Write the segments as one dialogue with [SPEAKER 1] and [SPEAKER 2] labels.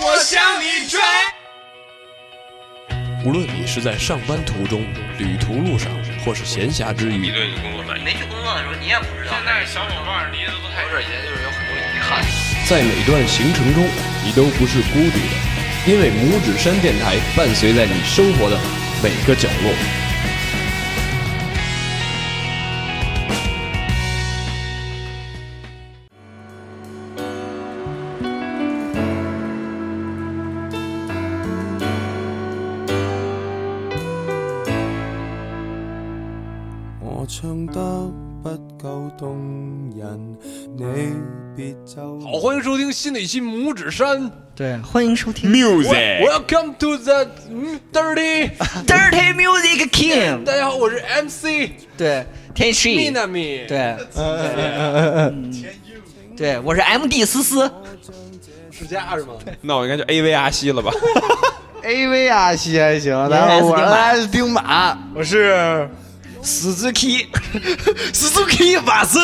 [SPEAKER 1] 我向你追。
[SPEAKER 2] 无论你是在上班途中、旅途路上，或是闲暇之余，
[SPEAKER 3] 对你工作满意。
[SPEAKER 4] 没去工作的时候，你也不知道。
[SPEAKER 1] 现在小伙伴离得都太
[SPEAKER 3] 我
[SPEAKER 1] 远，
[SPEAKER 3] 这也就是有很多遗憾。
[SPEAKER 2] 在每段行程中，你都不是孤独的，因为拇指山电台伴随在你生活的每个角落。
[SPEAKER 5] 我唱得不夠動人，你別就
[SPEAKER 2] 好，欢迎收听新的一期拇指山
[SPEAKER 6] 对，欢迎收听
[SPEAKER 7] music。
[SPEAKER 2] ，Welcome to the Dirty。
[SPEAKER 6] Dirty Music King。
[SPEAKER 2] 大家好，我是 MC
[SPEAKER 6] 对，天使，
[SPEAKER 2] Minami。
[SPEAKER 6] 对，嗯对，我是 MD 思思
[SPEAKER 2] 是家是吗？
[SPEAKER 7] 那我应该叫 AV 阿西了吧？
[SPEAKER 8] A V 啊，西还行，
[SPEAKER 6] 原来
[SPEAKER 8] 然
[SPEAKER 6] 是
[SPEAKER 8] 后我
[SPEAKER 6] 丁满
[SPEAKER 8] 来是丁满，
[SPEAKER 6] 我是
[SPEAKER 8] 死之 K，死之 K 瓦森，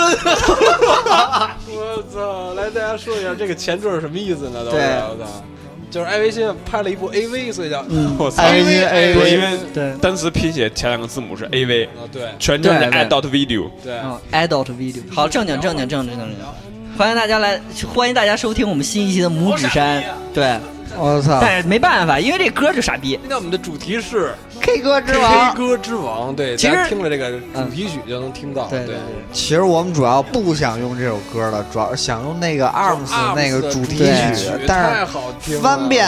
[SPEAKER 2] 我操！来，大家说一下这个前缀是什么意思呢？都是
[SPEAKER 6] 对
[SPEAKER 2] 我操，就是艾维现在拍了一部 AV，所以叫
[SPEAKER 7] 我操！
[SPEAKER 8] 哎呀哎
[SPEAKER 7] 对，因
[SPEAKER 8] 呀，
[SPEAKER 7] 为
[SPEAKER 6] 对
[SPEAKER 7] 单词拼写前两个字母是 AV，
[SPEAKER 2] 啊，对
[SPEAKER 7] 全称
[SPEAKER 6] 对
[SPEAKER 7] 是
[SPEAKER 6] 对
[SPEAKER 7] Adult Video。
[SPEAKER 2] 对，
[SPEAKER 6] 嗯 Adult Video。好，正经正经正经正经，欢迎大家来，欢迎大家收听我们新一期的拇指山。
[SPEAKER 2] 啊
[SPEAKER 6] 对，
[SPEAKER 8] 我操
[SPEAKER 6] 但是没办法，因为这歌就傻逼。
[SPEAKER 2] 今天我们的主题是
[SPEAKER 8] ，K 歌之
[SPEAKER 2] K
[SPEAKER 8] 王。
[SPEAKER 2] 歌之王，对，
[SPEAKER 6] 其实
[SPEAKER 2] 大家听了这个主题曲就能听到，
[SPEAKER 6] 对
[SPEAKER 2] 对
[SPEAKER 6] 对
[SPEAKER 8] 其实我们主要不想用这首歌了，主要想用那个 Arms 那个主题曲，
[SPEAKER 2] 太
[SPEAKER 8] 但
[SPEAKER 2] 好听
[SPEAKER 8] 是
[SPEAKER 2] 了，
[SPEAKER 8] 翻遍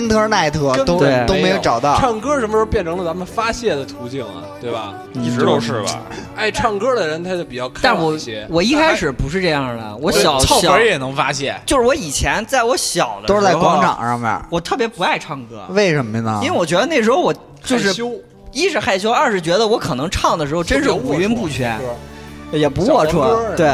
[SPEAKER 8] Internet
[SPEAKER 2] 根
[SPEAKER 8] 都
[SPEAKER 6] 对
[SPEAKER 2] 本
[SPEAKER 8] 都没有找到。
[SPEAKER 2] 唱歌什么时候变成了咱们发泄的途径啊？对吧？
[SPEAKER 6] 嗯
[SPEAKER 7] 一直都是吧？
[SPEAKER 2] 爱唱歌的人他就比较开
[SPEAKER 6] 但
[SPEAKER 2] 朗
[SPEAKER 6] 我
[SPEAKER 2] 一些。
[SPEAKER 6] 我一开始不是这样的，我小
[SPEAKER 1] 操
[SPEAKER 6] 小
[SPEAKER 1] 粉也能发泄。
[SPEAKER 6] 就是我以前在我小的
[SPEAKER 8] 都是在
[SPEAKER 6] 时候
[SPEAKER 8] 广，场上面，
[SPEAKER 6] 我特别不爱唱歌，
[SPEAKER 8] 为什么呢？
[SPEAKER 6] 啊因为我觉得那时候我就
[SPEAKER 2] 害
[SPEAKER 6] 是
[SPEAKER 2] 羞
[SPEAKER 6] 一是害羞，二是觉得我可能唱的时候真是五音不全，也不龌
[SPEAKER 2] 小黄歌
[SPEAKER 6] 龊。
[SPEAKER 2] 儿
[SPEAKER 6] 对，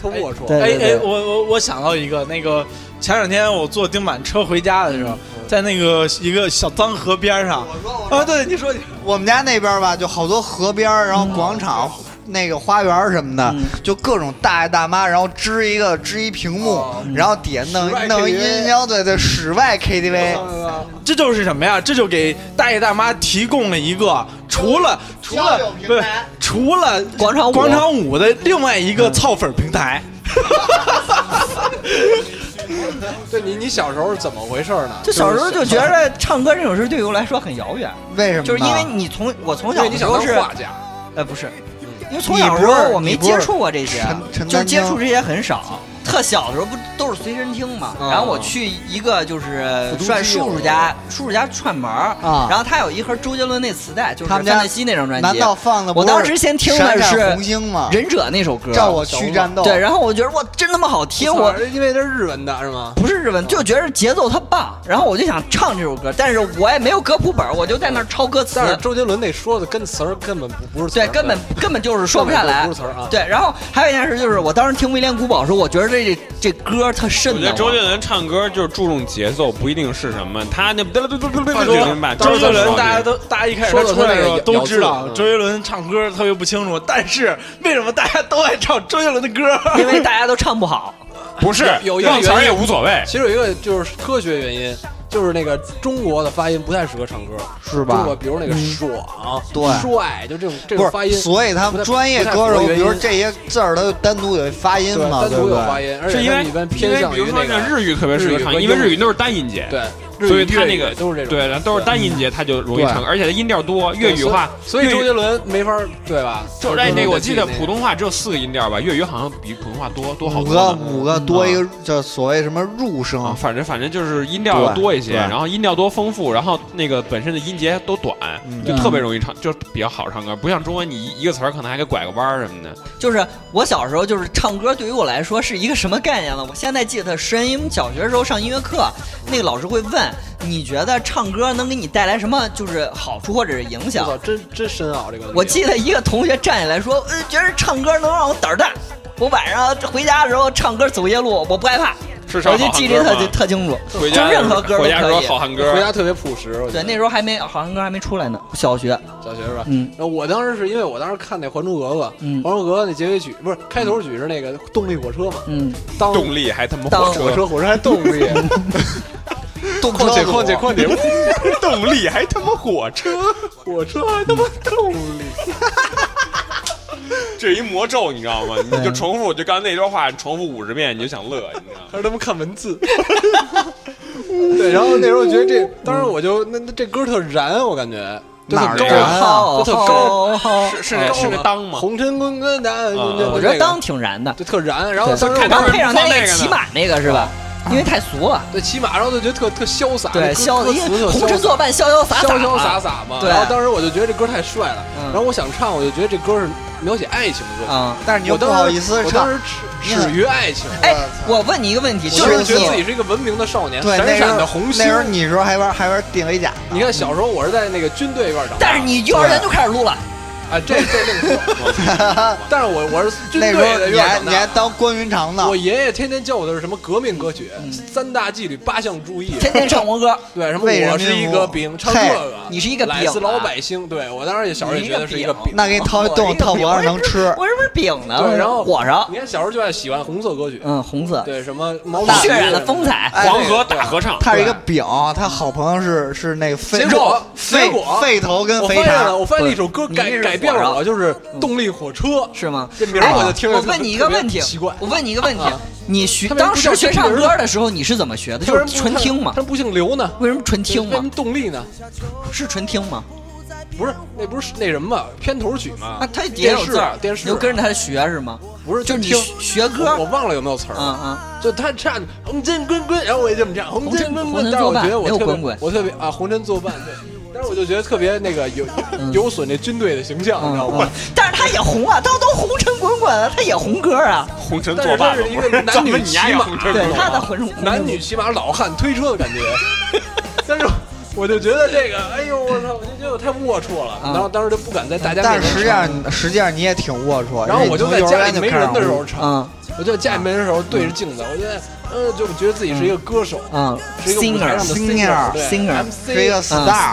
[SPEAKER 2] 特龌龊。
[SPEAKER 6] 对
[SPEAKER 1] 哎
[SPEAKER 6] 对
[SPEAKER 1] 哎，
[SPEAKER 6] 对
[SPEAKER 1] 我我我想到一个，那个前两天我坐丁满车回家的时
[SPEAKER 8] 嗯
[SPEAKER 1] 候，在那个一个小脏河边上，啊，对，你说你
[SPEAKER 8] 我们家那边吧，就好多河边儿，然后广场、那个花园儿什么的，
[SPEAKER 6] 嗯
[SPEAKER 8] 就各种大爷大妈，然后支一个支一屏幕，然后底下弄
[SPEAKER 2] 室外
[SPEAKER 8] 弄
[SPEAKER 2] KTV
[SPEAKER 8] 一音箱，对对，室外 KTV，、
[SPEAKER 1] 嗯啊这就是什么呀？这就给大爷大妈提供了一个除了除
[SPEAKER 8] 嗯交
[SPEAKER 1] 了
[SPEAKER 8] 友平
[SPEAKER 1] 不是
[SPEAKER 8] 台
[SPEAKER 1] 除了
[SPEAKER 6] 广场舞
[SPEAKER 1] 广场舞的另外一
[SPEAKER 8] 嗯
[SPEAKER 1] 个操粉平台。
[SPEAKER 2] 对你，你小时候是怎么回事呢？
[SPEAKER 6] 就小时候就觉 得唱歌这种事对于我来说很遥远，
[SPEAKER 8] 为什么呢？
[SPEAKER 6] 就是因为你从我从小
[SPEAKER 2] 对
[SPEAKER 6] 的
[SPEAKER 2] 你
[SPEAKER 6] 时
[SPEAKER 2] 想
[SPEAKER 6] 候
[SPEAKER 2] 当
[SPEAKER 6] 是
[SPEAKER 2] 画家，
[SPEAKER 6] 呃不是，
[SPEAKER 8] 啊
[SPEAKER 6] 因为从小的时候我没接触过这些
[SPEAKER 8] 你不是，陈
[SPEAKER 6] 就是接触
[SPEAKER 8] 陈丹青
[SPEAKER 6] 这些很少。特小的时候不都是随身听嘛，
[SPEAKER 2] 嗯
[SPEAKER 6] 然后我去一个就是呃算叔叔家，叔叔家串门儿
[SPEAKER 8] 啊
[SPEAKER 6] 然后他有一盒周杰伦那磁带，就是
[SPEAKER 8] 他
[SPEAKER 6] 范
[SPEAKER 8] 们家
[SPEAKER 6] 玮西那张专辑。
[SPEAKER 8] 难道放的不
[SPEAKER 6] 我
[SPEAKER 8] 是
[SPEAKER 6] 当时先听的
[SPEAKER 8] 闪闪
[SPEAKER 6] 是
[SPEAKER 8] 红星吗？
[SPEAKER 6] 忍者那首歌，
[SPEAKER 8] 照我去战斗，
[SPEAKER 6] 对，然后我觉得哇，真他妈好听，我
[SPEAKER 2] 操因为这是日文的是吗？
[SPEAKER 6] 不是日文，就觉得节奏它棒，然后我就想唱这首歌，但是我也没有歌谱本，我就在那儿抄歌词
[SPEAKER 2] 但，是周杰伦那说的跟词儿根本不不是词儿
[SPEAKER 6] 对，根本根本就是说不下来
[SPEAKER 2] 根本就不是词儿啊。
[SPEAKER 6] 对，然后还有一件事就是，我当时听威廉古堡的时候，我觉得这这歌特
[SPEAKER 7] 我
[SPEAKER 6] 瘆
[SPEAKER 7] 觉得
[SPEAKER 6] 得
[SPEAKER 7] 周杰
[SPEAKER 6] 我。
[SPEAKER 7] 伦唱歌就是注重节奏，不一定是什么。他那噔噔噔 噔噔
[SPEAKER 1] 话说
[SPEAKER 7] 噔就能把
[SPEAKER 1] 周杰
[SPEAKER 7] 整个
[SPEAKER 1] 伦，
[SPEAKER 7] 放
[SPEAKER 1] 大家
[SPEAKER 7] 进去
[SPEAKER 1] 都大家一开始
[SPEAKER 2] 说
[SPEAKER 1] 他
[SPEAKER 2] 到
[SPEAKER 1] 出来的时
[SPEAKER 2] 他那
[SPEAKER 1] 候
[SPEAKER 2] 个
[SPEAKER 1] 都知
[SPEAKER 2] 咬
[SPEAKER 1] 道
[SPEAKER 2] 字嗯
[SPEAKER 1] 周杰伦唱歌特别不清楚，但是为什么大家都爱唱周杰伦的歌？
[SPEAKER 6] 因为大家都唱 不好，
[SPEAKER 7] 不是
[SPEAKER 2] 有有一个
[SPEAKER 7] 忘词儿
[SPEAKER 2] 原
[SPEAKER 7] 也
[SPEAKER 2] 因
[SPEAKER 7] 无所谓。
[SPEAKER 2] 其实有一个就是科学原因，就是那个中国的发音不太适合唱歌，
[SPEAKER 8] 是吧
[SPEAKER 2] 中国比如那个爽、
[SPEAKER 8] 对
[SPEAKER 2] 帅，就这种这
[SPEAKER 8] 不
[SPEAKER 2] 种
[SPEAKER 8] 是
[SPEAKER 2] 发音，
[SPEAKER 8] 所以他们专业歌手，比如这些字儿，它就单独有发音
[SPEAKER 2] 对
[SPEAKER 8] 嘛，
[SPEAKER 2] 单
[SPEAKER 8] 对
[SPEAKER 2] 独
[SPEAKER 8] 不
[SPEAKER 2] 有
[SPEAKER 8] 对？
[SPEAKER 2] 发音，而
[SPEAKER 7] 是
[SPEAKER 2] 且
[SPEAKER 7] 因
[SPEAKER 2] 他
[SPEAKER 7] 为
[SPEAKER 2] 们一般
[SPEAKER 7] 比如
[SPEAKER 2] 偏向于
[SPEAKER 7] 说
[SPEAKER 2] 那
[SPEAKER 7] 像
[SPEAKER 2] 个
[SPEAKER 7] 日语特别适合唱，
[SPEAKER 2] 日语和
[SPEAKER 7] 因为
[SPEAKER 2] 英语
[SPEAKER 7] 日语都是单音节，
[SPEAKER 2] 对，日语
[SPEAKER 7] 所以他那
[SPEAKER 2] 粤
[SPEAKER 7] 个
[SPEAKER 2] 语都是这种，
[SPEAKER 7] 对，然后都是单音节，他就容易唱歌，而且他音调多。粤语话，
[SPEAKER 2] 所以
[SPEAKER 7] 粤语
[SPEAKER 2] 周杰伦没法儿对吧？
[SPEAKER 7] 就是哎，那个我记得普
[SPEAKER 2] 通
[SPEAKER 7] 通话只有四个音调吧，粤语好像比普通话多多好
[SPEAKER 8] 五
[SPEAKER 7] 多
[SPEAKER 8] 个
[SPEAKER 7] 呢。
[SPEAKER 8] 五个多一
[SPEAKER 2] 嗯
[SPEAKER 8] 个叫所谓什么入
[SPEAKER 7] 啊，
[SPEAKER 8] 声，
[SPEAKER 7] 反正反正就是音调要多一些，
[SPEAKER 8] 对对
[SPEAKER 7] 然后音调多丰富，然后那个本身的音节都短，
[SPEAKER 8] 嗯
[SPEAKER 7] 就特别容易唱，就比较好唱歌。不像中文，你一一个词儿可能还给拐个弯儿什么的。
[SPEAKER 6] 就是我小时候就是唱歌对于我来说是一个什么概念了？我现在记得深，因为我们小学的时候上音乐课，那个老师会问你觉得唱歌能给你带来什么，就是好处或者是影响
[SPEAKER 2] 我。操，真真深奥这个问题。
[SPEAKER 6] 我记得一个同学站起来说：“呃，觉得唱歌能让我胆儿大。我晚上回家的时候唱歌走夜路，我不害怕。
[SPEAKER 7] 是首
[SPEAKER 6] 我
[SPEAKER 7] 好
[SPEAKER 6] 就
[SPEAKER 7] 汉
[SPEAKER 6] 记
[SPEAKER 7] 歌
[SPEAKER 6] 得特
[SPEAKER 7] 吗
[SPEAKER 6] 特特清楚，
[SPEAKER 7] 回
[SPEAKER 6] 就
[SPEAKER 7] 家
[SPEAKER 6] 任何歌都
[SPEAKER 7] 回家
[SPEAKER 6] 可
[SPEAKER 7] 说
[SPEAKER 6] 以
[SPEAKER 7] 好汉歌，
[SPEAKER 2] 回家特别朴实。我觉得
[SPEAKER 6] 对，那时候还没好像歌还没出来呢，小学，
[SPEAKER 2] 小学是吧？
[SPEAKER 6] 嗯
[SPEAKER 2] 然后我当时是因为我当时看那《还珠格格》，
[SPEAKER 6] 嗯
[SPEAKER 2] 《还珠格格》那结尾曲不是开头曲是那个动力火车嘛？
[SPEAKER 6] 嗯，
[SPEAKER 2] 当
[SPEAKER 7] 动力还他妈
[SPEAKER 6] 当
[SPEAKER 7] 火
[SPEAKER 2] 火
[SPEAKER 7] 车，
[SPEAKER 2] 车，火车还动力，
[SPEAKER 6] 动
[SPEAKER 2] 况且况且况且，
[SPEAKER 7] 动力还他妈火车，
[SPEAKER 2] 火车还他妈动力。
[SPEAKER 7] 这一魔咒你知 道吗？你就重复，就刚才那段话，你重复五十遍，你就想乐，你知道吗？
[SPEAKER 2] 还是他们看文字。 对，然后那时候我觉得这，当时我就那那这歌特燃，我感觉就
[SPEAKER 8] 哪儿
[SPEAKER 2] 特
[SPEAKER 7] 对
[SPEAKER 2] 高
[SPEAKER 7] 啊
[SPEAKER 8] 燃啊？
[SPEAKER 6] 好
[SPEAKER 2] 就特高
[SPEAKER 6] 好
[SPEAKER 2] 啊
[SPEAKER 6] 好，哎
[SPEAKER 7] 是是那是那当吗？
[SPEAKER 2] 红尘滚滚
[SPEAKER 6] 嗯
[SPEAKER 2] 的，
[SPEAKER 7] 啊
[SPEAKER 6] 我觉得当挺燃的，
[SPEAKER 2] 就特燃。然后当时
[SPEAKER 7] 对
[SPEAKER 2] 我
[SPEAKER 6] 然后
[SPEAKER 7] 当
[SPEAKER 6] 配上
[SPEAKER 7] 放那
[SPEAKER 6] 那
[SPEAKER 7] 个
[SPEAKER 6] 个
[SPEAKER 7] 呢
[SPEAKER 6] 骑马那个是吧？因为太俗了，
[SPEAKER 2] 对骑马，然后就觉得特特潇洒，
[SPEAKER 6] 对，
[SPEAKER 2] 那歌
[SPEAKER 6] 潇
[SPEAKER 2] 歌词特
[SPEAKER 6] 红尘作伴，潇潇洒洒，
[SPEAKER 2] 潇潇洒洒嘛。
[SPEAKER 6] 对
[SPEAKER 2] 然后当时我就觉得这歌太帅了，
[SPEAKER 6] 嗯
[SPEAKER 2] 然后我想唱，我就觉得这歌是描写爱情的歌。
[SPEAKER 6] 啊！
[SPEAKER 8] 但是你又
[SPEAKER 2] 我
[SPEAKER 8] 不
[SPEAKER 2] 当时
[SPEAKER 8] 好意思
[SPEAKER 2] 我
[SPEAKER 8] 唱
[SPEAKER 2] 当，时
[SPEAKER 8] 你
[SPEAKER 2] 耻
[SPEAKER 8] 很
[SPEAKER 2] 耻于爱情，
[SPEAKER 6] 哎
[SPEAKER 8] 我操，
[SPEAKER 6] 我问你一个问题，
[SPEAKER 8] 我
[SPEAKER 6] 就
[SPEAKER 2] 当
[SPEAKER 6] 是
[SPEAKER 2] 时觉得自
[SPEAKER 6] 你
[SPEAKER 2] 己是一个文明的少年，
[SPEAKER 8] 对，
[SPEAKER 2] 闪
[SPEAKER 8] 那时
[SPEAKER 2] 闪
[SPEAKER 8] 候
[SPEAKER 2] 的红
[SPEAKER 8] 那
[SPEAKER 2] 星
[SPEAKER 8] 时。候你时候还玩还玩钉 A 甲呢，
[SPEAKER 2] 你看小时候我是在那个军队院长大的，
[SPEAKER 6] 但是你幼儿园就开始录了，
[SPEAKER 2] 啊，这这另说。 但是我我是军
[SPEAKER 8] 那
[SPEAKER 2] 队
[SPEAKER 8] 时候
[SPEAKER 2] 的
[SPEAKER 8] 你
[SPEAKER 2] 院
[SPEAKER 8] 还
[SPEAKER 2] 长
[SPEAKER 8] 你还
[SPEAKER 2] 大。
[SPEAKER 8] 当关云长呢
[SPEAKER 2] 我，爷爷天天教我的是什么革命歌曲，三大纪律八项注意，
[SPEAKER 6] 嗯天天唱国歌，
[SPEAKER 2] 对什么
[SPEAKER 8] 为人
[SPEAKER 2] 我是
[SPEAKER 8] 民
[SPEAKER 2] 一
[SPEAKER 8] 服
[SPEAKER 2] 个
[SPEAKER 8] 务
[SPEAKER 2] 饼，唱这
[SPEAKER 8] 嘿
[SPEAKER 2] 个，
[SPEAKER 6] 你是一个
[SPEAKER 2] 来
[SPEAKER 6] 饼
[SPEAKER 2] 自老
[SPEAKER 6] 啊
[SPEAKER 2] 百姓，对我当时也小时候也
[SPEAKER 6] 你
[SPEAKER 2] 觉
[SPEAKER 6] 一
[SPEAKER 2] 得
[SPEAKER 6] 个
[SPEAKER 2] 是一个
[SPEAKER 6] 饼
[SPEAKER 2] 饼。
[SPEAKER 8] 那给你掏一
[SPEAKER 6] 我
[SPEAKER 8] 洞
[SPEAKER 6] 一个
[SPEAKER 8] 套脖上能吃，
[SPEAKER 6] 我这不是饼呢？
[SPEAKER 2] 对，然后
[SPEAKER 6] 火烧，
[SPEAKER 2] 你看小时候就爱喜欢红色歌曲，
[SPEAKER 6] 嗯，红色，
[SPEAKER 2] 对什么毛主
[SPEAKER 6] 渲
[SPEAKER 2] 席
[SPEAKER 6] 染了风采，
[SPEAKER 8] 哎
[SPEAKER 7] 黄河大合唱，
[SPEAKER 8] 他是一个饼，他好朋友是是那个肺
[SPEAKER 2] 结果
[SPEAKER 8] 肺
[SPEAKER 2] 结果
[SPEAKER 8] 肺头跟
[SPEAKER 2] 我
[SPEAKER 8] 肥
[SPEAKER 2] 发现了，
[SPEAKER 8] 肠，
[SPEAKER 2] 我发现了一首歌
[SPEAKER 6] 你
[SPEAKER 2] 改
[SPEAKER 6] 是
[SPEAKER 2] 改变
[SPEAKER 6] 火
[SPEAKER 2] 了我，
[SPEAKER 6] 烧嗯
[SPEAKER 2] 就是动力火车。
[SPEAKER 6] 是吗？
[SPEAKER 2] 这名
[SPEAKER 6] 哎
[SPEAKER 2] 儿我就听着
[SPEAKER 6] 我
[SPEAKER 2] 特别、
[SPEAKER 6] 问你一个问题，
[SPEAKER 2] 特别奇怪，
[SPEAKER 6] 我问你一个问题
[SPEAKER 2] 啊，
[SPEAKER 6] 你学
[SPEAKER 2] 他为什
[SPEAKER 6] 当
[SPEAKER 2] 么不叫
[SPEAKER 6] 时学
[SPEAKER 2] 这
[SPEAKER 6] 唱
[SPEAKER 2] 名儿
[SPEAKER 6] 歌的时候你是怎么学的？
[SPEAKER 2] 他
[SPEAKER 6] 就
[SPEAKER 2] 为什
[SPEAKER 6] 是
[SPEAKER 2] 么
[SPEAKER 6] 纯
[SPEAKER 2] 他
[SPEAKER 6] 听吗
[SPEAKER 2] 他？不姓刘呢？
[SPEAKER 6] 为什么纯听
[SPEAKER 2] 为什
[SPEAKER 6] 吗
[SPEAKER 2] 么？动力呢？
[SPEAKER 6] 是纯听吗？
[SPEAKER 2] 不是，那不是那什么片头曲吗？
[SPEAKER 6] 啊，他也有字儿，
[SPEAKER 2] 电视
[SPEAKER 6] 你就跟着他学是吗？
[SPEAKER 2] 不是
[SPEAKER 6] 就是你
[SPEAKER 2] 听
[SPEAKER 6] 学
[SPEAKER 2] 我
[SPEAKER 6] 歌，
[SPEAKER 2] 我忘了有没有词儿
[SPEAKER 6] 嗯
[SPEAKER 2] 了。
[SPEAKER 6] 嗯，
[SPEAKER 2] 就他唱红尘滚滚，然后我也这么唱红尘滚
[SPEAKER 6] 红
[SPEAKER 2] 滚，
[SPEAKER 6] 尘
[SPEAKER 2] 但是我觉得我
[SPEAKER 6] 作伴没有滚
[SPEAKER 2] 特别
[SPEAKER 6] 滚，
[SPEAKER 2] 我特别啊红尘作伴对，但是我就觉得特别那个有
[SPEAKER 6] 嗯
[SPEAKER 2] 有损这军队的形象，你知道
[SPEAKER 6] 嗯
[SPEAKER 2] 吗
[SPEAKER 6] 嗯？但是他也红啊，他都红尘滚滚了，他也红歌啊，
[SPEAKER 7] 红尘
[SPEAKER 2] 但是
[SPEAKER 7] 作
[SPEAKER 2] 他
[SPEAKER 7] 伴
[SPEAKER 2] 是
[SPEAKER 7] 了，
[SPEAKER 2] 一
[SPEAKER 7] 不
[SPEAKER 2] 个
[SPEAKER 7] 是？
[SPEAKER 2] 男
[SPEAKER 7] 咱
[SPEAKER 2] 女
[SPEAKER 7] 们
[SPEAKER 2] 骑
[SPEAKER 7] 你丫也
[SPEAKER 2] 马
[SPEAKER 7] 红，尘
[SPEAKER 6] 对
[SPEAKER 7] 滚
[SPEAKER 6] 他
[SPEAKER 7] 滚
[SPEAKER 6] 的
[SPEAKER 7] 了，
[SPEAKER 6] 浑身
[SPEAKER 2] 男女骑马老汉推车的感觉， 但是我就觉得这个，哎呦我操，我就觉得我太龌�龊了，
[SPEAKER 6] 嗯
[SPEAKER 2] 然后当时就不敢在大家
[SPEAKER 8] 但
[SPEAKER 2] 面
[SPEAKER 8] 是实
[SPEAKER 2] 前
[SPEAKER 8] 际
[SPEAKER 2] 唱。
[SPEAKER 8] 上实际上你也挺龌龊，
[SPEAKER 2] 然后我就在家里没人的时候
[SPEAKER 8] 因为你从幼儿园就开始
[SPEAKER 2] 唱，
[SPEAKER 6] 嗯
[SPEAKER 2] 我就在家里没人的时候对着镜子，我觉得，呃，就觉得自己是一个歌手，
[SPEAKER 6] 嗯
[SPEAKER 2] 是一个舞台上的
[SPEAKER 8] Singer，
[SPEAKER 2] 对
[SPEAKER 6] singer，
[SPEAKER 2] MC
[SPEAKER 8] 是一个star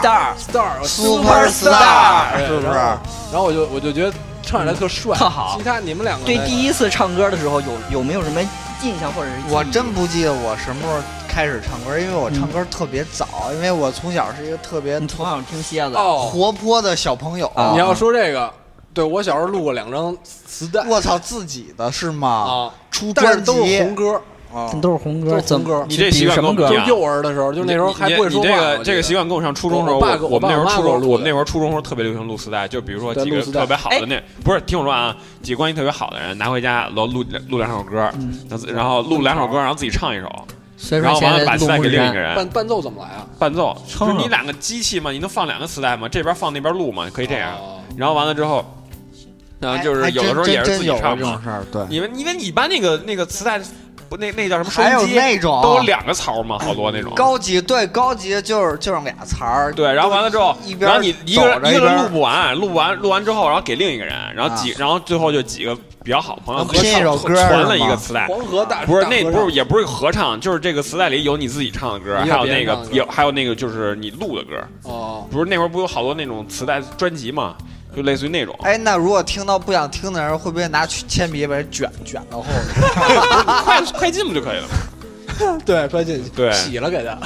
[SPEAKER 6] ，star
[SPEAKER 2] star
[SPEAKER 8] super star 是不是？
[SPEAKER 2] 然后我就我就觉得唱起来特帅，
[SPEAKER 6] 嗯特好
[SPEAKER 2] 其他你们两个
[SPEAKER 6] 对，
[SPEAKER 2] 呢
[SPEAKER 6] 第一次唱歌的时候有有没有什么印象或者是记忆
[SPEAKER 8] 我真不记得我什么时候开始唱歌，因为我唱歌特别早，因为我从小是一个特别
[SPEAKER 6] 你从小听蝎子，
[SPEAKER 2] 哦，
[SPEAKER 8] 活泼的小朋友。
[SPEAKER 6] 啊
[SPEAKER 2] 你要说这个，对我小时候录过两张磁带
[SPEAKER 8] 我操，自己的是吗？
[SPEAKER 2] 啊，
[SPEAKER 8] 出
[SPEAKER 2] 但
[SPEAKER 8] 专
[SPEAKER 2] 是都是红
[SPEAKER 8] 辑
[SPEAKER 2] 歌，
[SPEAKER 8] 啊
[SPEAKER 6] 都是红
[SPEAKER 2] 都
[SPEAKER 6] 歌，
[SPEAKER 2] 是
[SPEAKER 6] 怎
[SPEAKER 2] 红
[SPEAKER 6] 么
[SPEAKER 2] 歌
[SPEAKER 7] 你这
[SPEAKER 6] 比
[SPEAKER 7] 习惯
[SPEAKER 6] 什
[SPEAKER 7] 跟
[SPEAKER 6] 么
[SPEAKER 7] 我
[SPEAKER 6] 歌
[SPEAKER 7] 不一？样
[SPEAKER 2] 幼儿的时候，就那时候还不会说
[SPEAKER 7] 你
[SPEAKER 2] 话。
[SPEAKER 7] 这
[SPEAKER 2] 我
[SPEAKER 7] 个
[SPEAKER 2] 记
[SPEAKER 7] 这
[SPEAKER 2] 得
[SPEAKER 7] 个习惯跟我上初中时候，
[SPEAKER 2] 我爸给
[SPEAKER 7] 我
[SPEAKER 2] 我
[SPEAKER 7] 我们那时候
[SPEAKER 2] 爸我妈
[SPEAKER 7] 初
[SPEAKER 2] 给我录
[SPEAKER 7] 中，
[SPEAKER 2] 的
[SPEAKER 7] 我们那时候初中时候特别流行录磁带，就比如说
[SPEAKER 2] 对
[SPEAKER 7] 几个
[SPEAKER 2] 录磁带
[SPEAKER 7] 特别好的那，不是听我说啊，几个关系特别好的人拿回家，然后录录两首歌，然后录两首歌，然后自己唱一首，
[SPEAKER 6] 所以
[SPEAKER 7] 然
[SPEAKER 6] 说
[SPEAKER 7] 后
[SPEAKER 6] 现
[SPEAKER 7] 完了
[SPEAKER 6] 在
[SPEAKER 7] 把磁
[SPEAKER 6] 录
[SPEAKER 7] 带
[SPEAKER 6] 不
[SPEAKER 7] 给另一
[SPEAKER 6] 全
[SPEAKER 7] 个人
[SPEAKER 2] 伴伴奏怎么来啊？
[SPEAKER 7] 伴奏，就
[SPEAKER 6] 唱啊
[SPEAKER 7] 是你两个机器嘛，你能放两个磁带吗？这边放那边录嘛，可以这样
[SPEAKER 2] 哦。
[SPEAKER 7] 然后完了之后，
[SPEAKER 8] 哎
[SPEAKER 7] 嗯，就是有的时候也是自己唱
[SPEAKER 8] 这种
[SPEAKER 7] 嘛。
[SPEAKER 8] 事儿，对。
[SPEAKER 7] 你们因为你班那个那个磁带不那那叫什么收
[SPEAKER 8] 还有
[SPEAKER 7] 音机，
[SPEAKER 8] 那种
[SPEAKER 7] 都有两个槽嘛，好多那种。
[SPEAKER 8] 高级，对高级就是就是俩词儿，
[SPEAKER 7] 对，然后完了之后
[SPEAKER 8] 一，边
[SPEAKER 7] 然后你一个
[SPEAKER 8] 走着
[SPEAKER 7] 人一
[SPEAKER 8] 一
[SPEAKER 7] 个人
[SPEAKER 8] 边
[SPEAKER 7] 录不完，录不完录完之后，然后给另一个人，然后几，然后最后就几个比较好的朋友
[SPEAKER 8] 啊
[SPEAKER 7] 合
[SPEAKER 8] 拼一
[SPEAKER 7] 唱
[SPEAKER 8] 首歌
[SPEAKER 7] 传
[SPEAKER 8] 是
[SPEAKER 7] 了一
[SPEAKER 8] 吗
[SPEAKER 7] 个磁带。
[SPEAKER 2] 黄河大
[SPEAKER 7] 不是
[SPEAKER 2] 大
[SPEAKER 7] 那
[SPEAKER 2] 合
[SPEAKER 7] 不
[SPEAKER 2] 唱
[SPEAKER 7] 是也不是合唱，就是这个磁带里有你自己唱的歌，
[SPEAKER 2] 也
[SPEAKER 7] 还
[SPEAKER 2] 有
[SPEAKER 7] 有
[SPEAKER 2] 别人
[SPEAKER 7] 那个
[SPEAKER 2] 唱的歌
[SPEAKER 7] 有还有那个就是你录的歌，
[SPEAKER 2] 哦，
[SPEAKER 7] 不是那会儿不有好多那种磁带专辑嘛，就类似于那种。
[SPEAKER 8] 哎，那如果听到不想听的人，会不会拿铅笔把它卷卷到后 面？
[SPEAKER 7] 快快进不就可以了吗？
[SPEAKER 2] 对，快进去，
[SPEAKER 7] 对
[SPEAKER 2] 洗了给他。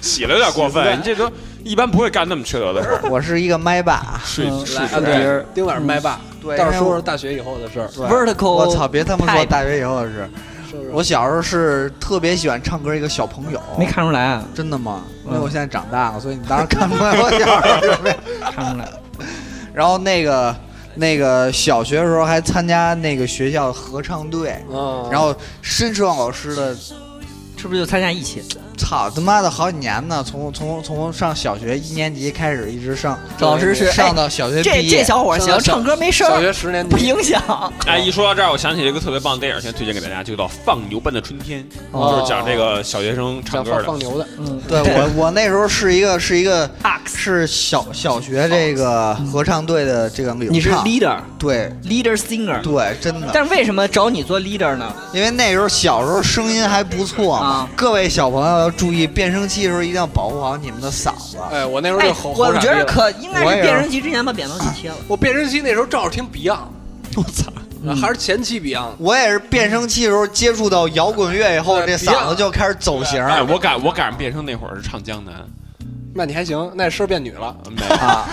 [SPEAKER 7] 洗了有点过
[SPEAKER 2] 洗
[SPEAKER 7] 分，
[SPEAKER 2] 了
[SPEAKER 7] 你这都一般不会干那么缺德的事儿。
[SPEAKER 8] 我是一个麦霸，
[SPEAKER 6] 嗯
[SPEAKER 8] 嗯
[SPEAKER 7] 睡睡
[SPEAKER 2] 来啊，
[SPEAKER 7] 睡
[SPEAKER 8] 别
[SPEAKER 2] 对
[SPEAKER 8] 人，
[SPEAKER 2] 丁老师麦霸，
[SPEAKER 8] 嗯对
[SPEAKER 2] 到时候
[SPEAKER 8] 因
[SPEAKER 2] 说
[SPEAKER 8] 为
[SPEAKER 2] 说大学以后的事儿，
[SPEAKER 8] 对
[SPEAKER 6] Vertical
[SPEAKER 8] 我操，别他妈说
[SPEAKER 6] Pipe
[SPEAKER 8] 大学以后的事。
[SPEAKER 2] 是不是？
[SPEAKER 8] 我小时候是特别喜欢唱歌一个小朋友，
[SPEAKER 6] 没看出来啊，
[SPEAKER 8] 真的吗？因
[SPEAKER 6] 嗯
[SPEAKER 8] 为我现在长大了，所以你当然看不出来我小时候是什么样。
[SPEAKER 6] 看出来。
[SPEAKER 8] 然后那个那个小学的时候还参加那个学校合唱队，
[SPEAKER 2] 嗯，
[SPEAKER 8] 然后申世旺老师的
[SPEAKER 6] 是不是就参加一期？
[SPEAKER 8] 操他妈的好几年呢，从从从上小学一年级开始一直上，
[SPEAKER 6] 老师是哎
[SPEAKER 8] 上到小学
[SPEAKER 6] 这
[SPEAKER 8] 毕业
[SPEAKER 6] 这。小伙儿行，唱歌没声
[SPEAKER 2] 小
[SPEAKER 6] 儿，
[SPEAKER 2] 学十年
[SPEAKER 6] 不
[SPEAKER 2] 级，
[SPEAKER 6] 影响。
[SPEAKER 7] 哎，一说到这儿，我想起一个特别棒的电影，先推荐给大家，就叫《放牛班的春天》，
[SPEAKER 2] 哦
[SPEAKER 7] 就是讲这个小学生唱
[SPEAKER 2] 想
[SPEAKER 7] 歌
[SPEAKER 2] 放
[SPEAKER 7] 的
[SPEAKER 2] 放。 牛的，
[SPEAKER 6] 嗯，
[SPEAKER 8] 对我我那时候是一个是一个
[SPEAKER 6] Ox
[SPEAKER 8] 是小小学这个合唱队的这个领
[SPEAKER 2] 你是
[SPEAKER 8] 唱，
[SPEAKER 2] leader，
[SPEAKER 8] 对
[SPEAKER 6] leader singer。
[SPEAKER 8] 对，真 的，
[SPEAKER 6] 但是为什么找你做 leader 呢？
[SPEAKER 8] 因为那时候小时候声音还不错嘛
[SPEAKER 6] 啊。
[SPEAKER 8] 各位小朋友要注意，变声期的时候一定要保护好你们的嗓子。
[SPEAKER 2] 哎，我那时候
[SPEAKER 6] 哎
[SPEAKER 2] 就，吼
[SPEAKER 6] 我
[SPEAKER 2] 吼傻逼
[SPEAKER 6] 觉得
[SPEAKER 2] 了。
[SPEAKER 6] 可应该
[SPEAKER 8] 我
[SPEAKER 6] 是
[SPEAKER 8] 也
[SPEAKER 6] 变声期之前把扁桃体切了。
[SPEAKER 2] 我变声期那时候正好听 Beyond，
[SPEAKER 7] 我操！
[SPEAKER 2] 啊还是前期 Beyond，
[SPEAKER 8] 我也是变声期的时候接触到摇滚乐以后，这
[SPEAKER 2] 对
[SPEAKER 8] 嗓子就开始走形
[SPEAKER 7] 哎，我赶我赶上变声那会儿是唱江南，
[SPEAKER 2] 那你还行，那声儿变女了，
[SPEAKER 7] 没
[SPEAKER 8] 啊。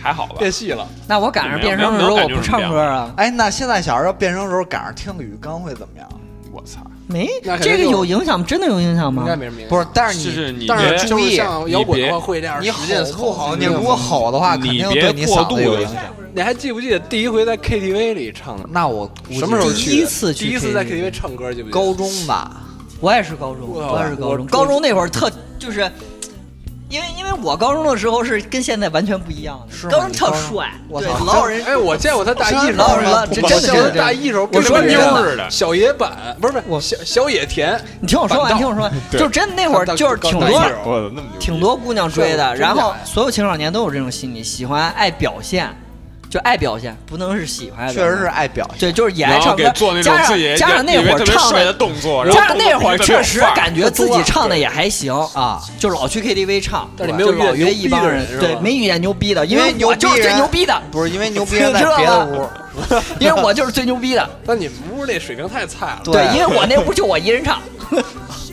[SPEAKER 7] 还好吧
[SPEAKER 2] 变？细了。
[SPEAKER 6] 那我赶上变声的时候我不唱歌啊，
[SPEAKER 8] 哎，那现在小孩要变声的时候赶上听个鱼缸会怎么样？
[SPEAKER 7] 我操！
[SPEAKER 6] 没
[SPEAKER 2] 那肯定
[SPEAKER 6] 这个
[SPEAKER 2] 就
[SPEAKER 6] 有影响，真的有影响
[SPEAKER 2] 应该
[SPEAKER 6] 吗？
[SPEAKER 2] 没什么影响。
[SPEAKER 8] 嗯不是，但
[SPEAKER 7] 就是是
[SPEAKER 8] 你
[SPEAKER 7] 你
[SPEAKER 2] 但
[SPEAKER 7] 别
[SPEAKER 2] 是就是
[SPEAKER 8] 注意
[SPEAKER 2] 像摇滚的话
[SPEAKER 7] 你别
[SPEAKER 2] 会这样
[SPEAKER 8] 你
[SPEAKER 2] 使劲
[SPEAKER 8] 吼
[SPEAKER 2] 地
[SPEAKER 8] 不
[SPEAKER 2] 吼
[SPEAKER 8] 好，
[SPEAKER 2] 你
[SPEAKER 8] 你如果吼的话，肯
[SPEAKER 7] 你
[SPEAKER 8] 定
[SPEAKER 7] 别
[SPEAKER 8] 对你
[SPEAKER 7] 过
[SPEAKER 8] 嗓
[SPEAKER 7] 度
[SPEAKER 8] 子有
[SPEAKER 7] 影
[SPEAKER 8] 影响。
[SPEAKER 2] 你还记不记得第一回在 KTV 里唱的？
[SPEAKER 8] 那我估计
[SPEAKER 2] 什么时候去
[SPEAKER 6] 第一次去
[SPEAKER 2] 第一次在
[SPEAKER 6] KTV
[SPEAKER 2] KTV 唱歌，记不记得？
[SPEAKER 8] 高中吧，
[SPEAKER 6] 我也是高中，
[SPEAKER 2] 我
[SPEAKER 6] 我也是高中，
[SPEAKER 2] 我
[SPEAKER 6] 高中那会儿特就是。因为因为我高中的时候是跟现在完全不一样
[SPEAKER 8] 是
[SPEAKER 6] 的，
[SPEAKER 8] 吗
[SPEAKER 6] 高中
[SPEAKER 8] 你
[SPEAKER 6] 跳
[SPEAKER 8] 高中
[SPEAKER 6] 帅，
[SPEAKER 8] 我
[SPEAKER 6] 对
[SPEAKER 8] 操
[SPEAKER 6] 老有人
[SPEAKER 2] 哎，我见过他大一时
[SPEAKER 6] 老有
[SPEAKER 2] 候
[SPEAKER 6] 人，了，这真的
[SPEAKER 2] 见过
[SPEAKER 6] 是
[SPEAKER 2] 他大一时候
[SPEAKER 6] 我
[SPEAKER 2] 跟
[SPEAKER 6] 说
[SPEAKER 2] 什么
[SPEAKER 6] 你
[SPEAKER 2] 妞
[SPEAKER 6] 真
[SPEAKER 7] 儿似
[SPEAKER 6] 的，
[SPEAKER 7] 的
[SPEAKER 2] 小野板不是不是小小野田，
[SPEAKER 6] 你听我说完，
[SPEAKER 2] 反倒
[SPEAKER 6] 听我说完，
[SPEAKER 7] 对
[SPEAKER 6] 就真的那会儿
[SPEAKER 2] 他
[SPEAKER 6] 就是挺
[SPEAKER 2] 他
[SPEAKER 6] 多
[SPEAKER 2] 大一时候
[SPEAKER 7] 我那么牛逼
[SPEAKER 6] 挺多姑娘追
[SPEAKER 2] 是
[SPEAKER 6] 的，
[SPEAKER 2] 真
[SPEAKER 6] 然后
[SPEAKER 2] 假呀
[SPEAKER 6] 所有青少年都有这种心理，喜欢爱表现，就爱表现，不能是喜欢，
[SPEAKER 8] 确实是，爱表现。
[SPEAKER 6] 对，就是也爱
[SPEAKER 7] 然后
[SPEAKER 6] 唱
[SPEAKER 7] 给
[SPEAKER 6] 歌，
[SPEAKER 7] 做那种
[SPEAKER 6] 加上
[SPEAKER 7] 自己
[SPEAKER 6] 加上那
[SPEAKER 7] 以
[SPEAKER 6] 会
[SPEAKER 7] 为
[SPEAKER 6] 儿
[SPEAKER 7] 特别
[SPEAKER 6] 唱
[SPEAKER 7] 帅的
[SPEAKER 6] 的，
[SPEAKER 7] 动作，然后
[SPEAKER 6] 加上那会儿
[SPEAKER 7] 动作
[SPEAKER 6] 确实感觉自己唱的也还行啊，
[SPEAKER 8] 啊，
[SPEAKER 6] 就老去 KTV 唱，
[SPEAKER 2] 但是
[SPEAKER 6] 对
[SPEAKER 2] 没有
[SPEAKER 6] 就老
[SPEAKER 2] 遇见
[SPEAKER 6] 约
[SPEAKER 2] 牛
[SPEAKER 6] 一
[SPEAKER 2] 逼
[SPEAKER 6] 帮
[SPEAKER 2] 的
[SPEAKER 6] 人
[SPEAKER 2] 人，是
[SPEAKER 6] 对，
[SPEAKER 2] 吧
[SPEAKER 6] 没遇见牛逼的，因为
[SPEAKER 8] 因为
[SPEAKER 6] 我
[SPEAKER 8] 牛逼
[SPEAKER 6] 就是最
[SPEAKER 8] 人
[SPEAKER 6] 牛逼的，
[SPEAKER 8] 不是 因为牛逼人在别的屋，
[SPEAKER 6] 因为我就是最牛逼的，
[SPEAKER 2] 但你们屋 那水平太菜了。
[SPEAKER 8] 对
[SPEAKER 6] 对，因为我那屋就我一人唱，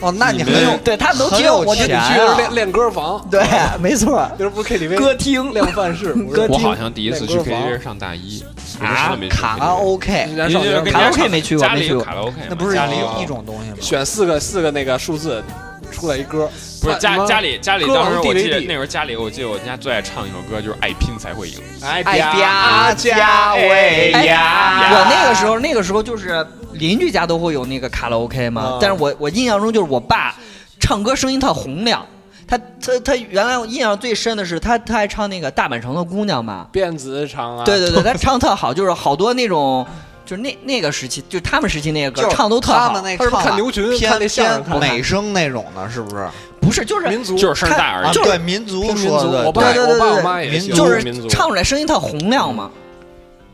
[SPEAKER 8] 哦，那 你很有
[SPEAKER 6] 对他们都
[SPEAKER 8] 很
[SPEAKER 6] 听
[SPEAKER 8] 有
[SPEAKER 6] 我就
[SPEAKER 8] 钱
[SPEAKER 2] 你去
[SPEAKER 8] 啊
[SPEAKER 2] 的 是练练歌房，
[SPEAKER 6] 对，没错，
[SPEAKER 2] 那时候不是 KTV
[SPEAKER 6] 歌厅
[SPEAKER 2] 量贩式，
[SPEAKER 6] 歌
[SPEAKER 7] 我
[SPEAKER 6] 厅
[SPEAKER 7] 好像第一次去 KTV 上大一，啊，
[SPEAKER 8] 卡拉 OK，
[SPEAKER 2] 人家少年
[SPEAKER 6] 卡拉 OK 没去过
[SPEAKER 7] 家里
[SPEAKER 6] 没去
[SPEAKER 7] 有
[SPEAKER 6] 过
[SPEAKER 7] 卡拉 OK，吗
[SPEAKER 8] 那不是
[SPEAKER 7] 家里有
[SPEAKER 8] 一一种东西吗？
[SPEAKER 2] 选四个四个那个数字出来一歌，
[SPEAKER 7] 不是
[SPEAKER 2] 他
[SPEAKER 7] 家
[SPEAKER 2] 妈
[SPEAKER 7] 家里家里
[SPEAKER 2] 歌
[SPEAKER 7] 当时
[SPEAKER 2] 王
[SPEAKER 7] 我记得
[SPEAKER 2] DVD
[SPEAKER 7] 那时候家里我记得我家最爱唱一首歌就是《爱拼才会赢》，
[SPEAKER 2] 哎
[SPEAKER 8] 哎
[SPEAKER 6] 啊
[SPEAKER 2] 呀
[SPEAKER 8] 家喂
[SPEAKER 6] 哎
[SPEAKER 2] 呀
[SPEAKER 6] 我那个时候，那个时候就是邻居家都会有那个卡拉 OK 嘛，
[SPEAKER 8] 嗯
[SPEAKER 2] 啊
[SPEAKER 6] 但是我我印象中就是我爸唱歌声音特洪亮，他他他原来我印象最深的是他他还唱那个大阪城的姑娘嘛，
[SPEAKER 2] 辫子长啊，
[SPEAKER 6] 对对对，他唱特好，就是好多那种就是那那个时期，就他们时期那个歌
[SPEAKER 8] 就是
[SPEAKER 6] 唱都特
[SPEAKER 8] 他
[SPEAKER 6] 好，
[SPEAKER 8] 们那
[SPEAKER 2] 他是不
[SPEAKER 8] 唱
[SPEAKER 2] 是
[SPEAKER 8] 法
[SPEAKER 2] 看牛群看
[SPEAKER 8] 偏
[SPEAKER 2] 那相声
[SPEAKER 8] 偏
[SPEAKER 2] 看的
[SPEAKER 8] 美声那种的，是不是？
[SPEAKER 6] 不是就是
[SPEAKER 2] 民族
[SPEAKER 7] 就是声大而
[SPEAKER 8] 啊，
[SPEAKER 7] 已。
[SPEAKER 8] 对，民族
[SPEAKER 2] 听民
[SPEAKER 8] 说
[SPEAKER 2] 族，
[SPEAKER 8] 的，
[SPEAKER 2] 我爸
[SPEAKER 6] 对对
[SPEAKER 2] 我
[SPEAKER 6] 对
[SPEAKER 2] 爸
[SPEAKER 6] 对
[SPEAKER 2] 我妈也
[SPEAKER 8] 民
[SPEAKER 2] 信
[SPEAKER 8] 族
[SPEAKER 6] 就是
[SPEAKER 2] 民族
[SPEAKER 6] 唱出来声音特洪亮嘛。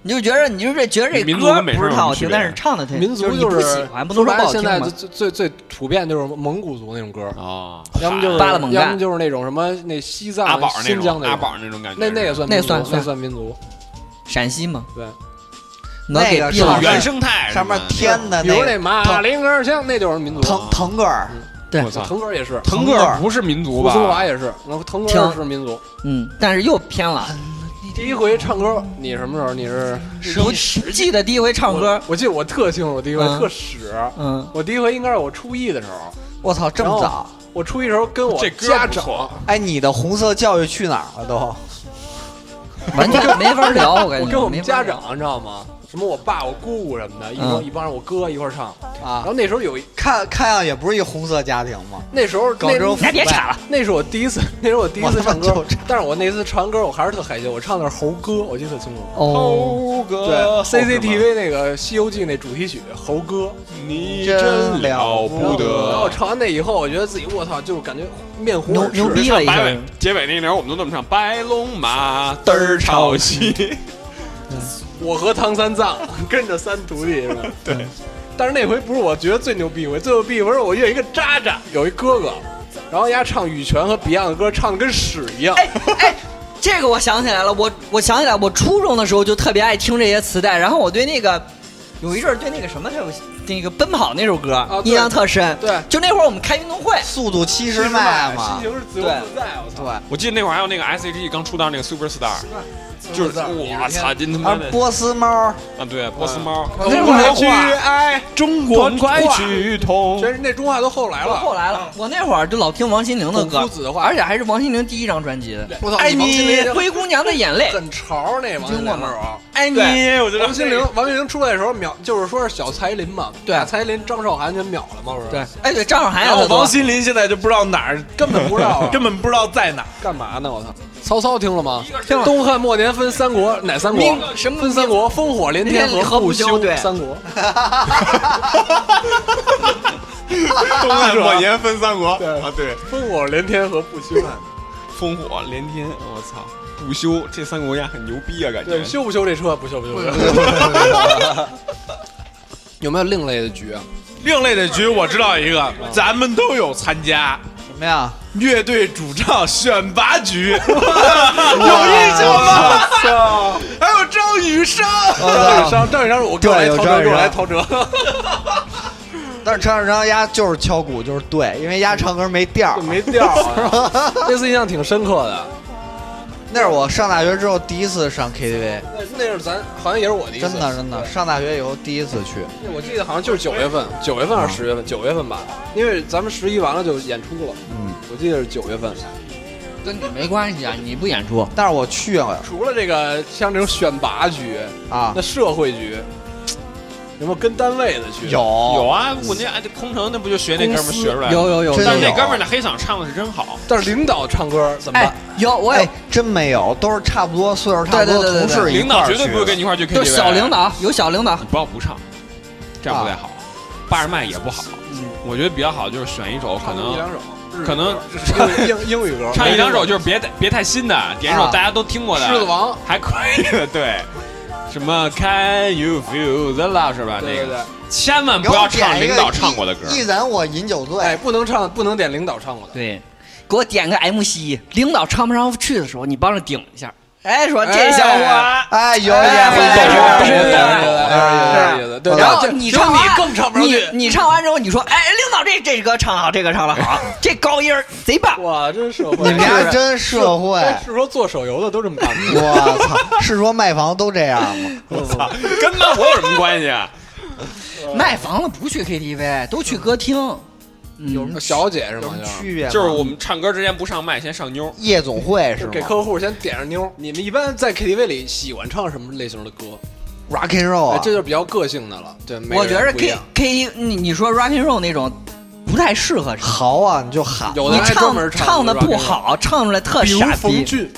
[SPEAKER 6] 你就觉得，你就是觉得这
[SPEAKER 7] 民族
[SPEAKER 6] 歌
[SPEAKER 7] 跟美
[SPEAKER 6] 不
[SPEAKER 7] 声
[SPEAKER 6] 是
[SPEAKER 7] 有
[SPEAKER 6] 特
[SPEAKER 7] 什么
[SPEAKER 6] 好
[SPEAKER 7] 区
[SPEAKER 6] 听，
[SPEAKER 7] 别
[SPEAKER 6] 但是唱的挺，
[SPEAKER 2] 民族
[SPEAKER 6] 就是你
[SPEAKER 2] 就
[SPEAKER 6] 不
[SPEAKER 2] 是
[SPEAKER 6] 喜欢，不能说不好听
[SPEAKER 2] 现在
[SPEAKER 6] 嘛
[SPEAKER 2] 最。最最最普遍就是蒙古族那种歌，
[SPEAKER 7] 哦，
[SPEAKER 2] 要么就是
[SPEAKER 6] 巴勒蒙干
[SPEAKER 2] 要么就是那种什么那西藏、
[SPEAKER 7] 阿宝那
[SPEAKER 2] 新疆
[SPEAKER 7] 种
[SPEAKER 2] 那
[SPEAKER 7] 阿宝那种感觉，
[SPEAKER 2] 那那也算
[SPEAKER 6] 那
[SPEAKER 2] 民族
[SPEAKER 6] 算
[SPEAKER 2] 那
[SPEAKER 6] 算
[SPEAKER 2] 算民族。
[SPEAKER 6] 陕西嘛，
[SPEAKER 2] 对，
[SPEAKER 6] 能给
[SPEAKER 8] 那个
[SPEAKER 6] 毙
[SPEAKER 8] 是
[SPEAKER 6] 了
[SPEAKER 8] 吧。
[SPEAKER 7] 原生态是吧
[SPEAKER 8] 上面添的
[SPEAKER 2] 比如
[SPEAKER 8] 那
[SPEAKER 2] 那马铃儿香，那就是民族。啊嗯
[SPEAKER 8] 腾腾格尔，
[SPEAKER 6] 对
[SPEAKER 7] 我操，
[SPEAKER 2] 腾格尔也是，
[SPEAKER 7] 腾格尔不是民族
[SPEAKER 2] 乌
[SPEAKER 7] 吧？
[SPEAKER 2] 苏娃也是，然后腾格尔
[SPEAKER 6] 挺
[SPEAKER 2] 是民族。嗯
[SPEAKER 6] 嗯，但是又偏了。
[SPEAKER 2] 第一回唱歌，你什么时候？你是
[SPEAKER 6] 我记得第一回唱歌
[SPEAKER 2] 我，我记得我特清楚，我第一回
[SPEAKER 6] 嗯
[SPEAKER 2] 特屎。
[SPEAKER 6] 嗯，
[SPEAKER 2] 我第一回应该是我初一的时候，
[SPEAKER 8] 我操，这么
[SPEAKER 2] 然
[SPEAKER 8] 早
[SPEAKER 2] 后？我初一时候跟我
[SPEAKER 7] 这歌
[SPEAKER 2] 家
[SPEAKER 7] 不
[SPEAKER 2] 长，
[SPEAKER 7] 错
[SPEAKER 8] 哎，你的红色教育去哪儿了都？
[SPEAKER 6] 完全没法 聊，我感
[SPEAKER 2] 我
[SPEAKER 6] 觉。
[SPEAKER 2] 跟我们
[SPEAKER 6] 没法
[SPEAKER 2] 家
[SPEAKER 6] 聊，
[SPEAKER 2] 长，你知道吗？什么我爸、我姑姑什么的，一帮
[SPEAKER 6] 嗯
[SPEAKER 2] 一帮人我哥一块儿唱。然
[SPEAKER 8] 啊
[SPEAKER 2] 后，那时候有一，
[SPEAKER 8] 看看样也不是一红色家庭嘛。
[SPEAKER 2] 那时候
[SPEAKER 8] 搞
[SPEAKER 2] 那
[SPEAKER 8] 这种
[SPEAKER 6] 你还别
[SPEAKER 8] 腐败
[SPEAKER 6] 插了，
[SPEAKER 2] 那是我第一次，那是我第一次
[SPEAKER 8] 我
[SPEAKER 2] 唱
[SPEAKER 8] 他妈
[SPEAKER 2] 歌
[SPEAKER 8] 就这，
[SPEAKER 2] 但是我那次唱歌我还是特害羞，我唱的是猴哥，我记得特清楚。
[SPEAKER 6] 哦，
[SPEAKER 7] 猴
[SPEAKER 2] 对
[SPEAKER 7] 哥
[SPEAKER 2] ，CCTV 那个《西游记》那主题曲《猴哥》，
[SPEAKER 7] 你
[SPEAKER 8] 真
[SPEAKER 7] 真
[SPEAKER 8] 了不
[SPEAKER 7] 了不
[SPEAKER 2] 然后我
[SPEAKER 7] 得。
[SPEAKER 2] 唱完那以后，我觉得自己我操，就是感觉面红
[SPEAKER 6] 牛
[SPEAKER 2] 耳赤
[SPEAKER 6] 牛逼了一
[SPEAKER 7] 白尾
[SPEAKER 6] 下。
[SPEAKER 7] 结尾那一段我们都这么唱，白龙马嘚儿 朝西，
[SPEAKER 2] 我和唐三 藏跟着三徒弟是吧？对。但是那回不是我觉得最牛逼，我最牛逼，我是我遇一个渣渣，有一哥哥，然后人家唱羽泉和 Beyond 的歌，唱的跟屎一样。
[SPEAKER 6] 哎 哎，这个我想起来了，我我想起来，我初中的时候就特别爱听这些磁带，然后我对那个有一阵儿对那个什么特有那个奔跑那首歌
[SPEAKER 2] 啊对
[SPEAKER 6] 印象特深。
[SPEAKER 2] 对
[SPEAKER 6] 就那会儿我们开运动会，
[SPEAKER 8] 速度七
[SPEAKER 2] 其
[SPEAKER 8] 十迈嘛
[SPEAKER 2] 心，情是自由
[SPEAKER 6] 对
[SPEAKER 2] 自在，我操！
[SPEAKER 8] 对，
[SPEAKER 7] 我记得那会儿还有那个 S H E 刚出道那个 Super Star，
[SPEAKER 8] 四
[SPEAKER 7] 就是
[SPEAKER 8] 个字儿。
[SPEAKER 7] 我操，真他妈
[SPEAKER 8] 啊，
[SPEAKER 7] 的
[SPEAKER 8] 波斯猫，
[SPEAKER 7] 啊！对，波斯猫，
[SPEAKER 9] 嗯
[SPEAKER 2] 中国去哎，
[SPEAKER 7] 中
[SPEAKER 2] 国快
[SPEAKER 7] 去通
[SPEAKER 2] 全是那中华都后来
[SPEAKER 6] 我
[SPEAKER 2] 了。嗯
[SPEAKER 6] 后来了，我那会儿就老听王心凌的歌
[SPEAKER 2] 孔夫子的，话
[SPEAKER 6] 而且还是王心凌第一张专辑的
[SPEAKER 2] 我操
[SPEAKER 6] 《爱
[SPEAKER 2] 王心
[SPEAKER 6] 你
[SPEAKER 2] 凌
[SPEAKER 6] 灰姑娘的眼泪》。
[SPEAKER 2] 很潮那王心
[SPEAKER 6] 听
[SPEAKER 2] 凌
[SPEAKER 6] 过
[SPEAKER 2] 那时候
[SPEAKER 6] 吗？爱你，
[SPEAKER 1] 对，我觉得
[SPEAKER 2] 王心凌，王心凌出来的时候秒，就是说是小蔡依林嘛，
[SPEAKER 6] 对
[SPEAKER 2] 把蔡依林、张韶涵全秒了嘛，不是？
[SPEAKER 6] 对，，哎对，张韶涵也
[SPEAKER 1] 然后
[SPEAKER 6] 特多
[SPEAKER 1] 王心凌现在就不知道哪儿，
[SPEAKER 2] 根本不知道 啊
[SPEAKER 1] 根本不知道在哪儿。
[SPEAKER 2] 干嘛呢？我操！曹操听了吗？听了。东汉末年分三国，哪三国？
[SPEAKER 6] 命什么
[SPEAKER 2] 分三国？烽火连天
[SPEAKER 6] 连天
[SPEAKER 2] 和
[SPEAKER 6] 和不休
[SPEAKER 2] 休
[SPEAKER 6] 对
[SPEAKER 2] 三国。
[SPEAKER 9] 东 汉末年分三国啊，对，
[SPEAKER 2] 烽火连天和不休，
[SPEAKER 7] 烽火连天，我操，不休，这三个国家很牛逼啊，感觉
[SPEAKER 2] 对，。修不修这车？不修不修。
[SPEAKER 8] 嗯
[SPEAKER 2] 有没有另类的局啊？
[SPEAKER 1] 另类的局我知道一个，咱们都有参加
[SPEAKER 8] 什么呀？
[SPEAKER 1] 乐队主唱选拔 局，有
[SPEAKER 8] 印象吗？
[SPEAKER 1] 还有张雨生，
[SPEAKER 2] 张雨生，张雨生，我过来，
[SPEAKER 8] 对有
[SPEAKER 2] 陶
[SPEAKER 8] 张
[SPEAKER 2] 喆，
[SPEAKER 8] 雨
[SPEAKER 2] 给我来，
[SPEAKER 8] 生
[SPEAKER 2] 陶喆。
[SPEAKER 8] 但是张志章丫就是敲鼓就是对，因为丫唱歌没调儿。
[SPEAKER 2] 没调 啊，那次印象挺深刻的。
[SPEAKER 8] 那是我上大学之后第一次上 KTV，
[SPEAKER 2] 那那是咱好像也是我的意思，
[SPEAKER 8] 真的真的，上大学以后第一次去。
[SPEAKER 2] 对。我记得好像就是九月份，九月份还是十月份？九月份吧，因为咱们十一完了就演出了。嗯，我记得是九月份。
[SPEAKER 6] 跟你没关系啊，你不演出，
[SPEAKER 8] 但是我去过
[SPEAKER 2] 除了这个像这种选拔局，
[SPEAKER 8] 啊
[SPEAKER 2] 那，社会局有没有跟单位的去？嗯
[SPEAKER 8] 有，
[SPEAKER 7] 有啊，我那哎这空乘那不就学那哥们儿学出来的？
[SPEAKER 6] 有有有，
[SPEAKER 8] 真
[SPEAKER 7] 但是那
[SPEAKER 8] 有
[SPEAKER 7] 哥们儿那黑嗓唱的是真好，
[SPEAKER 2] 但是领导唱歌怎么
[SPEAKER 6] 哎
[SPEAKER 2] 办？
[SPEAKER 6] 有我有
[SPEAKER 8] 哎，真没有，都是差不多岁数，差不多
[SPEAKER 6] 对对对对
[SPEAKER 8] 同
[SPEAKER 6] 对
[SPEAKER 8] 事一
[SPEAKER 7] 领
[SPEAKER 8] 块
[SPEAKER 7] 导
[SPEAKER 8] 儿
[SPEAKER 7] 绝对
[SPEAKER 8] 去
[SPEAKER 7] 不会跟你一块儿去 KTV。
[SPEAKER 6] 有小领，导，啊有小领导
[SPEAKER 7] 你，不要不唱，这样不太好，霸着麦也不好。我觉得比较好就是选一首可
[SPEAKER 2] 唱一两
[SPEAKER 7] 能
[SPEAKER 2] 首，
[SPEAKER 7] 可 能
[SPEAKER 2] 英英英语歌，
[SPEAKER 7] 唱一两首，就是别别太新的，点一首
[SPEAKER 8] 啊
[SPEAKER 7] 大家都听过的。
[SPEAKER 2] 狮子王
[SPEAKER 7] 还 可以的，对。什么 Can you feel the love 是吧？
[SPEAKER 2] 对
[SPEAKER 7] 那
[SPEAKER 2] 对
[SPEAKER 7] 个
[SPEAKER 2] 对，
[SPEAKER 7] 千万
[SPEAKER 8] 给
[SPEAKER 7] 不
[SPEAKER 8] 我
[SPEAKER 7] 要
[SPEAKER 8] 点
[SPEAKER 7] 唱
[SPEAKER 8] 一
[SPEAKER 7] 领
[SPEAKER 8] 个
[SPEAKER 7] 导唱过的歌。
[SPEAKER 8] 一一然我饮酒醉
[SPEAKER 2] 哎，，不能唱，不能点领导唱过的。
[SPEAKER 6] 对，给我点个 MC，领导唱不上去的时候，你帮着顶一下。哎，说这小伙，
[SPEAKER 8] 哎，有点
[SPEAKER 6] 哎
[SPEAKER 8] 会
[SPEAKER 6] 是
[SPEAKER 8] 走
[SPEAKER 6] 的
[SPEAKER 8] 路
[SPEAKER 6] 是的
[SPEAKER 2] 哎有意思有意思有意思对
[SPEAKER 6] 然后
[SPEAKER 2] 这
[SPEAKER 6] 你
[SPEAKER 2] 这
[SPEAKER 6] 唱完
[SPEAKER 2] 你更唱不上去
[SPEAKER 6] 你你唱完之后，你说，哎，领导这这歌唱得好，这歌唱的好，这高音儿贼棒。
[SPEAKER 2] 哇，真社会！
[SPEAKER 8] 你们家真社 会，
[SPEAKER 2] 是说做手游的都这么干吗？
[SPEAKER 8] 我操！是说卖房都这 样吗？
[SPEAKER 7] 我操，跟那我有什么关系啊？
[SPEAKER 6] 卖房了不去 KTV，都去歌厅。
[SPEAKER 2] 有什么小姐是
[SPEAKER 8] 有什
[SPEAKER 2] 吗
[SPEAKER 8] 么？区别吗？
[SPEAKER 7] 就是我们唱歌之前不上麦，先上妞。
[SPEAKER 8] 夜总会是
[SPEAKER 2] 就
[SPEAKER 8] 吗
[SPEAKER 2] 给客户先点上妞。你们一般在 KTV 里喜欢唱什么类型的歌？
[SPEAKER 8] ？Rock and roll
[SPEAKER 2] 哎
[SPEAKER 8] 啊，，
[SPEAKER 2] 这就是比较个性的了。对，每
[SPEAKER 6] 我
[SPEAKER 2] 个
[SPEAKER 6] 觉着
[SPEAKER 2] 人不一
[SPEAKER 6] K
[SPEAKER 2] 样
[SPEAKER 6] K，你你说 rock and roll 那种不太适合唱，
[SPEAKER 8] 嚎啊，你就喊。
[SPEAKER 2] 有的
[SPEAKER 6] 你
[SPEAKER 2] 还专门
[SPEAKER 6] 唱
[SPEAKER 2] 唱
[SPEAKER 6] 的
[SPEAKER 2] rock and
[SPEAKER 6] 不
[SPEAKER 2] roll，
[SPEAKER 6] 好，唱出来特
[SPEAKER 2] 比如
[SPEAKER 6] 傻逼
[SPEAKER 2] 冯。俊，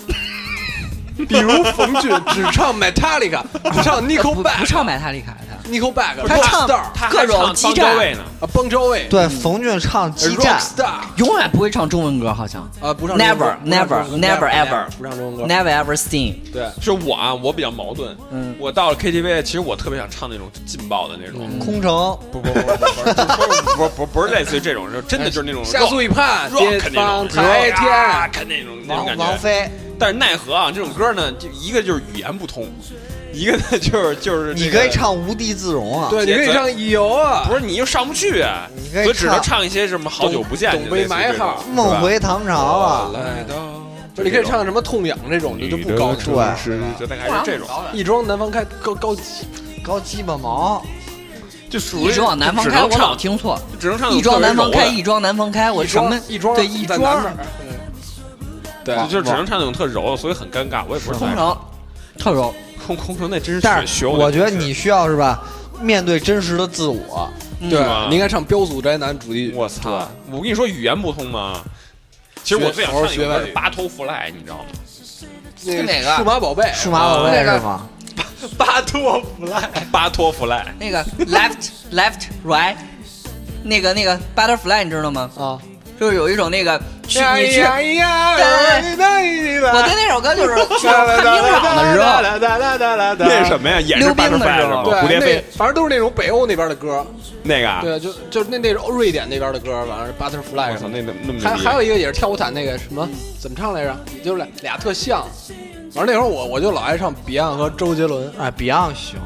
[SPEAKER 2] 比如冯 俊只唱 Metallica，只
[SPEAKER 6] 不
[SPEAKER 2] 唱
[SPEAKER 6] 不
[SPEAKER 2] Nickelback，
[SPEAKER 6] 唱买他丽卡的，
[SPEAKER 2] Nickelback，
[SPEAKER 6] 他唱
[SPEAKER 2] Rockstar，
[SPEAKER 7] 他
[SPEAKER 6] 各种激
[SPEAKER 7] 激
[SPEAKER 6] 战
[SPEAKER 7] 位呢，
[SPEAKER 2] 啊，Bon Jovi，
[SPEAKER 8] 对，冯俊唱激战，
[SPEAKER 2] ，Rockstar，
[SPEAKER 6] 永远不会唱中文歌，好像
[SPEAKER 2] 啊，不唱中文歌
[SPEAKER 6] never never
[SPEAKER 2] 不唱中文歌
[SPEAKER 6] never ever
[SPEAKER 2] 不唱中文歌，
[SPEAKER 6] never ever sing。
[SPEAKER 2] 对，
[SPEAKER 7] 是我啊，我比较矛盾。
[SPEAKER 6] 嗯
[SPEAKER 7] 我到了 KTV，其实我特别想唱那种劲爆的那种，
[SPEAKER 8] 空城
[SPEAKER 7] 不不不不不不不不是类似于这种，就真的就是那
[SPEAKER 8] 哎
[SPEAKER 7] 种
[SPEAKER 2] 夏苏一盼，
[SPEAKER 7] rock
[SPEAKER 2] 别
[SPEAKER 7] 那种
[SPEAKER 2] 放台天。
[SPEAKER 7] ，rock 那种那种
[SPEAKER 8] 王
[SPEAKER 7] 感
[SPEAKER 8] 王
[SPEAKER 7] 觉。
[SPEAKER 8] 菲，
[SPEAKER 7] 但是奈何啊，这种歌呢，就一个就是语言不通，一个呢就是就是
[SPEAKER 8] 你
[SPEAKER 7] 这个
[SPEAKER 8] 可以唱无地自容啊。
[SPEAKER 2] 对，你可以唱油啊，
[SPEAKER 7] 不是你又上不去啊，
[SPEAKER 8] 你可以
[SPEAKER 7] 所以只能
[SPEAKER 8] 唱
[SPEAKER 7] 唱一些什么好久不见，
[SPEAKER 2] 董
[SPEAKER 7] 就
[SPEAKER 2] 董
[SPEAKER 7] 类似
[SPEAKER 2] 杯
[SPEAKER 7] 于
[SPEAKER 2] 埋
[SPEAKER 7] 这种
[SPEAKER 2] 号
[SPEAKER 8] 梦回唐朝啊，
[SPEAKER 2] 哎
[SPEAKER 7] 是
[SPEAKER 2] 就你可以唱什么痛痒这种，就就不高级
[SPEAKER 8] 对。
[SPEAKER 7] 吧，是就大概是这种，
[SPEAKER 2] 一装南方开高高级，
[SPEAKER 8] 高鸡巴毛，
[SPEAKER 7] 就属于
[SPEAKER 6] 一直往南方
[SPEAKER 7] 只
[SPEAKER 6] 开，
[SPEAKER 7] 能
[SPEAKER 6] 我老
[SPEAKER 7] 唱
[SPEAKER 6] 听错。
[SPEAKER 7] 只能唱
[SPEAKER 6] 一
[SPEAKER 7] 庄
[SPEAKER 6] 庄南方开，一庄南方开，我什么
[SPEAKER 2] 一装
[SPEAKER 6] 对一
[SPEAKER 2] 在
[SPEAKER 6] 庄
[SPEAKER 2] 南边儿
[SPEAKER 7] 对，就只能唱那种特柔的，所以很尴尬，我也不是
[SPEAKER 6] 空城特柔，
[SPEAKER 7] 空空城那真是
[SPEAKER 8] 但
[SPEAKER 7] 学
[SPEAKER 8] 是
[SPEAKER 7] 我
[SPEAKER 8] 我觉得你需要是吧，面对真实的自我，
[SPEAKER 7] 吗
[SPEAKER 2] 对，你应该唱《标祖宅男》主题曲。
[SPEAKER 7] 我操！我跟你说语言不通吗？其实我最想唱一个歌是《八头弗赖》，你知道吗？
[SPEAKER 2] 那
[SPEAKER 6] 哪个
[SPEAKER 2] 数码宝贝，
[SPEAKER 8] 数码宝贝是吗？
[SPEAKER 7] 巴托弗赖，巴托弗赖，
[SPEAKER 6] 那个 left left right，那个那个 butterfly 你知道吗？
[SPEAKER 8] 啊，
[SPEAKER 6] 就是有一种那个去
[SPEAKER 2] 哦哎呀
[SPEAKER 6] 你去，
[SPEAKER 2] 呀
[SPEAKER 5] 哎
[SPEAKER 2] 呀
[SPEAKER 6] 对我对那首歌 就是 去看冰场的时候，
[SPEAKER 7] 那是什么呀？也是
[SPEAKER 6] 溜
[SPEAKER 7] 巴
[SPEAKER 6] 冰的
[SPEAKER 7] 托弗赖
[SPEAKER 6] 时
[SPEAKER 7] 是吗
[SPEAKER 6] 候？
[SPEAKER 7] 蝴
[SPEAKER 2] 对，
[SPEAKER 7] 蝶
[SPEAKER 2] 那
[SPEAKER 7] 飞
[SPEAKER 2] 反正都是那种北欧那边的歌，
[SPEAKER 7] 那个啊？
[SPEAKER 2] 对，就就是那那种瑞典那边的歌，完了《Butterfly
[SPEAKER 7] 我》操，
[SPEAKER 2] 什么
[SPEAKER 7] 那
[SPEAKER 2] 的。
[SPEAKER 7] 那那么
[SPEAKER 2] 还
[SPEAKER 7] 牛逼
[SPEAKER 2] 还有一个也是跳舞毯那个什么怎么唱来着？就是俩俩特像。反正那会儿我我就老爱唱 Beyond 和周杰伦，
[SPEAKER 8] 哎，Beyond 行，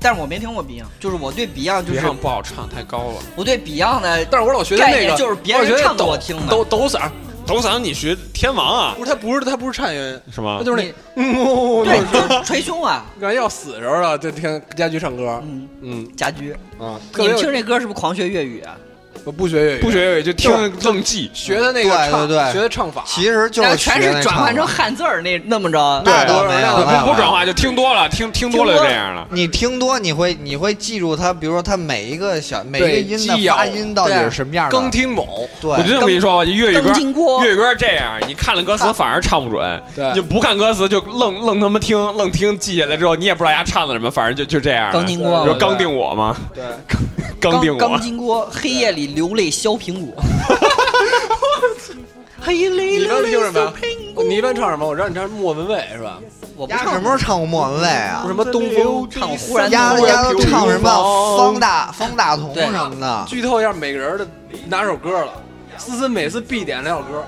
[SPEAKER 6] 但是我没听过 Beyond，就是我对 Beyond 就
[SPEAKER 7] 别
[SPEAKER 6] 是
[SPEAKER 7] 唱不好唱，太高了。
[SPEAKER 6] 我对 Beyond 的
[SPEAKER 2] 但是我老觉得
[SPEAKER 6] 概
[SPEAKER 2] 那
[SPEAKER 6] 念
[SPEAKER 2] 个
[SPEAKER 6] 就是别人
[SPEAKER 2] 我老觉得
[SPEAKER 6] 唱给
[SPEAKER 2] 抖
[SPEAKER 6] 我听的
[SPEAKER 2] 抖抖嗓儿，
[SPEAKER 7] 抖嗓你学天王啊，
[SPEAKER 2] 不是他不是他不是颤音，
[SPEAKER 7] 是吗
[SPEAKER 2] 他？就是那嗯
[SPEAKER 6] 啊
[SPEAKER 2] 哦，
[SPEAKER 6] 对，就是捶胸啊，
[SPEAKER 2] 感觉要死的时候了，就听家驹唱歌，
[SPEAKER 6] 嗯，
[SPEAKER 2] 嗯
[SPEAKER 6] 家居。
[SPEAKER 2] 啊，特
[SPEAKER 6] 你
[SPEAKER 2] 别
[SPEAKER 6] 们
[SPEAKER 2] 有
[SPEAKER 6] 听这歌是不是狂学粤语啊？
[SPEAKER 2] 我不学粤语，
[SPEAKER 7] 不学粤语就听愣记，
[SPEAKER 2] 学他那个
[SPEAKER 8] 对
[SPEAKER 2] 唱
[SPEAKER 8] 对对
[SPEAKER 2] 学他唱法，
[SPEAKER 8] 其实就
[SPEAKER 6] 然后
[SPEAKER 8] 是
[SPEAKER 6] 全
[SPEAKER 8] 学那
[SPEAKER 6] 是转换
[SPEAKER 8] 唱
[SPEAKER 6] 成
[SPEAKER 8] 法
[SPEAKER 6] 汉字儿那那么着。
[SPEAKER 8] 那倒
[SPEAKER 2] 那
[SPEAKER 8] 没有，
[SPEAKER 2] 倒不
[SPEAKER 8] 没有
[SPEAKER 7] 啊
[SPEAKER 8] 没
[SPEAKER 7] 不
[SPEAKER 8] 有
[SPEAKER 7] 转化就听多了，听听多了就这样了。
[SPEAKER 8] 你听多，你会你会记住它，比如说它每一个小每一个
[SPEAKER 2] 对
[SPEAKER 8] 音的
[SPEAKER 2] 基友
[SPEAKER 8] 发音到底是什么样的。
[SPEAKER 2] 更听某，
[SPEAKER 8] 对，
[SPEAKER 7] 我就这么跟你说吧，粤语歌
[SPEAKER 6] 邓金锅，
[SPEAKER 7] 粤语歌这样，你看了歌词反而唱不准，
[SPEAKER 2] 对
[SPEAKER 7] 你就不看歌词就愣愣他妈听，愣听记下来之后你也不知道丫唱的什么，反正就就这样。
[SPEAKER 6] 钢筋
[SPEAKER 7] 你说
[SPEAKER 6] 锅，
[SPEAKER 7] 刚定我吗？
[SPEAKER 2] 对，
[SPEAKER 7] 刚定我
[SPEAKER 6] 钢。筋锅，黑夜里流泪削苹 果。黑夜里
[SPEAKER 2] 你一
[SPEAKER 6] 流
[SPEAKER 2] 般
[SPEAKER 6] 泪
[SPEAKER 2] 听什么
[SPEAKER 6] 削
[SPEAKER 2] 呀
[SPEAKER 6] 苹？果。
[SPEAKER 2] 你一般唱什么？我知道你唱莫文蔚是吧？
[SPEAKER 6] 我不
[SPEAKER 8] 丫
[SPEAKER 6] 唱
[SPEAKER 8] 什么时候唱过莫文蔚啊
[SPEAKER 2] 不？是什么东风
[SPEAKER 6] 唱忽然
[SPEAKER 8] 丫
[SPEAKER 6] 忽然
[SPEAKER 8] 丫都唱什么方大方大同
[SPEAKER 6] 对
[SPEAKER 8] 什么的，
[SPEAKER 2] 剧透一下每个人的哪首歌了。思思每次必点两首歌，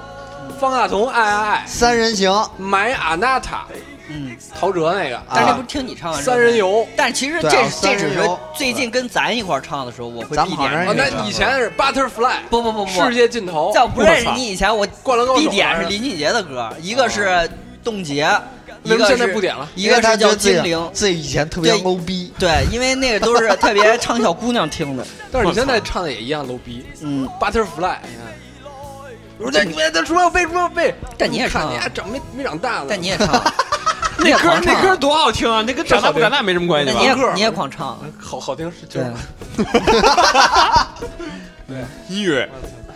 [SPEAKER 2] 方大同爱爱爱，
[SPEAKER 8] 三人行
[SPEAKER 2] 买阿娜塔，
[SPEAKER 6] 嗯，
[SPEAKER 2] 陶喆那个，
[SPEAKER 6] 但是
[SPEAKER 8] 啊
[SPEAKER 6] 不是听你唱完
[SPEAKER 2] 三人。游。
[SPEAKER 6] 但其实这
[SPEAKER 8] 对啊
[SPEAKER 6] 这
[SPEAKER 8] 三
[SPEAKER 6] 只
[SPEAKER 8] 人
[SPEAKER 6] 是
[SPEAKER 8] 游嗯
[SPEAKER 6] 最近跟咱一块儿唱的时候，我会
[SPEAKER 8] 咱
[SPEAKER 6] 必
[SPEAKER 8] 们好
[SPEAKER 6] 点
[SPEAKER 8] 像
[SPEAKER 2] 啊，
[SPEAKER 6] 这个
[SPEAKER 8] 也是
[SPEAKER 2] 那
[SPEAKER 6] 歌。
[SPEAKER 2] 以前是 Butterfly，
[SPEAKER 6] 不不不不，
[SPEAKER 2] 世界尽头。
[SPEAKER 6] 在我不认识
[SPEAKER 7] 我操
[SPEAKER 6] 你以前，我
[SPEAKER 2] 灌篮高手
[SPEAKER 6] 必点是林俊杰的歌，一
[SPEAKER 8] 哦
[SPEAKER 6] 个是冻结，一
[SPEAKER 2] 为什么
[SPEAKER 6] 个
[SPEAKER 2] 现在
[SPEAKER 6] 是
[SPEAKER 2] 不点了？
[SPEAKER 6] 一个
[SPEAKER 8] 他
[SPEAKER 6] 是
[SPEAKER 8] 觉
[SPEAKER 6] 叫
[SPEAKER 8] 得自
[SPEAKER 6] 精
[SPEAKER 8] 己
[SPEAKER 6] 灵。
[SPEAKER 8] 自己以前特别
[SPEAKER 6] 对
[SPEAKER 8] low 逼，
[SPEAKER 6] 对，因为那个 都是特别唱小姑娘听的，
[SPEAKER 2] 但是你现在唱的也一样 low 逼。
[SPEAKER 6] 嗯，
[SPEAKER 2] Butterfly，你看，我说你们在说要背说要背，
[SPEAKER 6] 但你也
[SPEAKER 2] 看
[SPEAKER 6] 唱啊
[SPEAKER 2] 你还长没没长大呢。
[SPEAKER 6] 但你也唱，啊你也
[SPEAKER 7] 那歌
[SPEAKER 6] 狂唱
[SPEAKER 7] 那歌，多好听啊！那跟长大不长大没什么关系
[SPEAKER 6] 那
[SPEAKER 7] 吧
[SPEAKER 6] 你？
[SPEAKER 2] 歌儿
[SPEAKER 6] 也你也狂唱，啊
[SPEAKER 2] 好好听是就
[SPEAKER 6] 对
[SPEAKER 2] 是，
[SPEAKER 7] 音乐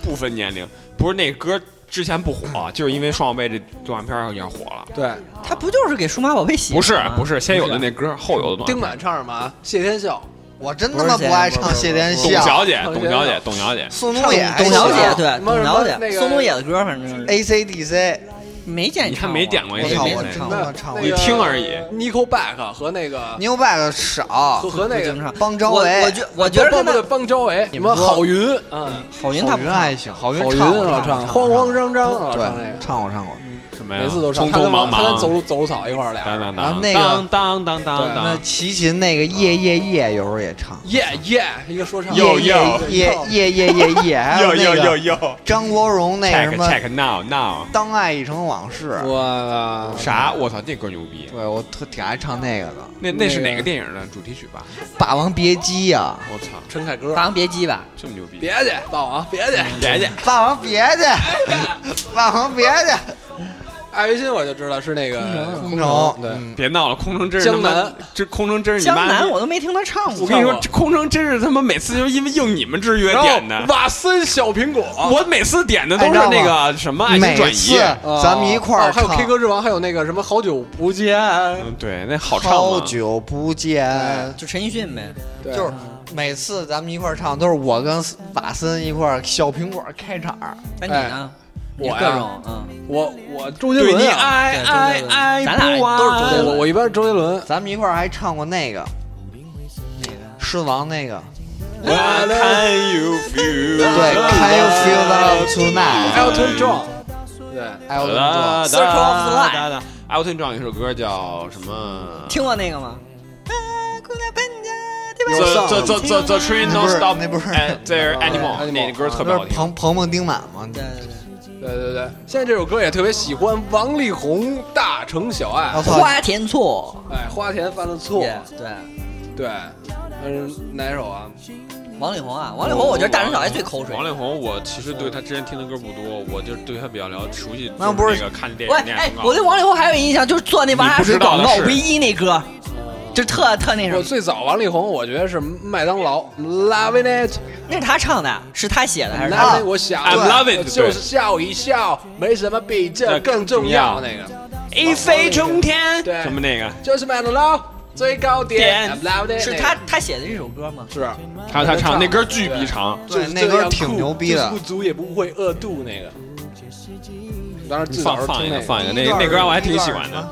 [SPEAKER 7] 不分年龄，不是那歌之前不火，就是因为《双小贝》这动画片儿也火了。
[SPEAKER 2] 对。
[SPEAKER 6] 他不就是给数码宝贝写的
[SPEAKER 7] 不是
[SPEAKER 6] 吗
[SPEAKER 7] 不是，先有的那歌，后有的动
[SPEAKER 2] 丁
[SPEAKER 7] 画
[SPEAKER 2] 满唱什么啊？谢天笑，
[SPEAKER 8] 我真他妈不爱
[SPEAKER 2] 不
[SPEAKER 8] 唱
[SPEAKER 2] 是这
[SPEAKER 8] 谢天
[SPEAKER 7] 董
[SPEAKER 8] 笑、
[SPEAKER 7] 小姐，
[SPEAKER 2] 董
[SPEAKER 7] 董
[SPEAKER 2] 小
[SPEAKER 7] 小
[SPEAKER 2] 姐
[SPEAKER 7] 姐，董小姐，
[SPEAKER 8] 宋冬野还
[SPEAKER 6] 董
[SPEAKER 8] 行、啊
[SPEAKER 6] 小姐
[SPEAKER 2] 哎
[SPEAKER 6] 对
[SPEAKER 2] 什么
[SPEAKER 6] 董小
[SPEAKER 2] 什么那
[SPEAKER 6] 姐，
[SPEAKER 2] 个
[SPEAKER 6] 宋冬野的歌反正
[SPEAKER 8] A C D C，
[SPEAKER 6] 没见
[SPEAKER 7] 你还
[SPEAKER 6] 唱
[SPEAKER 7] 没点过
[SPEAKER 8] 我
[SPEAKER 7] 也
[SPEAKER 8] 操，
[SPEAKER 7] 没
[SPEAKER 8] 我
[SPEAKER 7] 见
[SPEAKER 8] 唱
[SPEAKER 2] 那
[SPEAKER 8] 我唱我
[SPEAKER 2] 那
[SPEAKER 7] 你
[SPEAKER 2] 个
[SPEAKER 7] 听而已。
[SPEAKER 2] Nico Back 和那个
[SPEAKER 8] 牛掰的少
[SPEAKER 2] 和，和那
[SPEAKER 6] 经
[SPEAKER 2] 个
[SPEAKER 6] 常
[SPEAKER 8] 邦
[SPEAKER 6] 我
[SPEAKER 8] 昭
[SPEAKER 6] 我
[SPEAKER 8] 维、
[SPEAKER 6] 觉我觉得跟
[SPEAKER 2] 帮帮
[SPEAKER 6] 他
[SPEAKER 2] 帮周伟，什么
[SPEAKER 8] 说
[SPEAKER 2] 郝云，嗯，
[SPEAKER 6] 郝云他
[SPEAKER 8] 郝
[SPEAKER 6] 不
[SPEAKER 8] 云
[SPEAKER 6] 唱，
[SPEAKER 8] 还行，郝云
[SPEAKER 2] 郝云
[SPEAKER 8] 唱过
[SPEAKER 2] 啊
[SPEAKER 8] 唱过，
[SPEAKER 2] 慌慌张张啊，
[SPEAKER 8] 对
[SPEAKER 2] 唱那个，
[SPEAKER 8] 唱过唱过。
[SPEAKER 7] 什么呀？
[SPEAKER 2] 每次都唱，
[SPEAKER 7] 匆
[SPEAKER 2] 他
[SPEAKER 7] 匆
[SPEAKER 2] 跟
[SPEAKER 7] 忙
[SPEAKER 2] 他跟
[SPEAKER 7] 忙。
[SPEAKER 2] 走路走路草一块儿俩，
[SPEAKER 7] 当当
[SPEAKER 8] 然后
[SPEAKER 7] 当
[SPEAKER 8] 那个
[SPEAKER 7] 当当当
[SPEAKER 2] 对
[SPEAKER 7] 当
[SPEAKER 8] 那
[SPEAKER 7] 当，
[SPEAKER 8] 齐秦那个夜夜夜有时候也唱，
[SPEAKER 2] 耶耶，一个说唱，
[SPEAKER 7] 哟
[SPEAKER 8] 夜
[SPEAKER 7] 哟
[SPEAKER 8] 夜夜夜夜夜，还有那
[SPEAKER 7] 哟哟哟
[SPEAKER 8] 个
[SPEAKER 7] 哟
[SPEAKER 8] 张国荣那个
[SPEAKER 7] ，check
[SPEAKER 8] 什么
[SPEAKER 7] check now now，
[SPEAKER 8] 《当爱已成往事》，
[SPEAKER 2] 哇，
[SPEAKER 7] 啥？我操，那歌牛逼！
[SPEAKER 8] 对我特挺爱唱那个的，
[SPEAKER 7] 那那是哪个电影的主题曲吧？
[SPEAKER 8] 《霸王别姬》啊呀，
[SPEAKER 7] 我操，
[SPEAKER 2] 陈凯歌
[SPEAKER 6] 霸，王别姬吧，
[SPEAKER 7] 这么牛逼！嗯
[SPEAKER 2] 别去，霸王，别去，
[SPEAKER 7] 别介，
[SPEAKER 8] 《霸王别姬》，《霸王别姬》，
[SPEAKER 2] 艾维新我就知道是那个
[SPEAKER 8] 空城，
[SPEAKER 2] 对，
[SPEAKER 8] 嗯
[SPEAKER 7] 别闹了，空城真是他
[SPEAKER 2] 江
[SPEAKER 7] 妈
[SPEAKER 2] 南，
[SPEAKER 7] 这空城真是你
[SPEAKER 6] 江
[SPEAKER 7] 妈！
[SPEAKER 6] 南我都没听他唱
[SPEAKER 7] 我
[SPEAKER 6] 过，
[SPEAKER 7] 跟你说
[SPEAKER 2] 唱过，
[SPEAKER 7] 这空城真是他妈每次就因为应你们之
[SPEAKER 2] 哦
[SPEAKER 7] 约
[SPEAKER 2] 然
[SPEAKER 7] 点
[SPEAKER 2] 后
[SPEAKER 7] 的。
[SPEAKER 2] 瓦森小苹果，
[SPEAKER 7] 我每次点
[SPEAKER 8] 哎
[SPEAKER 7] 的都是那个什么爱情转
[SPEAKER 8] 每
[SPEAKER 7] 移
[SPEAKER 8] 次，
[SPEAKER 2] 哦
[SPEAKER 8] 咱们一块
[SPEAKER 2] 哦
[SPEAKER 8] 儿
[SPEAKER 2] 还有 K
[SPEAKER 8] 唱，
[SPEAKER 2] 歌之王，还有那个什么好久不见，
[SPEAKER 7] 嗯，对，那好唱
[SPEAKER 8] 好
[SPEAKER 7] 吗？
[SPEAKER 8] 久不见。
[SPEAKER 6] 就陈奕迅呗，
[SPEAKER 2] 对
[SPEAKER 8] 就是每次咱们一块儿唱，都是我跟瓦森一块儿小苹果开场，
[SPEAKER 6] 那你呢？
[SPEAKER 7] 哎
[SPEAKER 6] 你
[SPEAKER 2] 我
[SPEAKER 6] 各
[SPEAKER 2] 呀
[SPEAKER 6] 种嗯，
[SPEAKER 2] 我我周杰
[SPEAKER 7] 对
[SPEAKER 2] 伦
[SPEAKER 7] 你
[SPEAKER 2] 啊，
[SPEAKER 7] 爱爱爱
[SPEAKER 6] 咱俩
[SPEAKER 7] 不完，
[SPEAKER 6] 都是周杰
[SPEAKER 2] 对
[SPEAKER 6] 伦
[SPEAKER 2] 我我一般是周杰伦，
[SPEAKER 8] 咱们一块儿还唱过那个狮子王那个，
[SPEAKER 7] What can you feel？
[SPEAKER 8] 对，Can you feel the love tonight？
[SPEAKER 2] 还有 Elton John，对，
[SPEAKER 8] 哎，我跟你说，
[SPEAKER 6] Circle of Life
[SPEAKER 7] 艾 t o n John 有一首歌叫什么？
[SPEAKER 6] 听过那个
[SPEAKER 8] 啊
[SPEAKER 6] 吗？
[SPEAKER 7] The The The The The Train
[SPEAKER 8] 那不
[SPEAKER 7] Don't
[SPEAKER 8] 是
[SPEAKER 7] Stop
[SPEAKER 8] 那不是
[SPEAKER 7] at Their 哎
[SPEAKER 6] 哎
[SPEAKER 7] Animal，
[SPEAKER 2] Animal
[SPEAKER 7] 那歌
[SPEAKER 6] 啊
[SPEAKER 7] 特别
[SPEAKER 8] 那
[SPEAKER 7] 好
[SPEAKER 8] 是
[SPEAKER 7] 听。
[SPEAKER 8] 彭彭彭丁满吗？
[SPEAKER 6] 对对对，
[SPEAKER 2] 对对对，现在这首歌也特别喜欢王力宏《大城小爱
[SPEAKER 8] 我》，操，
[SPEAKER 6] 花田错，
[SPEAKER 2] 哎，花田犯了错，
[SPEAKER 6] Yeah，对，
[SPEAKER 2] 对，嗯，哪首啊？
[SPEAKER 6] 王力宏啊，王力宏，我觉得大城小爱最口水。
[SPEAKER 7] 王力宏，我其实对他之前听的歌不多，我就对他比较了熟悉。
[SPEAKER 8] 那不
[SPEAKER 7] 就是那个看电
[SPEAKER 6] 喂，
[SPEAKER 7] 影电
[SPEAKER 6] 哎
[SPEAKER 7] 影，
[SPEAKER 6] 我对
[SPEAKER 7] 广告。
[SPEAKER 6] 王力宏还有印象，就是做那娃
[SPEAKER 7] 你
[SPEAKER 6] 哈
[SPEAKER 7] 不知
[SPEAKER 6] 水
[SPEAKER 7] 道
[SPEAKER 6] 广
[SPEAKER 7] 的
[SPEAKER 6] 告
[SPEAKER 7] 是
[SPEAKER 6] 唯一那歌，就特特那什么，
[SPEAKER 2] 我最早王力宏，我觉得是麦当劳，Loving it，
[SPEAKER 6] 那是他唱的，是他写的还是他？
[SPEAKER 2] 那我想
[SPEAKER 7] I'm loving it，
[SPEAKER 2] 就
[SPEAKER 7] 对
[SPEAKER 2] 是笑一笑，没什么比这
[SPEAKER 7] 那
[SPEAKER 2] 更重
[SPEAKER 7] 重要
[SPEAKER 2] 要那个，
[SPEAKER 7] 一飞冲天，
[SPEAKER 2] 对
[SPEAKER 7] 什么那个？
[SPEAKER 2] 就是麦当劳最高点
[SPEAKER 7] 点
[SPEAKER 2] ，I'm loving it，
[SPEAKER 6] 是他他写的这首歌吗？
[SPEAKER 2] 是，
[SPEAKER 7] 他他唱那歌巨逼长，
[SPEAKER 8] 对，那
[SPEAKER 2] 这
[SPEAKER 8] 歌
[SPEAKER 2] 样
[SPEAKER 8] 挺
[SPEAKER 2] 酷
[SPEAKER 8] 牛逼
[SPEAKER 2] 就
[SPEAKER 8] 的
[SPEAKER 2] 是不。足也不会饿肚那个。当时最早
[SPEAKER 7] 放
[SPEAKER 2] 是
[SPEAKER 7] 放
[SPEAKER 2] 听
[SPEAKER 7] 一
[SPEAKER 2] 那
[SPEAKER 7] 个放一个，
[SPEAKER 8] 第一
[SPEAKER 7] 那
[SPEAKER 8] 段
[SPEAKER 7] 那歌我还
[SPEAKER 8] 第一
[SPEAKER 7] 挺
[SPEAKER 8] 段
[SPEAKER 7] 喜
[SPEAKER 8] 是
[SPEAKER 7] 欢
[SPEAKER 8] 什
[SPEAKER 7] 的。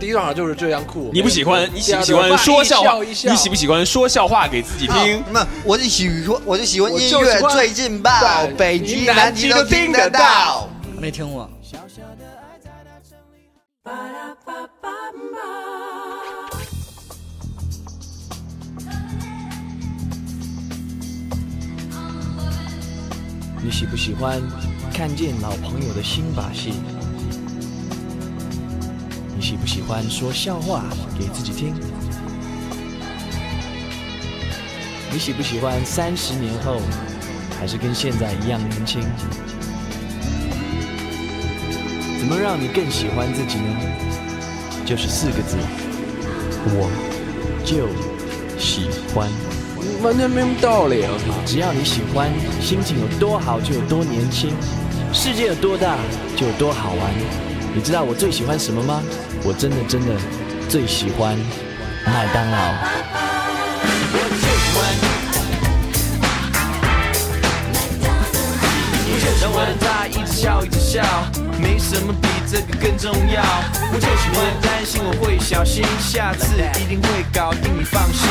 [SPEAKER 2] 第一段好像就是这样酷。
[SPEAKER 7] 你不喜欢？你喜不喜
[SPEAKER 2] 第二
[SPEAKER 7] 欢
[SPEAKER 2] 段
[SPEAKER 7] 说笑话？
[SPEAKER 2] 一
[SPEAKER 7] 你
[SPEAKER 2] 笑一
[SPEAKER 7] 喜不喜欢说笑话给自己
[SPEAKER 6] 啊
[SPEAKER 7] 听？
[SPEAKER 8] 那我就喜欢，我就喜欢
[SPEAKER 2] 我
[SPEAKER 8] 音
[SPEAKER 2] 就喜
[SPEAKER 8] 乐
[SPEAKER 2] 欢
[SPEAKER 8] 最劲爆，
[SPEAKER 2] 对
[SPEAKER 8] 北极、
[SPEAKER 2] 南
[SPEAKER 8] 南
[SPEAKER 2] 极
[SPEAKER 8] 极
[SPEAKER 2] 都
[SPEAKER 8] 都
[SPEAKER 2] 听
[SPEAKER 8] 听
[SPEAKER 2] 得
[SPEAKER 8] 得
[SPEAKER 2] 到
[SPEAKER 8] 到。
[SPEAKER 6] 没听过。
[SPEAKER 10] Ba-da-ba-ba-ba.
[SPEAKER 5] 你喜不喜欢看见老朋友的新把戏？你喜不喜欢说笑话给自己听？你喜不喜欢三十年后还是跟现在一样年轻？怎么让你更喜欢自己呢？就是四个字，我就喜欢。
[SPEAKER 2] 完全没什么道理啊！
[SPEAKER 5] 只要你喜欢，心情有多好就有多年轻，世界有多大就有多好玩。你知道我最喜欢什么吗？我真的真的最喜欢麦当
[SPEAKER 8] 哦
[SPEAKER 5] 劳。我就喜欢和他一直笑一直笑，没什么比这个更重要。我就喜欢担心，我会小心，下次一定会搞定，你放心。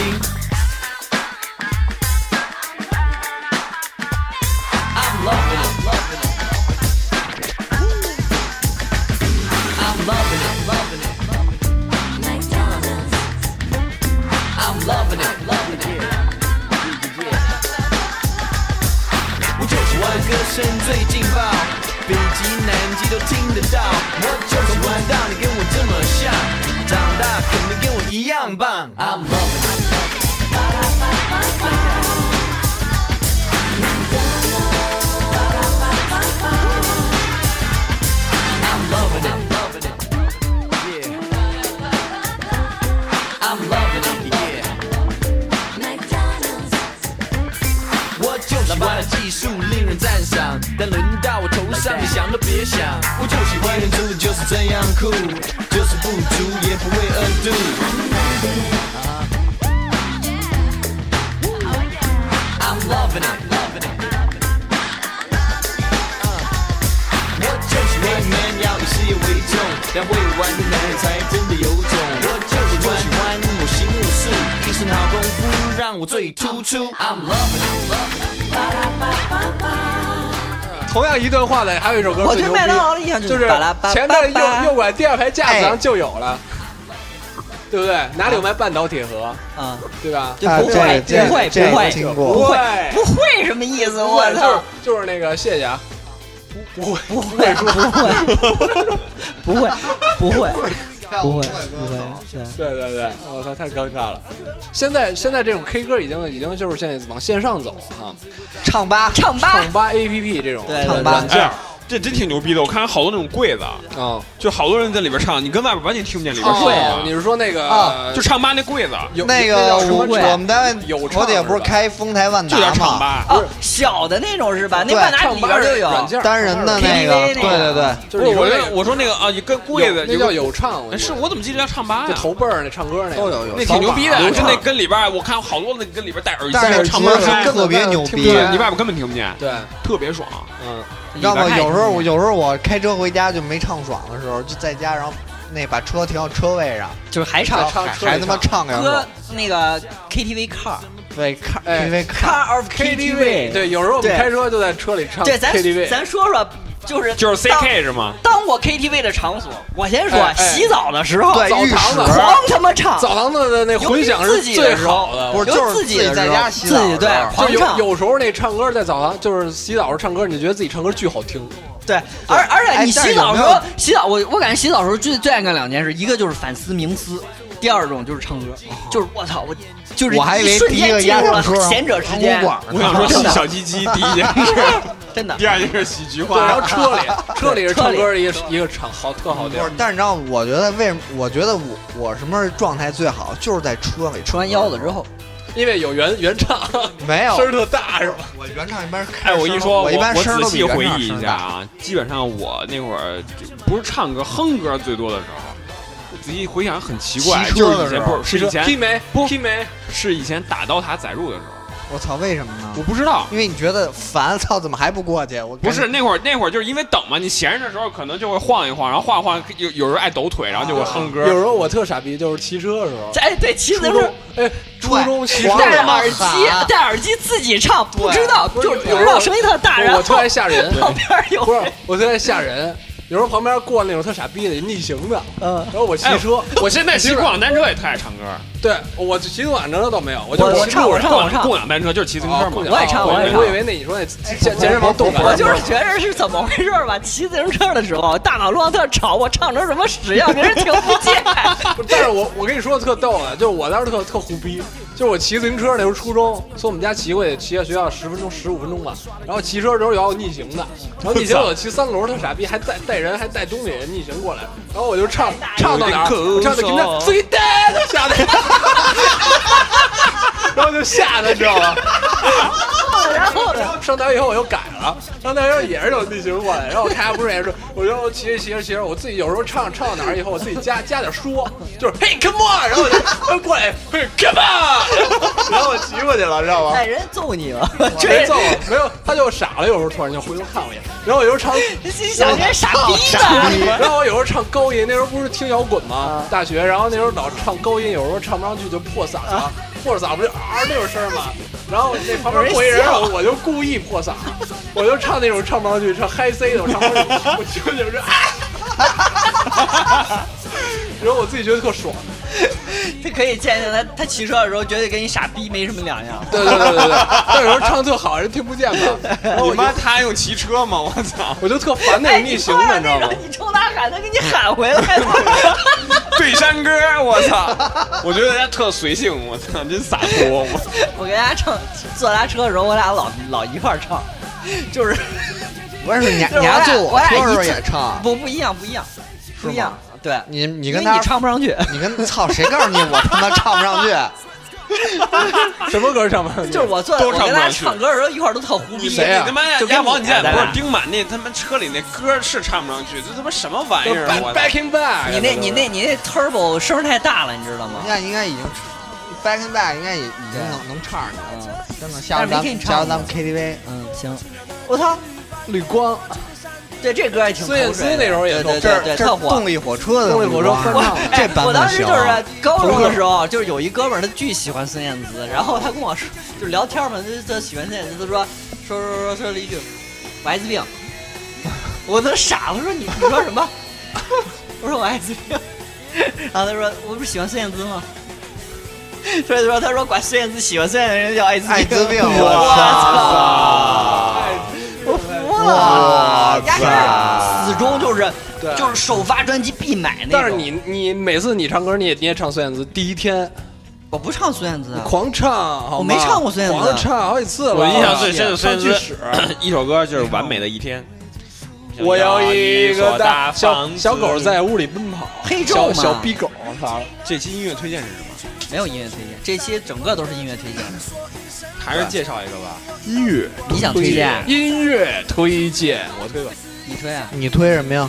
[SPEAKER 5] I'm loving it. I'm loving it. I'm loving it. Loving it. 我就喜欢歌声最劲爆，北极、南极都听得到。我就喜欢让你跟我这么像，长大肯定跟我一样棒。I'm loving it. 我就喜欢技术令人赞赏，但轮到我头上，你想都别想。我就喜欢人真的就是这样酷，就是不足也不会 undo。I'm loving it, loving it. 我就是 man man，要以事业为重，但会玩的男人才真的有种。我就是我喜欢我行我素，一身好功夫让我最突出。I'm loving it.
[SPEAKER 2] 同样一段话呢，还有一首歌
[SPEAKER 6] 我
[SPEAKER 2] 最
[SPEAKER 6] 对
[SPEAKER 2] 牛
[SPEAKER 6] 麦当劳
[SPEAKER 2] 逼，
[SPEAKER 6] 的印象
[SPEAKER 2] 就是是
[SPEAKER 6] 巴拉巴
[SPEAKER 2] 前
[SPEAKER 6] 巴
[SPEAKER 2] 面
[SPEAKER 6] 巴
[SPEAKER 2] 右右拐第二排架子
[SPEAKER 8] 哎
[SPEAKER 2] 上就有了，对不对？哪里有卖半岛铁盒，
[SPEAKER 6] 啊，
[SPEAKER 2] 对吧？
[SPEAKER 6] 就
[SPEAKER 8] 啊
[SPEAKER 6] 不会
[SPEAKER 8] 这个
[SPEAKER 6] 不会
[SPEAKER 8] 这个
[SPEAKER 6] 不会
[SPEAKER 8] 听
[SPEAKER 6] 不
[SPEAKER 8] 过，
[SPEAKER 6] 会不会什么意思？我
[SPEAKER 2] 对
[SPEAKER 6] 操！
[SPEAKER 2] 就是就是那个谢谢 啊，不不会
[SPEAKER 6] 不会，不会，不会，不会，不会，不会，对，
[SPEAKER 2] 对对对，我操，太尴尬了。现在现在这种 K 歌已经已经就是现在往线上走了哈，
[SPEAKER 8] 唱吧，
[SPEAKER 6] 唱吧，
[SPEAKER 2] 唱吧 APP 这种，
[SPEAKER 6] 对
[SPEAKER 8] 唱
[SPEAKER 6] 对
[SPEAKER 8] 吧
[SPEAKER 6] 对
[SPEAKER 7] 这样，哎这真挺牛逼的。我看好多那种柜子，
[SPEAKER 2] 啊，
[SPEAKER 7] 就好多人在里边唱，你跟外边完全听不见里边
[SPEAKER 2] 哦
[SPEAKER 7] 说什
[SPEAKER 2] 你
[SPEAKER 7] 么。
[SPEAKER 2] 是说那个
[SPEAKER 8] 啊
[SPEAKER 7] 就唱吧那柜子，
[SPEAKER 2] 有
[SPEAKER 8] 那
[SPEAKER 2] 那
[SPEAKER 8] 个
[SPEAKER 2] 叫什么
[SPEAKER 8] 我
[SPEAKER 2] 唱
[SPEAKER 8] 我们单位
[SPEAKER 2] 有
[SPEAKER 8] 我
[SPEAKER 2] 唱
[SPEAKER 8] 得不
[SPEAKER 2] 是
[SPEAKER 8] 是
[SPEAKER 2] 吧
[SPEAKER 8] 开丰台万
[SPEAKER 7] 就叫
[SPEAKER 8] 达
[SPEAKER 7] 唱
[SPEAKER 8] 嘛，
[SPEAKER 7] 吧。
[SPEAKER 6] 哦，小的那种是吧？那
[SPEAKER 8] 对
[SPEAKER 6] 半打
[SPEAKER 2] 唱
[SPEAKER 6] 里
[SPEAKER 2] 吧
[SPEAKER 6] 边就有，
[SPEAKER 2] 软件
[SPEAKER 8] 单人的那个，对
[SPEAKER 6] KTV 那个
[SPEAKER 8] 对对，
[SPEAKER 2] 就
[SPEAKER 7] 不
[SPEAKER 2] 是
[SPEAKER 7] 是
[SPEAKER 2] 有
[SPEAKER 7] 我
[SPEAKER 2] 那
[SPEAKER 7] 说
[SPEAKER 2] 个
[SPEAKER 7] 我说那个啊，一个柜子
[SPEAKER 2] 有那叫有唱，我
[SPEAKER 7] 哎是
[SPEAKER 2] 觉得
[SPEAKER 7] 我怎么记得叫唱吧
[SPEAKER 2] 就
[SPEAKER 7] 呀？哦
[SPEAKER 2] 头辈儿那唱歌那个
[SPEAKER 8] 都有有
[SPEAKER 7] 那挺牛逼的，
[SPEAKER 2] 有
[SPEAKER 7] 就
[SPEAKER 2] 唱
[SPEAKER 7] 那跟里边儿，我看好多那跟里边儿戴耳机
[SPEAKER 8] 戴耳机
[SPEAKER 7] 唱歌
[SPEAKER 8] 是
[SPEAKER 7] 嗨
[SPEAKER 8] 特别牛逼
[SPEAKER 7] 对
[SPEAKER 8] 对
[SPEAKER 7] 你外边根本听不见，
[SPEAKER 2] 对，
[SPEAKER 7] 特别爽。
[SPEAKER 2] 嗯，
[SPEAKER 8] 你知道吗？
[SPEAKER 7] 里边
[SPEAKER 8] 有时
[SPEAKER 7] 太
[SPEAKER 8] 候我有时候我开车回家就没唱爽的时候，就在家，然后那把车停到车位上，
[SPEAKER 6] 就是还
[SPEAKER 8] 然
[SPEAKER 6] 唱
[SPEAKER 8] 后
[SPEAKER 2] 唱
[SPEAKER 8] 还
[SPEAKER 2] 车
[SPEAKER 8] 还
[SPEAKER 2] 里
[SPEAKER 8] 他妈唱两
[SPEAKER 6] 歌
[SPEAKER 8] 首，
[SPEAKER 6] 那个 KTV car
[SPEAKER 8] 对，看
[SPEAKER 2] 哎
[SPEAKER 8] 因为看
[SPEAKER 6] car of KTV，
[SPEAKER 2] 对，有时候我们
[SPEAKER 6] 对
[SPEAKER 2] 开车就在车里唱
[SPEAKER 6] 对，咱
[SPEAKER 2] KTV，
[SPEAKER 6] 咱说说，就是
[SPEAKER 7] 就是
[SPEAKER 6] 当
[SPEAKER 7] CK 是吗？
[SPEAKER 6] 当过 KTV 的场所，我先说
[SPEAKER 2] 哎哎
[SPEAKER 6] 洗澡的时候，
[SPEAKER 8] 对
[SPEAKER 2] 澡
[SPEAKER 8] 浴
[SPEAKER 2] 堂
[SPEAKER 8] 室
[SPEAKER 2] 子
[SPEAKER 6] 狂他妈唱，
[SPEAKER 2] 澡堂子的那混响是最好的，
[SPEAKER 8] 不是
[SPEAKER 6] 尤
[SPEAKER 8] 就是
[SPEAKER 6] 自己的
[SPEAKER 8] 在
[SPEAKER 6] 时候
[SPEAKER 8] 家洗澡
[SPEAKER 6] 自己
[SPEAKER 8] 的时候
[SPEAKER 6] 对
[SPEAKER 2] 就
[SPEAKER 6] 狂唱
[SPEAKER 2] 有有时候那唱歌在澡堂就是洗澡时候唱歌，你就觉得自己唱歌巨好听，
[SPEAKER 6] 对，而而且
[SPEAKER 8] 哎
[SPEAKER 6] 你
[SPEAKER 8] 但是
[SPEAKER 6] 洗澡
[SPEAKER 8] 有
[SPEAKER 6] 时
[SPEAKER 8] 没
[SPEAKER 6] 候
[SPEAKER 8] 有，
[SPEAKER 6] 洗澡我我感觉洗澡时候最最爱干两件事，一个就是反思冥思，第二种就是唱歌，就是我操我就是
[SPEAKER 8] 哦我还以为
[SPEAKER 6] 一瞬
[SPEAKER 8] 第一
[SPEAKER 6] 间
[SPEAKER 8] 个
[SPEAKER 6] 进
[SPEAKER 8] 压
[SPEAKER 6] 入
[SPEAKER 8] 轴
[SPEAKER 6] 了
[SPEAKER 8] 说
[SPEAKER 6] 贤者时间，
[SPEAKER 7] 我想说
[SPEAKER 6] 真的
[SPEAKER 7] 小鸡鸡第一件事，
[SPEAKER 6] 真的
[SPEAKER 7] 第二件事喜剧
[SPEAKER 2] 对，然
[SPEAKER 7] 化
[SPEAKER 2] 后。车 里车里是
[SPEAKER 6] 车
[SPEAKER 2] 唱
[SPEAKER 6] 里
[SPEAKER 2] 歌的一个一个场好特好地
[SPEAKER 8] 不
[SPEAKER 2] 儿
[SPEAKER 8] 是，，但是你知道，我觉得为什么？我觉得我我什么状态最好，就是在车里
[SPEAKER 6] 吃完腰子之后，
[SPEAKER 2] 因为有原原唱，
[SPEAKER 8] 没有
[SPEAKER 2] 声儿特大是吧？
[SPEAKER 8] 我原唱一般是
[SPEAKER 7] 哎，我一说，
[SPEAKER 8] 我
[SPEAKER 7] 我
[SPEAKER 8] 一般声儿
[SPEAKER 7] 仔
[SPEAKER 8] 都比
[SPEAKER 7] 细
[SPEAKER 8] 原唱
[SPEAKER 7] 回忆一
[SPEAKER 8] 声
[SPEAKER 7] 下
[SPEAKER 8] 大。
[SPEAKER 7] 啊，基本上我那会儿就不是唱歌，哼歌最多的时候，我仔细回想很奇怪，
[SPEAKER 8] 骑
[SPEAKER 7] 就
[SPEAKER 8] 车的时
[SPEAKER 7] 是以前
[SPEAKER 8] 候
[SPEAKER 7] 不是是以
[SPEAKER 2] 劈
[SPEAKER 7] 前
[SPEAKER 2] 没
[SPEAKER 7] 不
[SPEAKER 2] 劈没，
[SPEAKER 7] 是以前打刀塔载入的时候，
[SPEAKER 8] 我操，为什么呢
[SPEAKER 7] 我？不知道。
[SPEAKER 8] 因为你觉得烦， 操，怎么还不过去？我
[SPEAKER 7] 不是那会儿，那会儿就是因为等嘛，你闲着的时候可能就会晃一晃，然后晃一晃，有有时候爱抖腿，然后就会哼歌。
[SPEAKER 2] 啊有时候我特傻逼，就是骑车的时候，
[SPEAKER 6] 哎对，骑自行
[SPEAKER 2] 初中
[SPEAKER 6] 车
[SPEAKER 2] 哎初中骑车
[SPEAKER 8] 黄
[SPEAKER 6] 戴
[SPEAKER 8] 了
[SPEAKER 6] 着
[SPEAKER 8] 嘛
[SPEAKER 6] 耳机
[SPEAKER 8] 喊
[SPEAKER 6] 戴耳机自己唱，不
[SPEAKER 8] 对
[SPEAKER 6] 知道
[SPEAKER 2] 不是
[SPEAKER 6] 就是不
[SPEAKER 2] 有
[SPEAKER 6] 知
[SPEAKER 2] 时候
[SPEAKER 6] 道声音特大，然
[SPEAKER 2] 我
[SPEAKER 6] 后
[SPEAKER 2] 特爱吓人，
[SPEAKER 6] 旁边有
[SPEAKER 2] 不是我特爱吓人。有时候旁边过那种特傻逼的逆行的，
[SPEAKER 6] 嗯
[SPEAKER 2] 然后我骑
[SPEAKER 7] 哎
[SPEAKER 2] 车，
[SPEAKER 7] 我 现在骑共享单车也特爱唱歌，
[SPEAKER 2] 对我骑共享单车倒没有，我就
[SPEAKER 6] 我
[SPEAKER 2] 是
[SPEAKER 6] 我
[SPEAKER 2] 骑
[SPEAKER 6] 唱
[SPEAKER 2] 路
[SPEAKER 6] 我
[SPEAKER 2] 上
[SPEAKER 6] 唱我
[SPEAKER 7] 共享
[SPEAKER 6] 唱
[SPEAKER 7] 共，享单车就是骑自行车
[SPEAKER 2] 啊
[SPEAKER 7] 嘛。哦
[SPEAKER 2] 共享
[SPEAKER 6] 我也唱我也唱
[SPEAKER 2] 我以为那你说那健健身房动感，
[SPEAKER 6] 我就是觉得是怎么回事吧？骑自行车的时候，大马路上特吵，我唱成什么屎样，别人听不见。
[SPEAKER 2] 不是但是我我跟你说特逗啊，就是我当时特特胡逼，就是我骑自行车那时候初中，从我们家骑过去，骑到学校十分钟十五分钟吧。然后骑车的时候有要逆行的，然后逆行我骑三轮特傻逼，还带带人还带东西人逆行过来，然后我就唱唱到哪儿，我唱到跟那最呆的 吓得，然后就吓的你知道吗？ 然后然后上大学以后我又改了，上大学以后也是有逆行过来，然后我看不是也是，我就骑着骑着骑着，我自己有时候唱唱到哪儿以后，我自己加加点说，就是 Hey come on，然后我就他过来 Hey come on，然后我骑过去了，知道吗？
[SPEAKER 6] 哎， 人揍你了，
[SPEAKER 2] 没
[SPEAKER 6] 这
[SPEAKER 2] 揍我，没有，他就傻了，有时候突然就回头看我一眼，然后我有时候唱，
[SPEAKER 6] 心想这傻逼吧？
[SPEAKER 2] 然后我有时候唱高音，那时候不是听摇滚
[SPEAKER 6] 啊
[SPEAKER 2] 吗？大学，然后那时候老唱高音，有时候唱不上去就破嗓了，破嗓不就啊那种声儿嘛。然后 那旁边过一人，我我就故意破嗓，我就唱那种唱不上去，唱嗨 C 的，我唱不上去，我听着就是啊，然后我自己觉得特爽。
[SPEAKER 6] 他可以见见他，他骑车的时候绝对跟你傻逼没什么两样。
[SPEAKER 2] 对对对 对对，但有时候唱特好，人听不见嘛。然后
[SPEAKER 11] 你
[SPEAKER 2] 我就
[SPEAKER 11] 妈他还用骑车吗？我操！
[SPEAKER 2] 我就特烦那
[SPEAKER 6] 哎，
[SPEAKER 2] 种逆行的，你知道吗
[SPEAKER 6] 你？冲他喊，他给你喊回来。
[SPEAKER 11] 对山歌，我操！我觉得他特随性，我操，真洒脱。我
[SPEAKER 6] 我跟大家唱，坐他车的时候，我俩老老一块儿唱，就是
[SPEAKER 8] 不是 你
[SPEAKER 6] 就是
[SPEAKER 8] 你还坐
[SPEAKER 6] 我
[SPEAKER 8] 我
[SPEAKER 6] 俩
[SPEAKER 8] 车的时
[SPEAKER 6] 我
[SPEAKER 8] 候
[SPEAKER 6] 俩一起
[SPEAKER 8] 也唱，
[SPEAKER 6] 不不一样，不一样，不一样。对，
[SPEAKER 8] 你你
[SPEAKER 6] 因
[SPEAKER 8] 跟
[SPEAKER 6] 为
[SPEAKER 8] 他
[SPEAKER 6] 你唱不上去。
[SPEAKER 8] 你跟操谁告诉你我他妈唱不上去？
[SPEAKER 2] 什么歌唱不上去？
[SPEAKER 6] 就是我坐，我跟他唱歌的时候一块儿都特胡逼。
[SPEAKER 2] 谁呀啊
[SPEAKER 11] 你他妈呀！
[SPEAKER 6] 就跟
[SPEAKER 11] 家王，
[SPEAKER 6] 你
[SPEAKER 11] 你现
[SPEAKER 7] 哎
[SPEAKER 11] 在
[SPEAKER 6] 咱
[SPEAKER 11] 不是
[SPEAKER 6] 俩
[SPEAKER 11] 丁满那他妈车里那歌是唱不上去，这他妈什么玩意儿啊！我操
[SPEAKER 2] Backing back，
[SPEAKER 6] 你那、你那、你那 turbo 声儿太大了，你知道吗
[SPEAKER 8] 现？在应该已经 back and back 应该已已经能能唱上去了，真的。下
[SPEAKER 6] 嗯但
[SPEAKER 8] 回
[SPEAKER 6] 是没给
[SPEAKER 8] 咱
[SPEAKER 6] 你
[SPEAKER 8] 们
[SPEAKER 6] 唱
[SPEAKER 8] 下回咱们 KTV
[SPEAKER 6] 嗯，行，
[SPEAKER 8] 我操，
[SPEAKER 2] 绿光，
[SPEAKER 6] 对这歌也挺
[SPEAKER 2] 孙燕
[SPEAKER 6] 口
[SPEAKER 2] 姿
[SPEAKER 6] 水的。
[SPEAKER 2] 那时候也
[SPEAKER 6] 对
[SPEAKER 2] 都
[SPEAKER 6] 对
[SPEAKER 8] 这
[SPEAKER 6] 对
[SPEAKER 8] 儿
[SPEAKER 6] 对，
[SPEAKER 8] 这
[SPEAKER 6] 特
[SPEAKER 8] 儿
[SPEAKER 6] 火
[SPEAKER 8] 动。力火车的
[SPEAKER 2] 动力火车翻唱
[SPEAKER 8] 这版
[SPEAKER 6] 我
[SPEAKER 8] 本
[SPEAKER 6] 当时
[SPEAKER 8] 行
[SPEAKER 6] 就是
[SPEAKER 8] 啊
[SPEAKER 6] 高中的时候，就是有一哥们儿，他巨喜欢孙燕姿，然后他跟我说，就聊天嘛，就就喜欢孙燕姿，他说说说说说了一句，我艾滋病，我都傻了，我说你你说什么？ 我说我艾滋病，然后他说我不是喜欢孙燕姿吗？所以说他说管孙燕姿喜欢孙燕姿的人叫艾滋
[SPEAKER 8] 艾滋病，
[SPEAKER 6] 我操！我服了，压根儿死忠就是
[SPEAKER 2] 对
[SPEAKER 6] 就是首发专辑必买那种。
[SPEAKER 2] 但是你你每次你唱歌，你也你也唱孙燕姿，第一天
[SPEAKER 6] 我不唱孙燕姿啊，
[SPEAKER 2] 狂唱，好吗
[SPEAKER 6] 我没唱过孙燕姿啊
[SPEAKER 2] 狂唱好几次了。
[SPEAKER 7] 我印象最深的孙
[SPEAKER 2] 上
[SPEAKER 7] 燕姿
[SPEAKER 2] 巨屎
[SPEAKER 7] 一首歌就是《完美的一天》。
[SPEAKER 2] 啊 我要一个
[SPEAKER 7] 大
[SPEAKER 2] 大小
[SPEAKER 7] 房子
[SPEAKER 2] 小狗在屋里奔跑，
[SPEAKER 6] 黑昼
[SPEAKER 2] 小
[SPEAKER 6] 嘛
[SPEAKER 2] 小逼狗，操！
[SPEAKER 11] 这期音乐推荐是什么？
[SPEAKER 6] 没有音乐推荐，这期整个都是音乐推荐。
[SPEAKER 11] 还是介绍一个吧。
[SPEAKER 2] 音乐
[SPEAKER 6] 你想推荐
[SPEAKER 2] 音乐推荐，我推吧。
[SPEAKER 6] 你推啊？
[SPEAKER 8] 你推什么呀？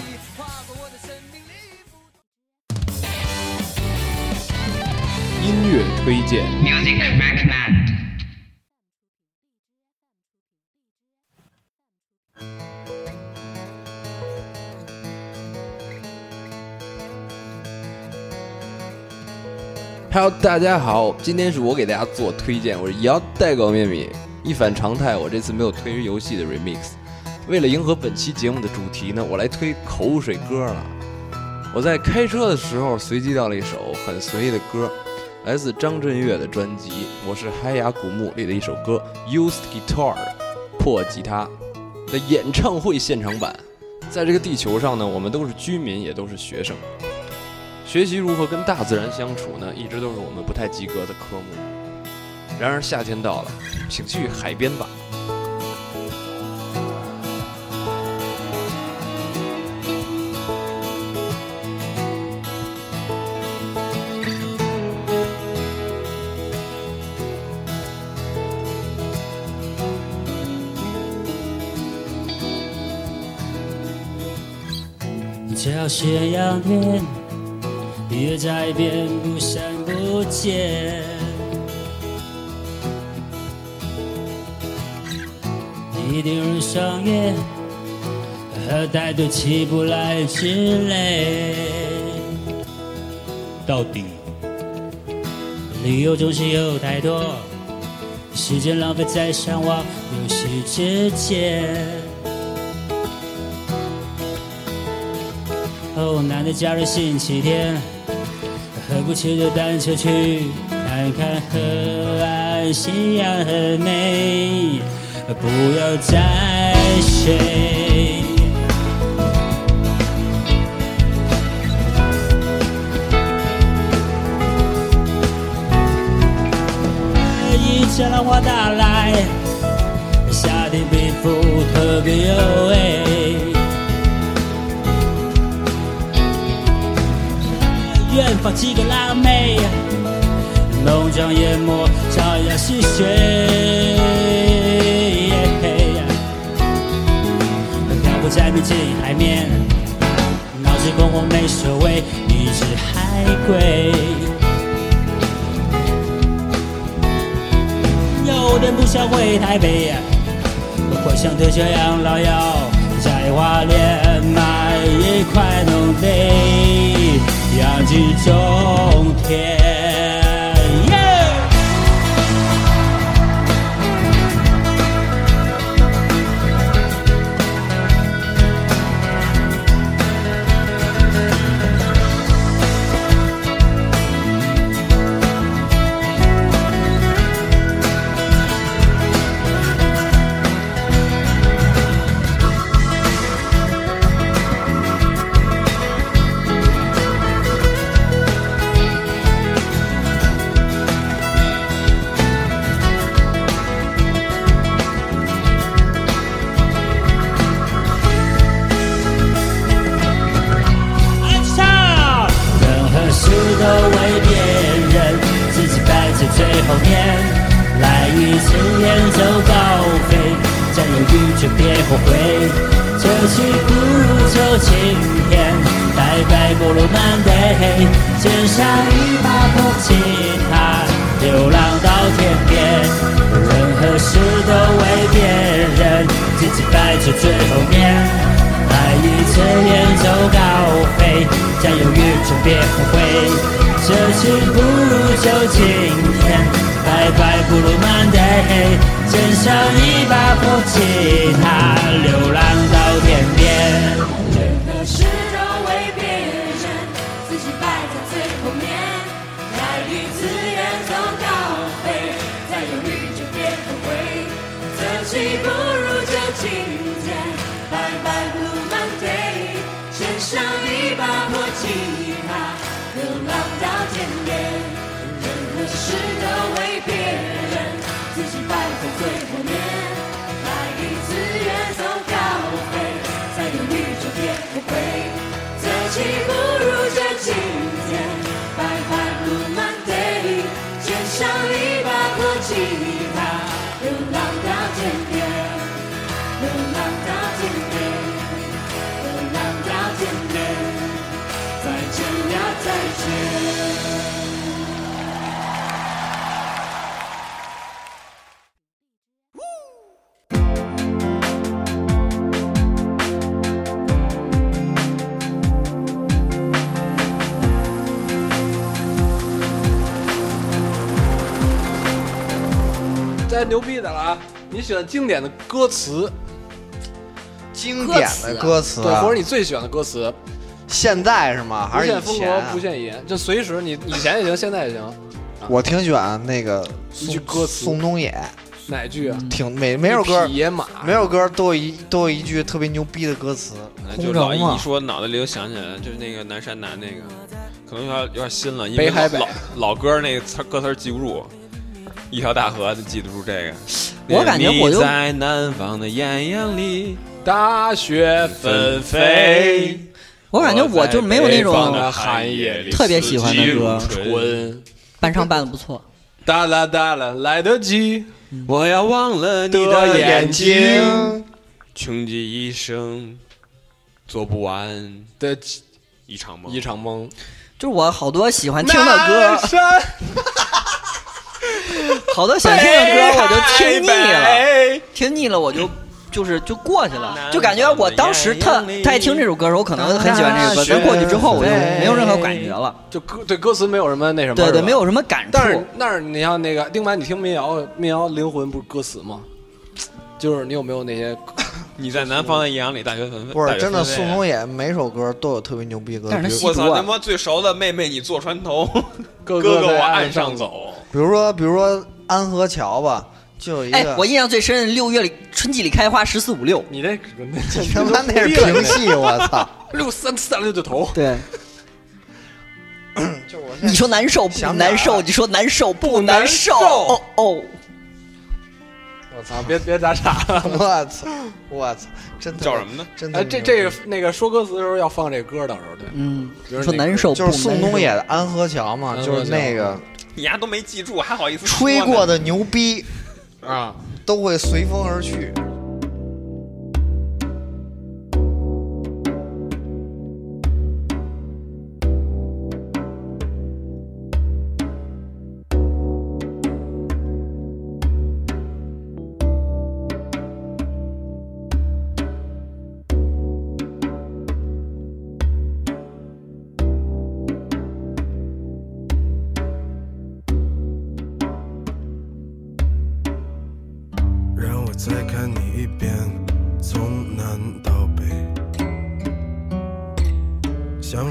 [SPEAKER 9] 音乐推荐。
[SPEAKER 2] Hello，大家好，今天是我给大家做推荐，我是姚代购面米。一反常态，我这次没有推游戏的 remix。为了迎合本期节目的主题呢，我来推口水歌了。我在开车的时候随机到了一首很随意的歌，来自张震岳的专辑《我是海雅古墓》里的一首歌《Used Guitar》破吉他的演唱会现场版。在这个地球上呢，我们都是居民，也都是学生。学习如何跟大自然相处呢，一直都是我们不太及格的科目。然而夏天到了，请去海边吧。
[SPEAKER 5] 叫斜阳天，也在变不散不见。你的人上眼，和太多起不来之泪。到底，理由总是有太多，时间浪费在上网游戏之间。
[SPEAKER 12] 和我哦男的假日星期天，何不骑着单车去看看河岸，夕阳很美，不要再睡。一前浪花打来，夏天皮肤特别有味。远方几个辣妹，梦中淹没朝阳是谁？漂浮在平静海面，脑子空空没所谓，一只海龟。有点不想回台北，我想退休养老药，在花莲买一块农地，养鸡种田。Yeah! 爱上。任何事都为别人，自己摆在最后面。来一次远走高飞，再犹豫就别后悔。这期不如就今天，拜拜不如 Monday。肩上一把破吉他，流浪到天边。任何事都为别人，自己摆在最后面。爱一次远走高飞，再犹豫就别后悔。这期不如就今天，拜拜不如 Monday。肩上一把破吉他，流浪到天边。
[SPEAKER 5] 的事都为别人，自己摆在最后面。来日自远走高飞，再犹豫就别后悔。这期不如就今天，拜拜 Blue Monday，献上一把破吉他，流浪到天边。任何事都为别人，自己摆在最后面。来日自远走高飞，再犹豫就别后悔。这期不如就今天，拜拜 Blue Monday，肩上一把破吉他，流浪到天边，流浪到天边，流浪到天边，再见呀再见。
[SPEAKER 2] 再牛逼的了啊！你喜欢经典的歌词，
[SPEAKER 8] 经典的歌词啊
[SPEAKER 2] 对，或者你最喜欢的歌词，
[SPEAKER 8] 现在是吗？还
[SPEAKER 2] 不
[SPEAKER 8] 是以
[SPEAKER 2] 限风
[SPEAKER 8] 前
[SPEAKER 2] 格
[SPEAKER 8] 啊？，
[SPEAKER 2] 不限语言，就随时你以前也行，现在也行。
[SPEAKER 8] 嗯我挺喜欢那个
[SPEAKER 2] 啊一句
[SPEAKER 8] 宋
[SPEAKER 2] 歌词
[SPEAKER 8] 宋冬野，
[SPEAKER 2] 哪句啊？
[SPEAKER 8] 挺每每首歌
[SPEAKER 2] 一匹野马，
[SPEAKER 8] 每首歌都有一都有一句特别牛逼的歌词，
[SPEAKER 7] 就
[SPEAKER 8] 空
[SPEAKER 7] 老
[SPEAKER 8] 城
[SPEAKER 7] 一
[SPEAKER 8] 嘛，
[SPEAKER 7] 说，脑袋里就想起来了，就是那个南山南那个，可能有点有点新了，因
[SPEAKER 2] 北
[SPEAKER 7] 为
[SPEAKER 2] 海
[SPEAKER 7] 老
[SPEAKER 2] 北
[SPEAKER 7] 老老歌那个词歌词儿记不住，一条大河就记得住这个。
[SPEAKER 6] 我感觉我就
[SPEAKER 7] 你在南方的艳阳里
[SPEAKER 2] 大雪纷
[SPEAKER 7] 纷飞
[SPEAKER 2] 飞，，
[SPEAKER 6] 我感觉我就没有那
[SPEAKER 7] 我在北
[SPEAKER 6] 种
[SPEAKER 7] 方的寒夜里
[SPEAKER 6] 特别喜欢的歌
[SPEAKER 7] 四季如春
[SPEAKER 2] 春
[SPEAKER 6] 伴唱伴的不错。
[SPEAKER 2] 哒啦哒啦来得及
[SPEAKER 7] 我要忘了你
[SPEAKER 2] 的
[SPEAKER 7] 的
[SPEAKER 2] 眼
[SPEAKER 7] 眼
[SPEAKER 2] 睛
[SPEAKER 7] 睛，穷极一生做不完
[SPEAKER 2] 的
[SPEAKER 7] 一场梦
[SPEAKER 2] 一。场梦。
[SPEAKER 6] 就是我好多喜欢听的歌，
[SPEAKER 2] 山
[SPEAKER 6] 好多喜欢听的歌我就听腻了，
[SPEAKER 2] 哎，
[SPEAKER 6] 听腻了我就就是就过去了，就感觉我当时特他爱听这首歌的时候，我可能很喜欢这首歌，但过去之后我就没有任何感觉了。
[SPEAKER 2] 就歌对歌词没有什么那什么，
[SPEAKER 6] 对
[SPEAKER 2] 是
[SPEAKER 6] 对，
[SPEAKER 2] 吧
[SPEAKER 6] 没有。什么感
[SPEAKER 2] 但是
[SPEAKER 6] 触。
[SPEAKER 2] 但是你像那个丁满，你听民谣，民谣灵魂不是歌词吗？就是你有没有那 些？
[SPEAKER 7] 你在南方的艳阳里大雪纷飞，
[SPEAKER 8] 不
[SPEAKER 7] 大
[SPEAKER 8] 是
[SPEAKER 7] 雪
[SPEAKER 8] 真的，
[SPEAKER 7] 纷
[SPEAKER 8] 宋
[SPEAKER 7] 飞
[SPEAKER 8] 冬野每首歌都有特别牛逼的歌，比如
[SPEAKER 11] 我操他妈最熟的妹妹你坐船 头，
[SPEAKER 2] 哥
[SPEAKER 11] 哥
[SPEAKER 8] 在
[SPEAKER 11] 我
[SPEAKER 8] 岸
[SPEAKER 11] 岸
[SPEAKER 8] 上
[SPEAKER 11] 上走。
[SPEAKER 8] 比如说比如说安河桥吧，就有一
[SPEAKER 6] 哎
[SPEAKER 8] 个，，
[SPEAKER 6] 我印象最深的是六月里春季里开花，十四五六。
[SPEAKER 2] 你这你
[SPEAKER 8] 他妈那是评戏，我操！
[SPEAKER 2] 六三三六九头，
[SPEAKER 6] 对，
[SPEAKER 8] 就我
[SPEAKER 6] 你说难受不
[SPEAKER 8] 想啊
[SPEAKER 6] 难
[SPEAKER 8] 哪儿
[SPEAKER 6] 受？
[SPEAKER 8] 了
[SPEAKER 6] 你说难受不
[SPEAKER 2] 难
[SPEAKER 6] 难受？
[SPEAKER 2] 受
[SPEAKER 6] 哦哦，
[SPEAKER 2] 我操，别别打岔 了。
[SPEAKER 8] 我操，我操，真的
[SPEAKER 11] 叫什么呢？
[SPEAKER 8] 真的
[SPEAKER 2] 哎，
[SPEAKER 8] 牛逼，
[SPEAKER 2] 这这个那个说歌词的时候要放这歌，到时候对。
[SPEAKER 6] 嗯，
[SPEAKER 2] 比如
[SPEAKER 6] 说
[SPEAKER 2] 那个
[SPEAKER 6] 难受不
[SPEAKER 8] 就是
[SPEAKER 6] 难
[SPEAKER 8] 宋冬野
[SPEAKER 6] 受
[SPEAKER 8] 的《安河桥》嘛，
[SPEAKER 2] 安河
[SPEAKER 8] 就是那
[SPEAKER 2] 桥
[SPEAKER 8] 个
[SPEAKER 11] 你丫都没记住，还好意思说
[SPEAKER 8] 吹
[SPEAKER 11] 呢
[SPEAKER 8] 过的牛逼
[SPEAKER 2] 啊，
[SPEAKER 8] 都会随风而去。
[SPEAKER 13] 让我再看你一遍，从南到北，像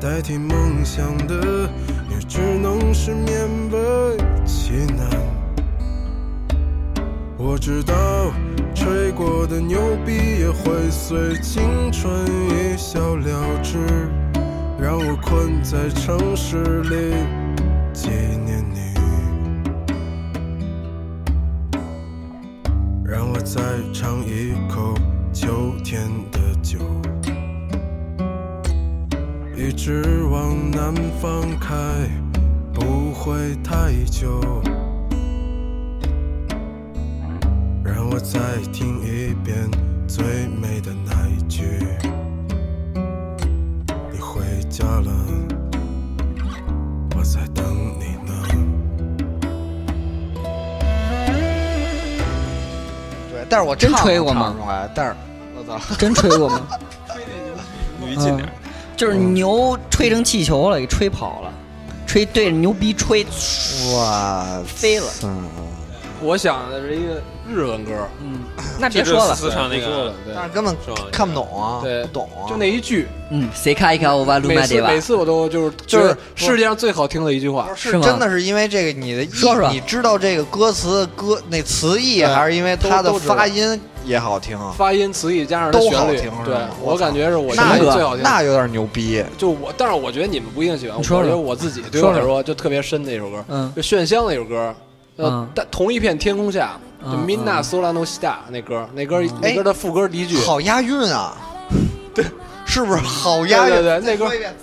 [SPEAKER 13] 代替梦想的也只能是勉为其难。我知道吹过的牛逼也会随青春一笑了之，让我困在城市里纪念你。让我再尝一口秋天的酒，一直往南方开，不会太久。让我再听一遍最美的那一句，你回家了，我在等你呢。
[SPEAKER 8] 对，但是我
[SPEAKER 6] 真
[SPEAKER 8] 唱
[SPEAKER 6] 吹
[SPEAKER 8] 我
[SPEAKER 6] 过
[SPEAKER 8] 唱
[SPEAKER 6] 吗
[SPEAKER 8] 不出来，但是我操，
[SPEAKER 6] 真吹过 吗？嗯
[SPEAKER 11] 离近点儿，
[SPEAKER 6] 就是
[SPEAKER 8] 嗯
[SPEAKER 6] 牛吹成气球了，给吹跑了，吹对着牛逼吹，
[SPEAKER 8] 嗯哇，嗯
[SPEAKER 6] 飞了
[SPEAKER 8] 操
[SPEAKER 2] 我想的是一个日文歌，
[SPEAKER 6] 嗯，那别
[SPEAKER 7] 这就
[SPEAKER 6] 说
[SPEAKER 7] 是
[SPEAKER 6] 了，
[SPEAKER 7] 四唱那
[SPEAKER 2] 不说
[SPEAKER 7] 个
[SPEAKER 2] 了，对
[SPEAKER 8] 但是根本
[SPEAKER 7] 是吧
[SPEAKER 8] 看不懂啊，
[SPEAKER 2] 对
[SPEAKER 8] 不懂啊，
[SPEAKER 2] 就那一句，
[SPEAKER 6] 嗯，谁看一看我吧，路
[SPEAKER 2] 每
[SPEAKER 6] 麦
[SPEAKER 2] 次
[SPEAKER 6] 迪吧
[SPEAKER 2] 每，次我都就是
[SPEAKER 8] 就是
[SPEAKER 2] 觉得世界上最好听的一句话，
[SPEAKER 8] 是
[SPEAKER 6] 是吗
[SPEAKER 8] 真的是因为这个你的意
[SPEAKER 6] 说说
[SPEAKER 8] 你知道这个歌词歌那词意，
[SPEAKER 2] 对
[SPEAKER 8] 还是因为它的
[SPEAKER 2] 都都知道
[SPEAKER 8] 发音也好听？
[SPEAKER 2] 发音词义加上它
[SPEAKER 8] 都
[SPEAKER 2] 旋
[SPEAKER 8] 好
[SPEAKER 2] 律
[SPEAKER 8] 听是，
[SPEAKER 2] 对
[SPEAKER 8] 吗我
[SPEAKER 2] 我
[SPEAKER 8] 操
[SPEAKER 2] 感觉是我
[SPEAKER 8] 那有
[SPEAKER 2] 觉得最好听。
[SPEAKER 8] 那有点牛逼。
[SPEAKER 2] 就我，但是我觉得你们不一定喜欢，我
[SPEAKER 6] 你说
[SPEAKER 2] 觉
[SPEAKER 6] 说
[SPEAKER 2] 得我自己对我来说就特别深的一首歌，
[SPEAKER 6] 嗯
[SPEAKER 2] 就炫香的一首歌，呃
[SPEAKER 6] 嗯，
[SPEAKER 2] 但同一片天空下，就
[SPEAKER 6] 嗯
[SPEAKER 2] Mina
[SPEAKER 6] 嗯
[SPEAKER 2] Solano Sta 那歌，那歌
[SPEAKER 8] 哎
[SPEAKER 2] 那歌的副歌第一句，
[SPEAKER 8] 好押韵 啊！对，是不是好
[SPEAKER 2] 对
[SPEAKER 8] 押韵？
[SPEAKER 2] 对对，那歌
[SPEAKER 8] 说一遍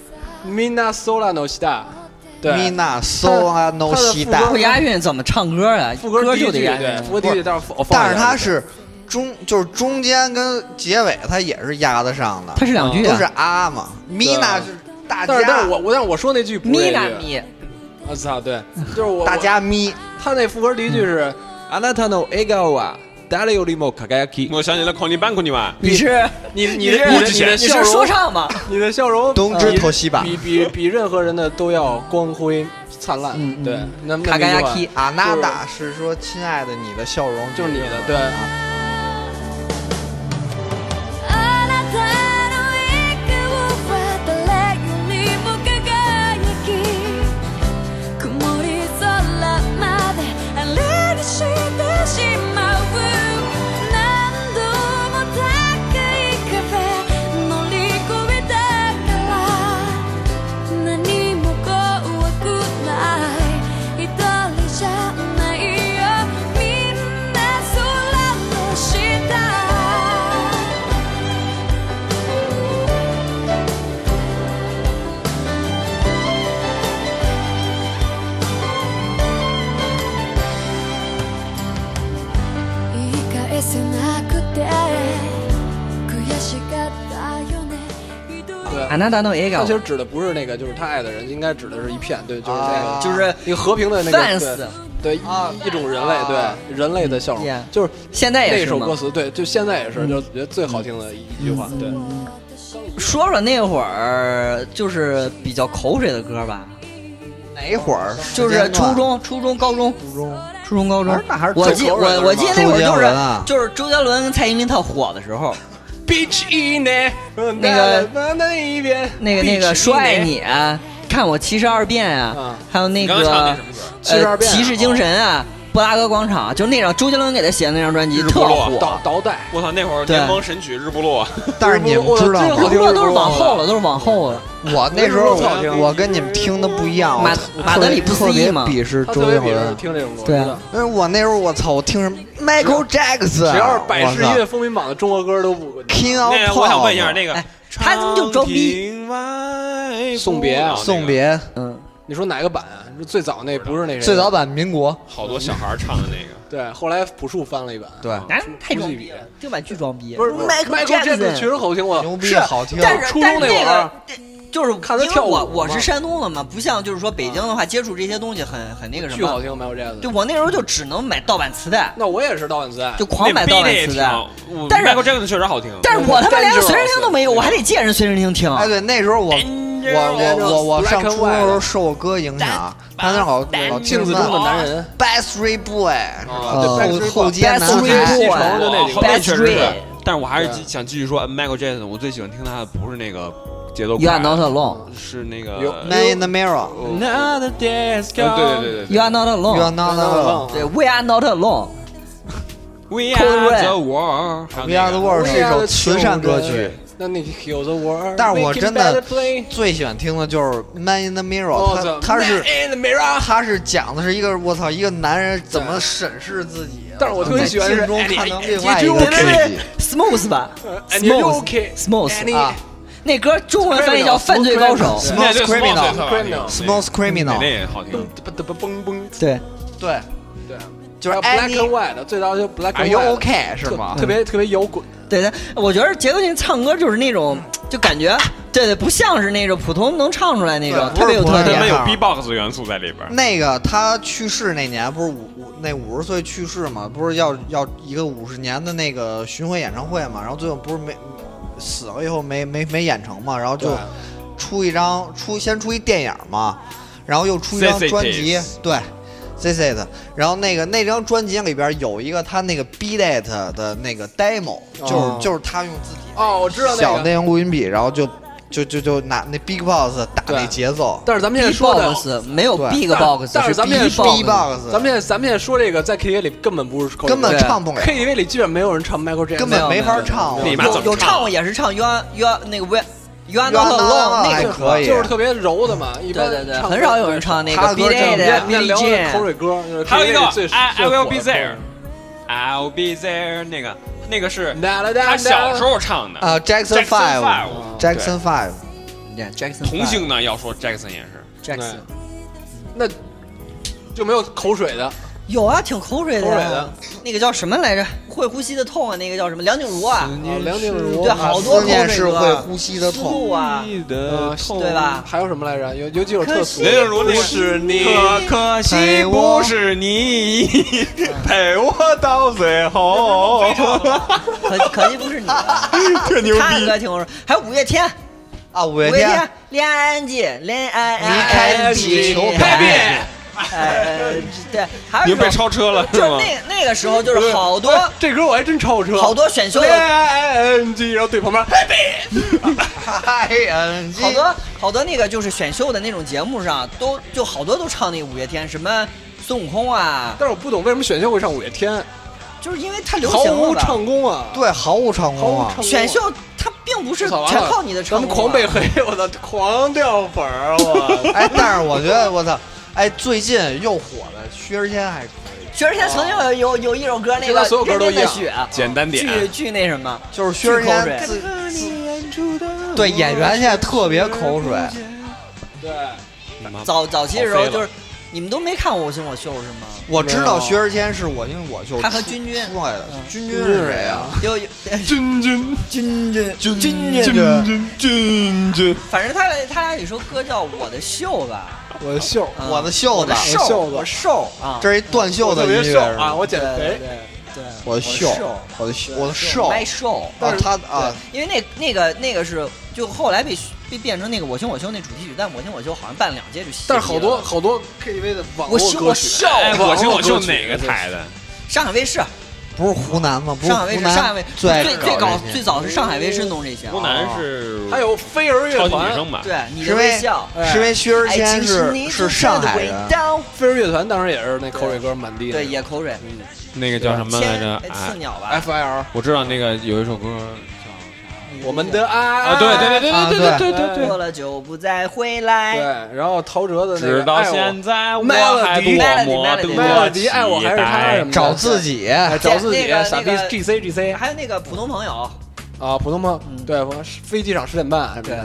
[SPEAKER 2] Mina Solano Sta，对，
[SPEAKER 8] Mina Solano
[SPEAKER 2] 它的
[SPEAKER 8] 西
[SPEAKER 2] 副
[SPEAKER 8] 大
[SPEAKER 6] 不，押韵怎么唱歌啊？
[SPEAKER 2] 副歌第一
[SPEAKER 6] 就得
[SPEAKER 2] 句，
[SPEAKER 6] 押
[SPEAKER 2] 对，副
[SPEAKER 6] 韵。
[SPEAKER 2] 歌第一句，但是我放
[SPEAKER 8] 但
[SPEAKER 2] 一
[SPEAKER 8] 是
[SPEAKER 2] 下
[SPEAKER 8] 它是中，就是中间跟结尾，它也是押得上的，
[SPEAKER 6] 它是两句
[SPEAKER 8] 都
[SPEAKER 6] 啊
[SPEAKER 8] 是啊嘛。Mina 是大
[SPEAKER 2] 但是但
[SPEAKER 8] 家，
[SPEAKER 2] 是我我但是我说那句不是
[SPEAKER 6] 咪
[SPEAKER 2] 那
[SPEAKER 6] 啦
[SPEAKER 2] 句，
[SPEAKER 6] 咪，嗯
[SPEAKER 2] 我操，对，就是我
[SPEAKER 8] 大家咪，
[SPEAKER 2] 他那副歌第一句是 “anata no ega wa d a r も輝き
[SPEAKER 7] 我想起了 c o n n y b a n k 你吧，
[SPEAKER 6] 你是”，
[SPEAKER 2] 你你的你的你的
[SPEAKER 6] 你
[SPEAKER 2] 笑
[SPEAKER 6] 是说
[SPEAKER 2] 容，
[SPEAKER 6] 唱吗？
[SPEAKER 2] 你的笑 容，
[SPEAKER 8] 东芝头西吧
[SPEAKER 2] 比比比任何人的都要光辉灿烂。
[SPEAKER 6] 嗯嗯
[SPEAKER 2] 对，那
[SPEAKER 6] 卡嘎亚，
[SPEAKER 2] 那么一句
[SPEAKER 6] 基，
[SPEAKER 8] 阿娜达啊是说亲爱的，你的笑容
[SPEAKER 2] 就是你的对
[SPEAKER 8] 啊
[SPEAKER 12] あなたの笑顔は誰よりも輝き曇り空まであれにしてしまう何度も高い壁乗り越えたから何も怖くない一人じゃないよみんな空の
[SPEAKER 2] 对，
[SPEAKER 6] あなたの笑
[SPEAKER 2] 他
[SPEAKER 6] 顔
[SPEAKER 2] 其实指的不是那个，就是他爱的人，应该指的是一片，对，就是那
[SPEAKER 6] 啊
[SPEAKER 2] 个，
[SPEAKER 6] 就是
[SPEAKER 2] 一个和平的那个
[SPEAKER 6] fans
[SPEAKER 2] 对，对一一种人类，对人类的笑容
[SPEAKER 6] 嗯 Yeah，
[SPEAKER 2] 就是
[SPEAKER 6] 现在也是
[SPEAKER 2] 那首
[SPEAKER 6] 吗嗯
[SPEAKER 2] 歌词，对，就现在也是，就是觉得最好听的一一句话，对。
[SPEAKER 6] 说说那会儿就是比较口水的歌吧。
[SPEAKER 8] 哪会儿
[SPEAKER 6] 就是初中、初中、高中、
[SPEAKER 8] 初中、
[SPEAKER 6] 初中、高中，
[SPEAKER 8] 那还是
[SPEAKER 6] 我记
[SPEAKER 8] 最口水的
[SPEAKER 6] 我我记得那会儿
[SPEAKER 8] 周杰伦啊
[SPEAKER 6] 就是就是周杰伦跟蔡依林特火的时候，
[SPEAKER 2] Beach in
[SPEAKER 6] 那个
[SPEAKER 2] E 那一边，E
[SPEAKER 6] 那个那个说爱你啊，看我七十二变啊，还有那
[SPEAKER 2] 你刚刚唱
[SPEAKER 6] 个
[SPEAKER 2] 那什么
[SPEAKER 6] 呃
[SPEAKER 2] 歌72变啊
[SPEAKER 6] 骑士精神啊，布拉格广场，就那张周杰伦给他写的那张专辑
[SPEAKER 7] 不
[SPEAKER 6] 特
[SPEAKER 7] 落
[SPEAKER 6] 火。
[SPEAKER 2] 倒带，
[SPEAKER 7] 我操，那会儿
[SPEAKER 6] 对
[SPEAKER 7] 联盟神曲《日不落》，
[SPEAKER 8] 但是你们知道吗？
[SPEAKER 6] 日不落都是往后了，都是往后了。
[SPEAKER 8] 我那时候我我跟你们听的不一样，我
[SPEAKER 6] 马
[SPEAKER 8] 特
[SPEAKER 6] 马德里不思
[SPEAKER 8] 特
[SPEAKER 6] 议
[SPEAKER 8] 别
[SPEAKER 6] 嘛
[SPEAKER 8] 鄙视
[SPEAKER 2] 他
[SPEAKER 8] 周
[SPEAKER 2] 特
[SPEAKER 8] 杰
[SPEAKER 2] 别鄙视
[SPEAKER 8] 伦，
[SPEAKER 2] 听这种歌，
[SPEAKER 6] 对
[SPEAKER 2] 真的
[SPEAKER 6] 啊，
[SPEAKER 8] 因为我那时候我操，我听什么 Michael Jackson，
[SPEAKER 2] 只要是百事
[SPEAKER 8] 我操
[SPEAKER 2] 业风云榜的中国歌都不
[SPEAKER 8] King of Pop，啊
[SPEAKER 7] 那
[SPEAKER 8] 哎
[SPEAKER 7] 我想问一下，那个
[SPEAKER 6] 他怎么就装逼？
[SPEAKER 2] 送别啊，
[SPEAKER 8] 送别
[SPEAKER 6] 嗯，
[SPEAKER 2] 你说哪个版啊？你说最早那不是那谁？
[SPEAKER 8] 最早版民国，
[SPEAKER 7] 好多小孩儿唱的那个，
[SPEAKER 2] 对，后来朴树翻了一版，
[SPEAKER 8] 对，
[SPEAKER 6] 哎，太装逼了，这版巨装逼。
[SPEAKER 2] 不是不是
[SPEAKER 6] Michael
[SPEAKER 2] Michael Jackson 确实好听，我
[SPEAKER 8] 牛逼啊
[SPEAKER 6] 是
[SPEAKER 8] 好听，
[SPEAKER 6] 但是
[SPEAKER 2] 初中
[SPEAKER 6] 但是
[SPEAKER 2] 那会
[SPEAKER 6] 那
[SPEAKER 2] 儿
[SPEAKER 6] 个就是看
[SPEAKER 2] 他跳舞
[SPEAKER 6] 我
[SPEAKER 2] 嘛
[SPEAKER 6] 我是山东的嘛，不像就是说北京的话接触这些东西很很那个什
[SPEAKER 2] 巨好
[SPEAKER 6] 么。
[SPEAKER 2] 听 Michael Jackson。
[SPEAKER 6] 对，我那时候就只能买盗版磁带，
[SPEAKER 2] 那我也是盗版磁带，
[SPEAKER 6] 就狂买
[SPEAKER 7] 那
[SPEAKER 6] 盗版
[SPEAKER 7] 逼也
[SPEAKER 6] 磁
[SPEAKER 7] 挺
[SPEAKER 6] 带。
[SPEAKER 7] 好我
[SPEAKER 6] 但是
[SPEAKER 7] Michael Jackson 确实好听，
[SPEAKER 6] 但是我他妈连个
[SPEAKER 2] 单只
[SPEAKER 6] 随身听都没有，我还得借人随身听听。
[SPEAKER 8] 哎，对，那时候我我我我我上初中的时候受我哥影响，他那好老
[SPEAKER 2] 镜子中的男人，
[SPEAKER 8] Backstreet 哦 Boy，
[SPEAKER 6] 呃
[SPEAKER 2] 啊对
[SPEAKER 8] 呃后
[SPEAKER 2] Backstreet
[SPEAKER 8] 后街男
[SPEAKER 6] Backstreet
[SPEAKER 8] 孩
[SPEAKER 6] Boy
[SPEAKER 2] 西城的那几个，
[SPEAKER 7] 好那
[SPEAKER 6] Best
[SPEAKER 7] 确实是
[SPEAKER 6] Ray，
[SPEAKER 7] 但是我还是想继续说 Michael Jackson，我最喜欢听他的不是那个节奏
[SPEAKER 6] You
[SPEAKER 7] 快
[SPEAKER 6] are not alone.
[SPEAKER 7] 是那个
[SPEAKER 2] 有
[SPEAKER 7] 呃
[SPEAKER 8] Man in the Mirror，You
[SPEAKER 7] 对对对对
[SPEAKER 6] You are not
[SPEAKER 8] are
[SPEAKER 6] alone.
[SPEAKER 8] not alone，
[SPEAKER 6] 对，We are not alone.
[SPEAKER 7] ，We
[SPEAKER 6] Cold
[SPEAKER 7] are
[SPEAKER 6] Red
[SPEAKER 7] the
[SPEAKER 2] 啊
[SPEAKER 7] world，还有
[SPEAKER 8] We
[SPEAKER 7] 那
[SPEAKER 8] Are
[SPEAKER 7] 个
[SPEAKER 8] the World 是一首慈善歌曲，。
[SPEAKER 2] 那那有 the world，
[SPEAKER 8] 但是我真的
[SPEAKER 2] making better play
[SPEAKER 8] 最喜欢听的就是《Man in the
[SPEAKER 2] 哦
[SPEAKER 8] Mirror》，
[SPEAKER 2] the
[SPEAKER 8] 他他是
[SPEAKER 2] Man in the mirror
[SPEAKER 8] 他是讲的是一个我操一个男人怎么审视自己，啊
[SPEAKER 2] 但是我特别喜欢
[SPEAKER 8] 在
[SPEAKER 2] 哎是
[SPEAKER 8] 镜中
[SPEAKER 2] Annie-
[SPEAKER 8] 看到
[SPEAKER 2] Annie-
[SPEAKER 8] 另外一个
[SPEAKER 6] 对对
[SPEAKER 8] 自
[SPEAKER 6] 对
[SPEAKER 8] 己。
[SPEAKER 6] ，Smooth 吧
[SPEAKER 2] And you okay?
[SPEAKER 6] ，Smooth，Smooth
[SPEAKER 2] Any-
[SPEAKER 8] 啊
[SPEAKER 6] 那歌中文翻译叫《犯罪高手》。
[SPEAKER 7] 那
[SPEAKER 8] Small
[SPEAKER 7] 就
[SPEAKER 8] Criminal
[SPEAKER 2] criminal
[SPEAKER 8] Small
[SPEAKER 7] 那那
[SPEAKER 8] Criminal，
[SPEAKER 7] 也好听。
[SPEAKER 2] 蹦蹦，
[SPEAKER 6] 对，
[SPEAKER 8] 对，
[SPEAKER 2] 对，
[SPEAKER 8] 就是
[SPEAKER 2] black and
[SPEAKER 8] Annie
[SPEAKER 2] white，最早就 black
[SPEAKER 8] Are
[SPEAKER 2] and
[SPEAKER 8] you
[SPEAKER 2] white
[SPEAKER 8] 哎 OK 是
[SPEAKER 2] 特
[SPEAKER 8] 吗？
[SPEAKER 2] 哎特别特别摇滚，
[SPEAKER 6] 对的，我觉得杰克逊唱歌就是那种，就感觉，对对，不像是那种普通能唱出来那种，
[SPEAKER 8] 对
[SPEAKER 6] 特别有特
[SPEAKER 8] 不是
[SPEAKER 7] 他
[SPEAKER 8] 普
[SPEAKER 7] 们
[SPEAKER 8] 通
[SPEAKER 6] 点。啊
[SPEAKER 7] 有
[SPEAKER 8] 也好
[SPEAKER 7] B-box 元素在里边儿，
[SPEAKER 8] 那个他去世那年不是五五那五十岁去世嘛，不是要要一个五十年的那个巡回演唱会嘛，然后最后不是没死了以后没没没演成嘛，然后就
[SPEAKER 2] 对
[SPEAKER 8] 出一张出先出一电影嘛，然后又出一张
[SPEAKER 7] This is
[SPEAKER 8] 专辑，对。C C 的，然后那个那张专辑里边有一个他那个 B Date 的那个 demo，、就
[SPEAKER 2] 哦
[SPEAKER 8] 是就是他用自己
[SPEAKER 2] 哦，我知道
[SPEAKER 8] 小
[SPEAKER 2] 那个。
[SPEAKER 8] 那种录音笔，然后就就就就拿那 Big Boss 打那
[SPEAKER 2] 对
[SPEAKER 8] 节奏，
[SPEAKER 2] 但是咱们现在
[SPEAKER 6] Big
[SPEAKER 2] 说的
[SPEAKER 6] box 没有
[SPEAKER 8] 对
[SPEAKER 6] Big
[SPEAKER 2] 但
[SPEAKER 6] box，
[SPEAKER 2] 但是咱们也
[SPEAKER 6] Big
[SPEAKER 2] 说
[SPEAKER 6] box
[SPEAKER 8] B Box，
[SPEAKER 2] 咱们现在咱们现在说这个，在 KTV 里根本不是口水
[SPEAKER 8] 根本
[SPEAKER 2] 歌
[SPEAKER 8] 唱不了
[SPEAKER 2] KTV 里基本没有人唱 Michael Jackson，
[SPEAKER 8] 根本没法
[SPEAKER 2] 有
[SPEAKER 8] 唱
[SPEAKER 2] 有
[SPEAKER 7] 立
[SPEAKER 2] 有
[SPEAKER 7] 马
[SPEAKER 6] 有
[SPEAKER 7] 怎
[SPEAKER 6] 有
[SPEAKER 7] 么
[SPEAKER 6] 唱
[SPEAKER 7] 唱
[SPEAKER 6] 过也是唱 You are You are 那个 We You are
[SPEAKER 8] You are
[SPEAKER 6] not
[SPEAKER 8] not
[SPEAKER 6] alone
[SPEAKER 8] alone，
[SPEAKER 6] 那
[SPEAKER 8] 还
[SPEAKER 6] 个
[SPEAKER 8] 可以
[SPEAKER 2] 就是特别柔的嘛，一
[SPEAKER 6] 对
[SPEAKER 2] 般
[SPEAKER 6] 对对，
[SPEAKER 2] 唱
[SPEAKER 6] 很少有人唱那
[SPEAKER 8] 他
[SPEAKER 6] 个
[SPEAKER 8] 的
[SPEAKER 6] B
[SPEAKER 8] 歌真的
[SPEAKER 6] Day
[SPEAKER 8] 对
[SPEAKER 6] 的
[SPEAKER 2] 那那
[SPEAKER 6] B
[SPEAKER 2] 聊的口
[SPEAKER 6] J，
[SPEAKER 2] 水歌，就是
[SPEAKER 7] 还有一个
[SPEAKER 2] KTV 最
[SPEAKER 7] I I
[SPEAKER 2] 最火
[SPEAKER 7] will
[SPEAKER 2] 的
[SPEAKER 7] be there。I'll be there，那个那个是
[SPEAKER 2] 哒啦哒啦
[SPEAKER 7] 他小时候唱的
[SPEAKER 8] 啊，Jackson
[SPEAKER 6] 嗯
[SPEAKER 7] Jackson Five，
[SPEAKER 8] Five，Jackson Five，
[SPEAKER 6] Jackson
[SPEAKER 7] 同性呢要说 Jackson 也是，
[SPEAKER 6] Jackson
[SPEAKER 2] 那就没有口水的，
[SPEAKER 6] 有啊，挺口水的
[SPEAKER 2] 口水
[SPEAKER 6] 呀
[SPEAKER 2] 的，
[SPEAKER 6] 那个叫什么来着？会呼吸的痛啊，那个叫什么？梁静茹啊，
[SPEAKER 2] 啊梁静茹
[SPEAKER 6] 对，
[SPEAKER 2] 啊
[SPEAKER 6] 好多
[SPEAKER 8] 思
[SPEAKER 6] 口
[SPEAKER 8] 念
[SPEAKER 6] 水
[SPEAKER 8] 是
[SPEAKER 6] 歌
[SPEAKER 8] 会
[SPEAKER 6] 啊，
[SPEAKER 8] 呼吸的
[SPEAKER 6] 思
[SPEAKER 8] 痛
[SPEAKER 6] 路。 啊，
[SPEAKER 2] 呃，
[SPEAKER 6] 对吧？
[SPEAKER 2] 还有什么来着？有有几首特殊
[SPEAKER 7] 梁静茹那个
[SPEAKER 2] 是你
[SPEAKER 7] 可
[SPEAKER 8] 惜不
[SPEAKER 7] 是 你陪我到最后，
[SPEAKER 6] 可可惜不是你 啊，
[SPEAKER 7] 特牛
[SPEAKER 6] 他的歌挺好听，还有五月天，
[SPEAKER 8] 啊，五
[SPEAKER 6] 五
[SPEAKER 8] 月
[SPEAKER 6] 月
[SPEAKER 8] 天
[SPEAKER 6] 天，恋爱记，恋爱
[SPEAKER 8] 离开地球改变，
[SPEAKER 6] 哎，对，还
[SPEAKER 7] 你
[SPEAKER 6] 有
[SPEAKER 7] 被
[SPEAKER 6] 什么
[SPEAKER 7] 超车了
[SPEAKER 6] 就是
[SPEAKER 7] 吗？
[SPEAKER 6] 那那个时候就是好 多
[SPEAKER 2] 哎这歌我还真超车，
[SPEAKER 6] 好多选秀的
[SPEAKER 2] I N G，然后对旁边 Happy，
[SPEAKER 8] ，I N
[SPEAKER 6] 好
[SPEAKER 8] G，
[SPEAKER 6] 多好多那个就是选秀的那种节目上，都就好多都唱那个五月天，什么孙悟空啊，
[SPEAKER 2] 但是我不懂为什么选秀会上五月天，
[SPEAKER 6] 就是因为它流
[SPEAKER 2] 毫
[SPEAKER 6] 行了
[SPEAKER 2] 无
[SPEAKER 6] 吧。
[SPEAKER 2] 唱功啊，
[SPEAKER 8] 对，毫无唱
[SPEAKER 2] 毫无
[SPEAKER 8] 功啊
[SPEAKER 2] 唱，功，
[SPEAKER 6] 选秀它并不是
[SPEAKER 2] 我操完
[SPEAKER 6] 全
[SPEAKER 2] 了
[SPEAKER 6] 靠你的
[SPEAKER 2] 咱
[SPEAKER 6] 成
[SPEAKER 2] 们
[SPEAKER 6] 功啊，
[SPEAKER 2] 狂被黑，我操，狂掉粉儿，我
[SPEAKER 8] 哎，但是我觉得我操，哎，最近又火了，薛之谦还可以，
[SPEAKER 6] 薛之谦曾经有有有一首歌，那
[SPEAKER 2] 哦现
[SPEAKER 6] 个
[SPEAKER 2] 在所有歌都
[SPEAKER 6] 认真
[SPEAKER 2] 一
[SPEAKER 6] 的
[SPEAKER 2] 样
[SPEAKER 6] 雪，啊
[SPEAKER 7] 简单点，
[SPEAKER 6] 巨巨那什么，
[SPEAKER 8] 就是薛之
[SPEAKER 6] 巨口水
[SPEAKER 8] 谦自自对演员现在特别口水，
[SPEAKER 2] 对，
[SPEAKER 7] 你妈
[SPEAKER 6] 早早期的时候就是。你们都没看《我行我秀》是吗？
[SPEAKER 8] 我知道薛之谦是我，因为我就
[SPEAKER 6] 他和君君
[SPEAKER 8] 出来哦的。君
[SPEAKER 6] 君
[SPEAKER 8] 君是谁啊？
[SPEAKER 6] 有有君君君君君君
[SPEAKER 8] 君
[SPEAKER 1] 君君，
[SPEAKER 6] 反正他俩他俩有一首歌叫《我的秀》吧，
[SPEAKER 2] 我的秀，
[SPEAKER 6] 啊
[SPEAKER 8] 嗯我的袖
[SPEAKER 6] 我
[SPEAKER 8] 子
[SPEAKER 6] 的，
[SPEAKER 2] 袖子
[SPEAKER 6] 我瘦啊，
[SPEAKER 8] 这是一断袖子
[SPEAKER 2] 我特
[SPEAKER 8] 音
[SPEAKER 2] 别
[SPEAKER 8] 乐
[SPEAKER 2] 瘦
[SPEAKER 8] 是
[SPEAKER 2] 啊，
[SPEAKER 8] 吗？
[SPEAKER 2] 我减肥
[SPEAKER 6] 对。对对，
[SPEAKER 8] 我的袖
[SPEAKER 6] 我的袖，
[SPEAKER 8] 我的袖，我的瘦。
[SPEAKER 6] 麦瘦，
[SPEAKER 8] 啊，他啊，
[SPEAKER 6] 因为那那个那个是就后来被被变成那个《我行我秀》那主题曲，但《我行我秀》好像办了两届就歇
[SPEAKER 2] 但是好多
[SPEAKER 6] 业了
[SPEAKER 2] 好多 KTV 的网
[SPEAKER 6] 我
[SPEAKER 2] 络
[SPEAKER 6] 秀
[SPEAKER 2] 歌
[SPEAKER 6] 我
[SPEAKER 2] 曲，
[SPEAKER 6] 秀，
[SPEAKER 7] 哎，我行我秀
[SPEAKER 2] 网络歌曲
[SPEAKER 7] 哪个台的？
[SPEAKER 6] 上海卫视
[SPEAKER 8] 不是湖南吗？不是
[SPEAKER 6] 上海
[SPEAKER 8] 湖
[SPEAKER 6] 卫视
[SPEAKER 8] 南
[SPEAKER 6] 上海卫视
[SPEAKER 8] 最爱
[SPEAKER 6] 最最
[SPEAKER 8] 搞
[SPEAKER 6] 搞
[SPEAKER 8] 这些哦
[SPEAKER 6] 最早是上海卫视
[SPEAKER 7] 嗯
[SPEAKER 6] 弄这些啊，
[SPEAKER 7] 湖南是
[SPEAKER 2] 还有飞儿乐
[SPEAKER 7] 超级女
[SPEAKER 2] 团，
[SPEAKER 7] 声吧？
[SPEAKER 6] 对你
[SPEAKER 8] 是
[SPEAKER 6] 的
[SPEAKER 8] 因为
[SPEAKER 6] 微笑。哎
[SPEAKER 8] 是因为薛之
[SPEAKER 6] 爱
[SPEAKER 8] 谦
[SPEAKER 6] 情
[SPEAKER 8] 是
[SPEAKER 6] 你独
[SPEAKER 8] 是
[SPEAKER 6] 特
[SPEAKER 8] 上
[SPEAKER 6] 的
[SPEAKER 8] 海
[SPEAKER 6] 味
[SPEAKER 8] 人，
[SPEAKER 6] 道
[SPEAKER 2] 哎飞儿乐团当时也是那口水歌满地的，
[SPEAKER 6] 对，野口水，
[SPEAKER 7] 那个叫什么来
[SPEAKER 6] 千
[SPEAKER 7] 着？
[SPEAKER 6] 哎
[SPEAKER 7] 哎
[SPEAKER 6] 刺，鸟吧，
[SPEAKER 2] FIR，
[SPEAKER 7] 我知道那个有一首歌
[SPEAKER 2] 我们的爱
[SPEAKER 7] 啊，对对对
[SPEAKER 8] 啊
[SPEAKER 7] 对
[SPEAKER 8] 对
[SPEAKER 7] 对对对
[SPEAKER 6] 过了就不再回来。
[SPEAKER 2] 对，然后陶喆的那个
[SPEAKER 7] 直到现在我还多么的
[SPEAKER 2] 爱我，迪爱我还是他什么的
[SPEAKER 8] 找自己。
[SPEAKER 2] 哎找自己
[SPEAKER 6] 那个
[SPEAKER 2] 傻逼
[SPEAKER 6] 那个
[SPEAKER 2] GC GC
[SPEAKER 6] 还有那个普通朋友，
[SPEAKER 2] 啊，普通朋友
[SPEAKER 6] 嗯
[SPEAKER 2] 对，我是飞机场十点半，对，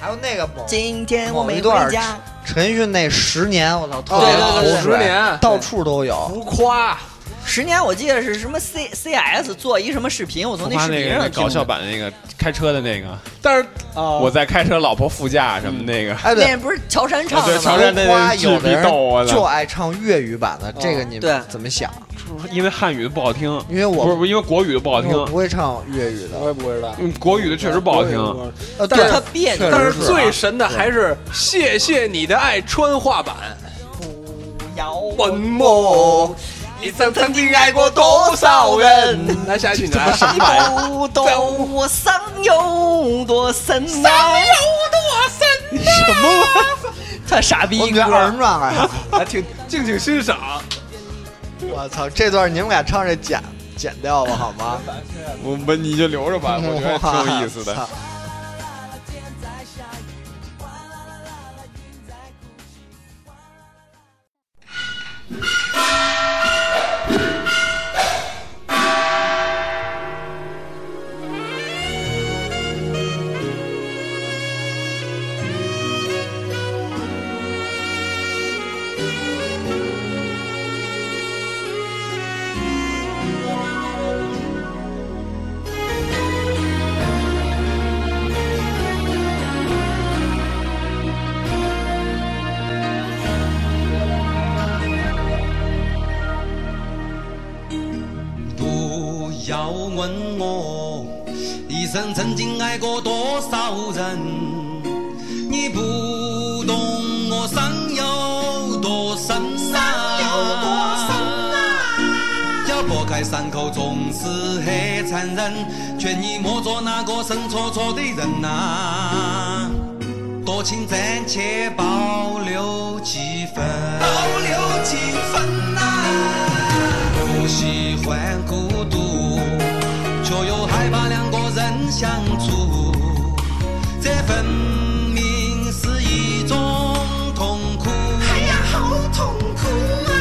[SPEAKER 8] 还有那个某
[SPEAKER 6] 今天我
[SPEAKER 8] 某
[SPEAKER 6] 没
[SPEAKER 8] 一段
[SPEAKER 6] 回家。
[SPEAKER 8] 陈奕迅那十年，我操，特
[SPEAKER 6] 对
[SPEAKER 8] 别
[SPEAKER 6] 对对
[SPEAKER 8] 口
[SPEAKER 6] 对
[SPEAKER 8] 水
[SPEAKER 2] 十年
[SPEAKER 8] 到处都有。
[SPEAKER 2] 浮夸，
[SPEAKER 6] 十年我记得是什么 C C S 做一什么视频，我从
[SPEAKER 7] 我
[SPEAKER 6] 那
[SPEAKER 7] 妈
[SPEAKER 6] 视
[SPEAKER 7] 那
[SPEAKER 6] 频
[SPEAKER 7] 个
[SPEAKER 6] 上
[SPEAKER 7] 那
[SPEAKER 6] 听的
[SPEAKER 7] 搞笑。版那个开车的那个，
[SPEAKER 2] 但是啊，
[SPEAKER 7] 我在开车，老婆副驾什么那 个，哦
[SPEAKER 6] 那
[SPEAKER 8] 哎，对，
[SPEAKER 6] 不是乔杉
[SPEAKER 2] 啊
[SPEAKER 6] 唱
[SPEAKER 7] 对
[SPEAKER 6] 的
[SPEAKER 7] 乔
[SPEAKER 6] 吗？
[SPEAKER 7] 杉那
[SPEAKER 8] 浮夸
[SPEAKER 7] 那
[SPEAKER 8] 有
[SPEAKER 7] 巨
[SPEAKER 8] 的
[SPEAKER 7] 逼逗，我
[SPEAKER 8] 人就
[SPEAKER 7] 操！
[SPEAKER 8] 爱唱粤语版的，这个你
[SPEAKER 6] 对
[SPEAKER 8] 们怎么想？
[SPEAKER 7] 因为汉语的不好听，
[SPEAKER 8] 因为
[SPEAKER 7] 不是
[SPEAKER 8] 我
[SPEAKER 7] 不是因为国语的不好听，
[SPEAKER 8] 我不会唱粤语
[SPEAKER 2] 我
[SPEAKER 8] 的，
[SPEAKER 2] 也不知道，
[SPEAKER 7] 嗯国语的确实不好听。
[SPEAKER 8] 呃，
[SPEAKER 6] 但是
[SPEAKER 8] 对
[SPEAKER 6] 他别扭
[SPEAKER 8] 确
[SPEAKER 2] 但
[SPEAKER 8] 实
[SPEAKER 2] 是
[SPEAKER 8] 是
[SPEAKER 2] 最神的还是谢谢你的爱川话版。
[SPEAKER 6] 摇
[SPEAKER 2] 本梦，你曾曾经爱过多少人？来下一句，你来。
[SPEAKER 6] 你不懂我伤有多深呐、伤有多深、什么？ 他傻逼
[SPEAKER 8] 我
[SPEAKER 6] 一啊
[SPEAKER 8] 觉得二人
[SPEAKER 6] 歌，
[SPEAKER 8] 转还好。
[SPEAKER 2] 来听，静静欣赏。
[SPEAKER 8] 我操，这段你们俩唱这剪剪掉吧，好 吗？
[SPEAKER 11] 我们你就留着吧，我觉得挺有意思的。
[SPEAKER 8] 操。
[SPEAKER 10] 不要问我一生曾经爱过多少人，你不懂我伤有多深啊！要剥开伤口总是很残忍，却你摸着那个深戳戳的人啊。多情暂且保留几分，啊保留几分啊呐、不喜欢孤独，却又害怕两个人相处，这分明是一种痛苦。哎呀，好痛苦啊！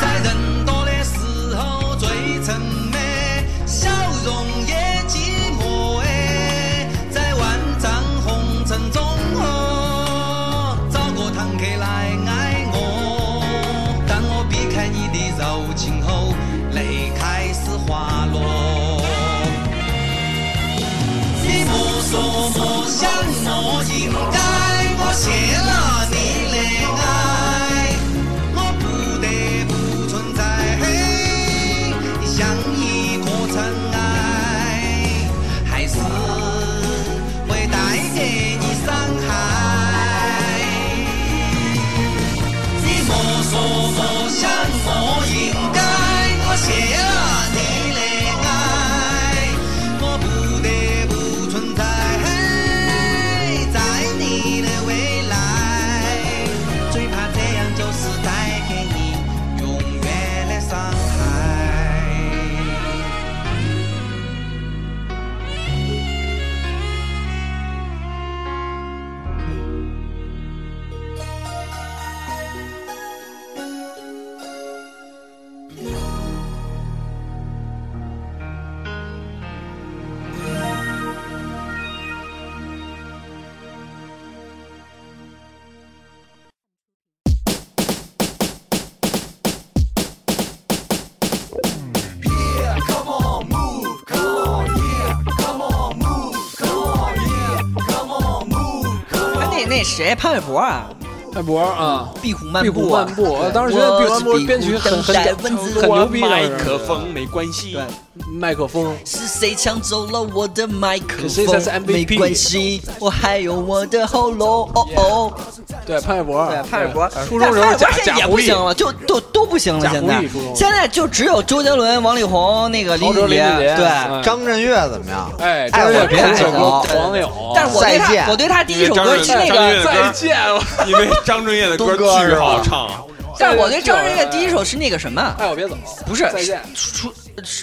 [SPEAKER 10] 在人多的时候最沉美，笑容也寂寞哎，在万丈红尘中哦，找个堂客来爱我。当我避开你的柔情后，泪开始滑落。你莫说莫想，我应该，我谢了你的爱，我不得不存在，像一颗尘埃，还是会带给你伤害。你莫说莫想，我应该，我谢了你的爱，我不得不存在在你的未来，
[SPEAKER 6] 那那谁潘玮柏啊？
[SPEAKER 2] 潘玮柏啊，
[SPEAKER 6] 壁虎漫
[SPEAKER 2] 壁
[SPEAKER 6] 步
[SPEAKER 2] 虎
[SPEAKER 6] 啊，
[SPEAKER 2] 漫步我
[SPEAKER 6] 对
[SPEAKER 2] 当时觉得壁虎漫步
[SPEAKER 6] 我是
[SPEAKER 2] 编曲很
[SPEAKER 6] 登
[SPEAKER 2] 很
[SPEAKER 6] 山
[SPEAKER 2] 很
[SPEAKER 6] 蚊子
[SPEAKER 2] 很
[SPEAKER 6] 我
[SPEAKER 2] 牛逼
[SPEAKER 6] 麦
[SPEAKER 2] 啊
[SPEAKER 6] 克
[SPEAKER 7] 克风没关系，对，
[SPEAKER 2] 麦克风。
[SPEAKER 6] 是谁抢走了我的麦克
[SPEAKER 2] 可是这才是
[SPEAKER 6] 风？没
[SPEAKER 2] MVP
[SPEAKER 6] 关系，我还有我的喉咙。哦哦，
[SPEAKER 2] 对潘玮柏，
[SPEAKER 6] 对潘玮柏，
[SPEAKER 2] 初中时候
[SPEAKER 6] 但潘玮柏现
[SPEAKER 2] 假
[SPEAKER 6] 在也
[SPEAKER 2] 假
[SPEAKER 6] 不
[SPEAKER 2] 狐狸
[SPEAKER 6] 行了，就都都不行了。
[SPEAKER 2] 假
[SPEAKER 6] 现
[SPEAKER 2] 狐
[SPEAKER 6] 在
[SPEAKER 2] 狸初中
[SPEAKER 6] 现在就只有周杰伦、王力宏、那个林俊杰，
[SPEAKER 2] 陶喆林俊杰
[SPEAKER 6] 对
[SPEAKER 2] 嗯
[SPEAKER 8] 张震岳 怎么样？
[SPEAKER 2] 哎，
[SPEAKER 8] 哎
[SPEAKER 2] 张震
[SPEAKER 8] 我
[SPEAKER 2] 岳
[SPEAKER 8] 别
[SPEAKER 2] 这首
[SPEAKER 8] 走
[SPEAKER 2] 歌狂
[SPEAKER 7] 啊哦
[SPEAKER 2] 有，
[SPEAKER 6] 但是我对
[SPEAKER 8] 再见
[SPEAKER 6] 他，我对他第一首
[SPEAKER 7] 张
[SPEAKER 6] 歌
[SPEAKER 7] 震
[SPEAKER 6] 是那
[SPEAKER 7] 张震
[SPEAKER 6] 个
[SPEAKER 7] 岳，
[SPEAKER 2] 再见，
[SPEAKER 7] 因为张震岳的歌
[SPEAKER 8] 东哥
[SPEAKER 7] 巨
[SPEAKER 8] 是吧
[SPEAKER 7] 好唱，啊
[SPEAKER 6] 但是我对张震岳第一首是那个什么，
[SPEAKER 2] 哎，我别走，
[SPEAKER 6] 不是
[SPEAKER 2] 再见。
[SPEAKER 6] 初初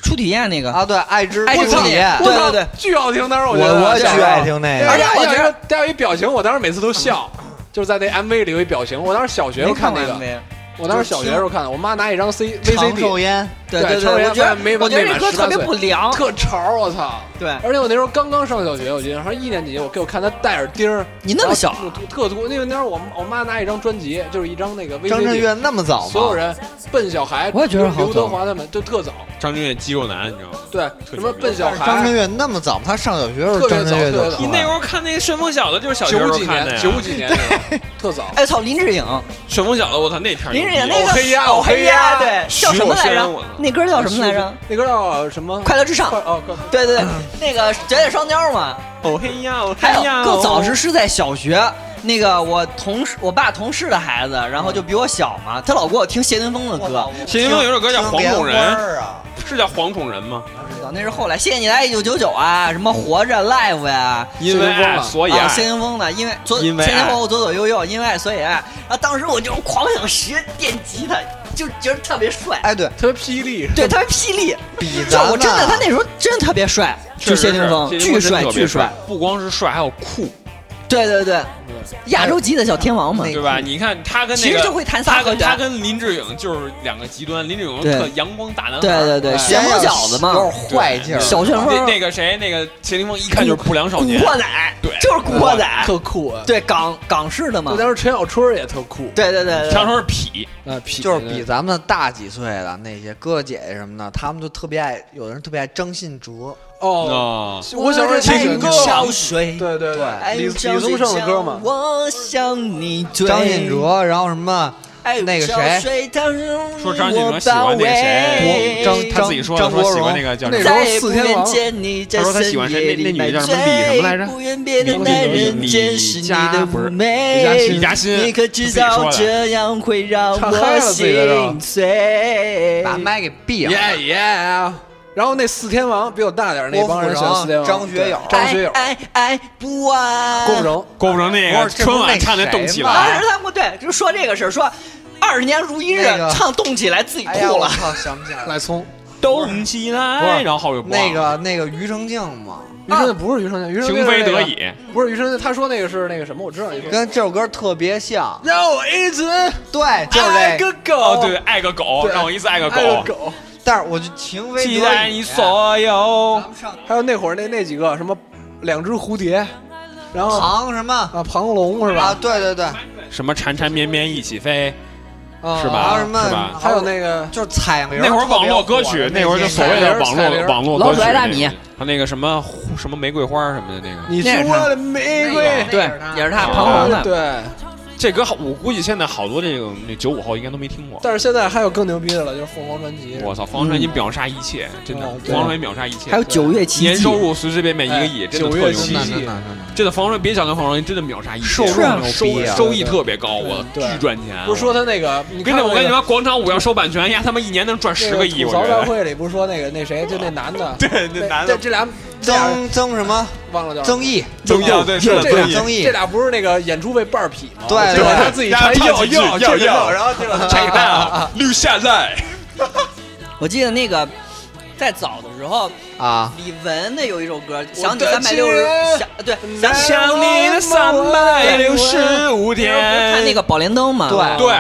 [SPEAKER 6] 初体验那个
[SPEAKER 8] 啊，对，爱之
[SPEAKER 6] 爱之
[SPEAKER 8] 不
[SPEAKER 6] 不
[SPEAKER 8] 理
[SPEAKER 6] 理，对对对，
[SPEAKER 2] 巨好听，当时我
[SPEAKER 8] 我
[SPEAKER 2] 觉得
[SPEAKER 8] 我巨爱听那个。
[SPEAKER 2] 而且
[SPEAKER 6] 而且我觉得
[SPEAKER 2] 带有一表情，我当时每次都 笑，就是在那 MV 里有一表情。我当时小学时候
[SPEAKER 6] 没
[SPEAKER 2] 看
[SPEAKER 6] 看
[SPEAKER 2] 那
[SPEAKER 6] 过
[SPEAKER 2] 个，
[SPEAKER 6] MV
[SPEAKER 2] 我当时小学时候看的，我妈拿一张 C
[SPEAKER 8] 长寿
[SPEAKER 2] VCD，
[SPEAKER 8] 烟，
[SPEAKER 6] 对
[SPEAKER 2] 对
[SPEAKER 6] 对
[SPEAKER 2] 超
[SPEAKER 6] 对，我
[SPEAKER 2] 人
[SPEAKER 6] 觉
[SPEAKER 2] 饭没
[SPEAKER 6] 得我觉得
[SPEAKER 2] 没
[SPEAKER 6] 这
[SPEAKER 2] 满
[SPEAKER 6] 歌
[SPEAKER 2] 18
[SPEAKER 6] 特别
[SPEAKER 2] 岁
[SPEAKER 6] 不良，
[SPEAKER 2] 特潮儿，我操！
[SPEAKER 6] 对
[SPEAKER 2] 而且我那时候刚刚上小学，我记得，好像一年级，我给我看她戴耳钉儿
[SPEAKER 6] 你那么小啊
[SPEAKER 2] 然后特特秃。那个那时候我我妈拿一张专辑，就是一张那个 VCD，
[SPEAKER 8] 张震岳那么早
[SPEAKER 2] 所有
[SPEAKER 8] 吗？
[SPEAKER 2] 人笨小孩，
[SPEAKER 6] 我也觉得好
[SPEAKER 2] 刘德
[SPEAKER 6] 早
[SPEAKER 2] 华他们就特早，
[SPEAKER 7] 张震岳肌肉男，你知道吗？
[SPEAKER 2] 对
[SPEAKER 7] 特
[SPEAKER 2] 什么
[SPEAKER 7] 牛逼
[SPEAKER 2] 笨小孩，
[SPEAKER 8] 张震岳那么早吗，他上小学的时候，
[SPEAKER 2] 特别
[SPEAKER 8] 张震岳
[SPEAKER 2] 早特别
[SPEAKER 8] 就
[SPEAKER 2] 早
[SPEAKER 8] 出
[SPEAKER 7] 你那
[SPEAKER 8] 来
[SPEAKER 7] 会。儿看那个旋风小子，就是小学时
[SPEAKER 2] 九
[SPEAKER 7] 候
[SPEAKER 2] 几
[SPEAKER 7] 看的
[SPEAKER 2] 年
[SPEAKER 7] 呀。
[SPEAKER 2] 九几年那种特早。
[SPEAKER 6] 哎操，林志颖，
[SPEAKER 7] 旋风小子，我操，那片儿
[SPEAKER 6] 林志颖
[SPEAKER 7] 牛逼
[SPEAKER 6] 那个
[SPEAKER 2] 哦黑鸭
[SPEAKER 6] 手
[SPEAKER 2] 我黑
[SPEAKER 6] 黑
[SPEAKER 2] 鸭
[SPEAKER 6] 鸭，对，叫
[SPEAKER 7] 徐
[SPEAKER 6] 什么
[SPEAKER 7] 若
[SPEAKER 6] 来
[SPEAKER 7] 瑄
[SPEAKER 6] 着
[SPEAKER 7] 我操？
[SPEAKER 6] 那歌叫什么来着？？
[SPEAKER 2] 那歌叫什么？
[SPEAKER 6] 快乐至上
[SPEAKER 2] 快。哦，快
[SPEAKER 6] 对 对对，那个《绝代双骄》嘛，
[SPEAKER 7] 哦嘿呀，哦嘿
[SPEAKER 6] 还有
[SPEAKER 7] 呀，
[SPEAKER 6] 更早
[SPEAKER 7] 哦
[SPEAKER 6] 时是在小学，那个我同事，我爸同事的孩子，然后就比我小嘛，他老给我听谢霆锋的歌，
[SPEAKER 7] 谢霆锋有首歌叫《黄种
[SPEAKER 8] 听莲
[SPEAKER 7] 人
[SPEAKER 8] 花》，儿啊，
[SPEAKER 7] 是叫《黄种人》吗？
[SPEAKER 6] 啊那是后来，谢谢你来一九九九啊，什么活着 live 呀、
[SPEAKER 7] 因为爱，所以
[SPEAKER 6] 啊，
[SPEAKER 7] 爱。
[SPEAKER 6] 谢霆锋的，因为左
[SPEAKER 7] 因为爱
[SPEAKER 6] 前前后后左左右右，因为爱所以爱。然后当时我就狂想学电吉他，就觉得特别 帅，
[SPEAKER 8] 哎，对，
[SPEAKER 2] 特别霹雳，
[SPEAKER 6] 对，特别霹雳。
[SPEAKER 8] 比
[SPEAKER 6] 就
[SPEAKER 8] 咱
[SPEAKER 6] 我真的，
[SPEAKER 8] 们
[SPEAKER 6] 他那时候真的特别帅，就谢霆锋，巨帅巨帅
[SPEAKER 7] 帅，，不光是帅，还有酷，
[SPEAKER 6] 对对对，亚洲级的小天王嘛。
[SPEAKER 8] 那
[SPEAKER 7] 对吧？你看他跟那个，
[SPEAKER 6] 嗯其实就会弹仨
[SPEAKER 7] 他
[SPEAKER 6] 和
[SPEAKER 7] 跟
[SPEAKER 6] 弦
[SPEAKER 7] 他跟林志颖就是两个极端，林志颖
[SPEAKER 6] 对
[SPEAKER 7] 特阳光大男孩，哎
[SPEAKER 6] 对对对，旋风小子嘛，
[SPEAKER 8] 有点坏劲儿。
[SPEAKER 6] 小旋
[SPEAKER 7] 那
[SPEAKER 6] 风，
[SPEAKER 7] 那个谁，那个谢霆锋一看就是不良少
[SPEAKER 6] 古
[SPEAKER 7] 年，
[SPEAKER 6] 惑仔，
[SPEAKER 7] 对
[SPEAKER 6] 就是古惑仔，
[SPEAKER 2] 特酷啊！
[SPEAKER 6] 对港港式的嘛
[SPEAKER 2] 就。当时陈小春也特酷，
[SPEAKER 6] 对对对
[SPEAKER 7] 常
[SPEAKER 6] 对，
[SPEAKER 7] 说是痞，
[SPEAKER 2] 啊，痞
[SPEAKER 8] 就是比咱们大几岁的那些哥哥姐姐什么的，他们就特别爱，有的人特别爱张信哲，
[SPEAKER 2] 哦。
[SPEAKER 7] 哦，
[SPEAKER 2] 我小时候听歌，
[SPEAKER 6] 潮水。
[SPEAKER 2] 对对对，
[SPEAKER 8] 哎
[SPEAKER 6] 爱
[SPEAKER 2] 李
[SPEAKER 6] 如
[SPEAKER 2] 李
[SPEAKER 6] 潮水
[SPEAKER 2] 宗盛的歌嘛
[SPEAKER 6] 将，我向你追。
[SPEAKER 8] 张信，哲，然后什么
[SPEAKER 6] 哎，
[SPEAKER 8] 那个谁
[SPEAKER 6] 谁，
[SPEAKER 7] 说张信哲喜欢那谁
[SPEAKER 8] 张
[SPEAKER 7] 他自己说的
[SPEAKER 8] 张国
[SPEAKER 7] 说喜欢
[SPEAKER 8] 荣
[SPEAKER 7] 那个叫
[SPEAKER 2] 那
[SPEAKER 7] 什
[SPEAKER 2] 时
[SPEAKER 7] 么
[SPEAKER 2] 候
[SPEAKER 6] 再也不
[SPEAKER 2] 四天
[SPEAKER 6] 愿
[SPEAKER 2] 王
[SPEAKER 6] 见你在
[SPEAKER 7] 他说他
[SPEAKER 6] 深
[SPEAKER 7] 喜欢谁
[SPEAKER 6] 夜里
[SPEAKER 7] 那那女的
[SPEAKER 6] 买
[SPEAKER 7] 叫什么李什么来着
[SPEAKER 6] 醉不愿别的
[SPEAKER 7] 张信
[SPEAKER 6] 男
[SPEAKER 7] 哲
[SPEAKER 6] 人
[SPEAKER 7] 李
[SPEAKER 6] 见识你的
[SPEAKER 7] 佳不
[SPEAKER 6] 妩
[SPEAKER 7] 是
[SPEAKER 6] 媚。
[SPEAKER 7] 李嘉欣
[SPEAKER 6] 你可知道这样会让
[SPEAKER 2] 唱嗨
[SPEAKER 6] 我
[SPEAKER 2] 了自己的是吧
[SPEAKER 6] 心碎？
[SPEAKER 8] 把麦给闭了。
[SPEAKER 2] 耶耶。然后那四天王比我大点儿那帮人喜欢四天王，
[SPEAKER 8] 郭富城张学友哎
[SPEAKER 2] 对张学友，
[SPEAKER 6] 爱爱爱不爱。
[SPEAKER 2] 郭富城，
[SPEAKER 7] 郭富城那
[SPEAKER 8] 啊不
[SPEAKER 7] 个
[SPEAKER 8] 是这不是
[SPEAKER 7] 春晚
[SPEAKER 8] 那
[SPEAKER 7] 唱的
[SPEAKER 8] 谁
[SPEAKER 7] 动起
[SPEAKER 8] 吗
[SPEAKER 7] 来
[SPEAKER 6] 当。啊时他们对，就说这个事儿，说二十年如一日
[SPEAKER 8] 那，个
[SPEAKER 6] 唱动起来自己
[SPEAKER 8] 哎呀，
[SPEAKER 6] 吐
[SPEAKER 8] 我
[SPEAKER 6] 了。
[SPEAKER 8] 操，想不起来了。
[SPEAKER 2] 赖聪，
[SPEAKER 7] 动起来，哎然后后边播
[SPEAKER 8] 那个那个庾澄庆嘛，
[SPEAKER 2] 庾澄庆不是庾澄庆，庾澄庆
[SPEAKER 7] 啊情非
[SPEAKER 2] 是那
[SPEAKER 7] 得
[SPEAKER 2] 个
[SPEAKER 7] 已，
[SPEAKER 2] 不是庾澄庆，他说那个是那个什么，我知道你说
[SPEAKER 8] 跟这首歌特别像。
[SPEAKER 2] 让我一直
[SPEAKER 8] 对，就是
[SPEAKER 2] 爱
[SPEAKER 8] 这
[SPEAKER 2] 个
[SPEAKER 8] 个。
[SPEAKER 7] 哦
[SPEAKER 2] 狗，
[SPEAKER 7] 对，，爱个狗，
[SPEAKER 2] 对
[SPEAKER 7] 让我一次爱个
[SPEAKER 2] 爱
[SPEAKER 7] 狗
[SPEAKER 2] 个，狗。
[SPEAKER 8] 但是我就情非
[SPEAKER 7] 期
[SPEAKER 8] 得
[SPEAKER 7] 待
[SPEAKER 8] 已
[SPEAKER 7] 你。所有
[SPEAKER 8] 咱。们上
[SPEAKER 2] 还有那会儿那那几个什么，两只蝴蝶，然后
[SPEAKER 8] 唐什么
[SPEAKER 2] 啊庞龙是
[SPEAKER 8] 啊？
[SPEAKER 2] 吧？
[SPEAKER 8] 对对对，
[SPEAKER 7] 什么缠缠绵绵一起飞，
[SPEAKER 2] 啊
[SPEAKER 7] 是
[SPEAKER 8] 哦还有
[SPEAKER 7] 吧
[SPEAKER 8] 什么
[SPEAKER 7] 是吧？
[SPEAKER 2] 还有那个
[SPEAKER 8] 就是彩铃。
[SPEAKER 7] 哦那会儿网络歌
[SPEAKER 8] 特别
[SPEAKER 7] 曲
[SPEAKER 8] 火，的
[SPEAKER 7] 那会儿就所谓
[SPEAKER 2] 那
[SPEAKER 7] 的
[SPEAKER 2] 些
[SPEAKER 7] 网
[SPEAKER 2] 彩铃
[SPEAKER 7] 络网络
[SPEAKER 6] 老
[SPEAKER 7] 歌
[SPEAKER 6] 鼠
[SPEAKER 7] 曲，
[SPEAKER 6] 爱大米
[SPEAKER 7] 他那个什么什么玫瑰花什么的那个，
[SPEAKER 2] 你是我的玫瑰，
[SPEAKER 6] 对，也是他
[SPEAKER 7] 啊
[SPEAKER 6] 庞龙的。
[SPEAKER 2] 对。
[SPEAKER 7] 这歌好我估计现在好多这种那九五后应该都没听过。
[SPEAKER 2] 但是现在还有更牛逼的了，就是凤凰传奇。
[SPEAKER 7] 我操，方传金秒杀一切，真的
[SPEAKER 2] 啊，对
[SPEAKER 7] 方传金秒杀一切，
[SPEAKER 6] 嗯还有九月奇
[SPEAKER 7] 年
[SPEAKER 6] 迹，
[SPEAKER 7] 收入随随便便一个亿，
[SPEAKER 2] 哎
[SPEAKER 7] 真的
[SPEAKER 2] 九
[SPEAKER 7] 特
[SPEAKER 2] 月
[SPEAKER 7] 牛
[SPEAKER 2] 奇
[SPEAKER 7] 逼
[SPEAKER 2] 迹。
[SPEAKER 8] 真的真的
[SPEAKER 7] 真的方传别想到方传金真的秒杀一切，
[SPEAKER 8] 受
[SPEAKER 6] 是啊
[SPEAKER 8] 众牛逼啊！
[SPEAKER 7] 收益特别高，我
[SPEAKER 2] 对
[SPEAKER 7] 巨赚钱。啊
[SPEAKER 2] 不是说他那个，你
[SPEAKER 7] 跟
[SPEAKER 2] 看
[SPEAKER 7] 着我跟你
[SPEAKER 2] 那
[SPEAKER 7] 说，广场舞要收版权，呀，他妈一年能赚十
[SPEAKER 2] 那
[SPEAKER 7] 个亿，
[SPEAKER 2] 吐
[SPEAKER 7] 我
[SPEAKER 2] 槽
[SPEAKER 7] 觉
[SPEAKER 2] 大
[SPEAKER 7] 得。
[SPEAKER 2] 会里不是说那个 那谁，就那男的，
[SPEAKER 7] 对，那
[SPEAKER 2] 那
[SPEAKER 7] 男
[SPEAKER 2] 这
[SPEAKER 7] 的
[SPEAKER 2] 这俩这俩
[SPEAKER 8] 曾曾什么？
[SPEAKER 2] 忘了叫什么
[SPEAKER 8] 曾毅，
[SPEAKER 7] 增要啊对是
[SPEAKER 2] 这
[SPEAKER 7] 的
[SPEAKER 2] 俩
[SPEAKER 7] 增
[SPEAKER 8] 曾毅
[SPEAKER 2] 这俩不是那个演出被半儿劈吗？
[SPEAKER 8] 对
[SPEAKER 2] 结果
[SPEAKER 8] 对
[SPEAKER 2] 他自己唱要要这个要，然后这个
[SPEAKER 7] 拆弹绿下来，
[SPEAKER 6] 我记得那个在早的时候，
[SPEAKER 8] 啊，
[SPEAKER 6] 李玟的有一首歌，
[SPEAKER 2] 的
[SPEAKER 6] 想你三百六
[SPEAKER 2] 亲
[SPEAKER 6] 十
[SPEAKER 2] 人，
[SPEAKER 6] 想对，想
[SPEAKER 7] 想你的三百六十五
[SPEAKER 6] 你
[SPEAKER 7] 天。
[SPEAKER 6] 看那个《宝莲灯》嘛，
[SPEAKER 8] 对
[SPEAKER 7] 对，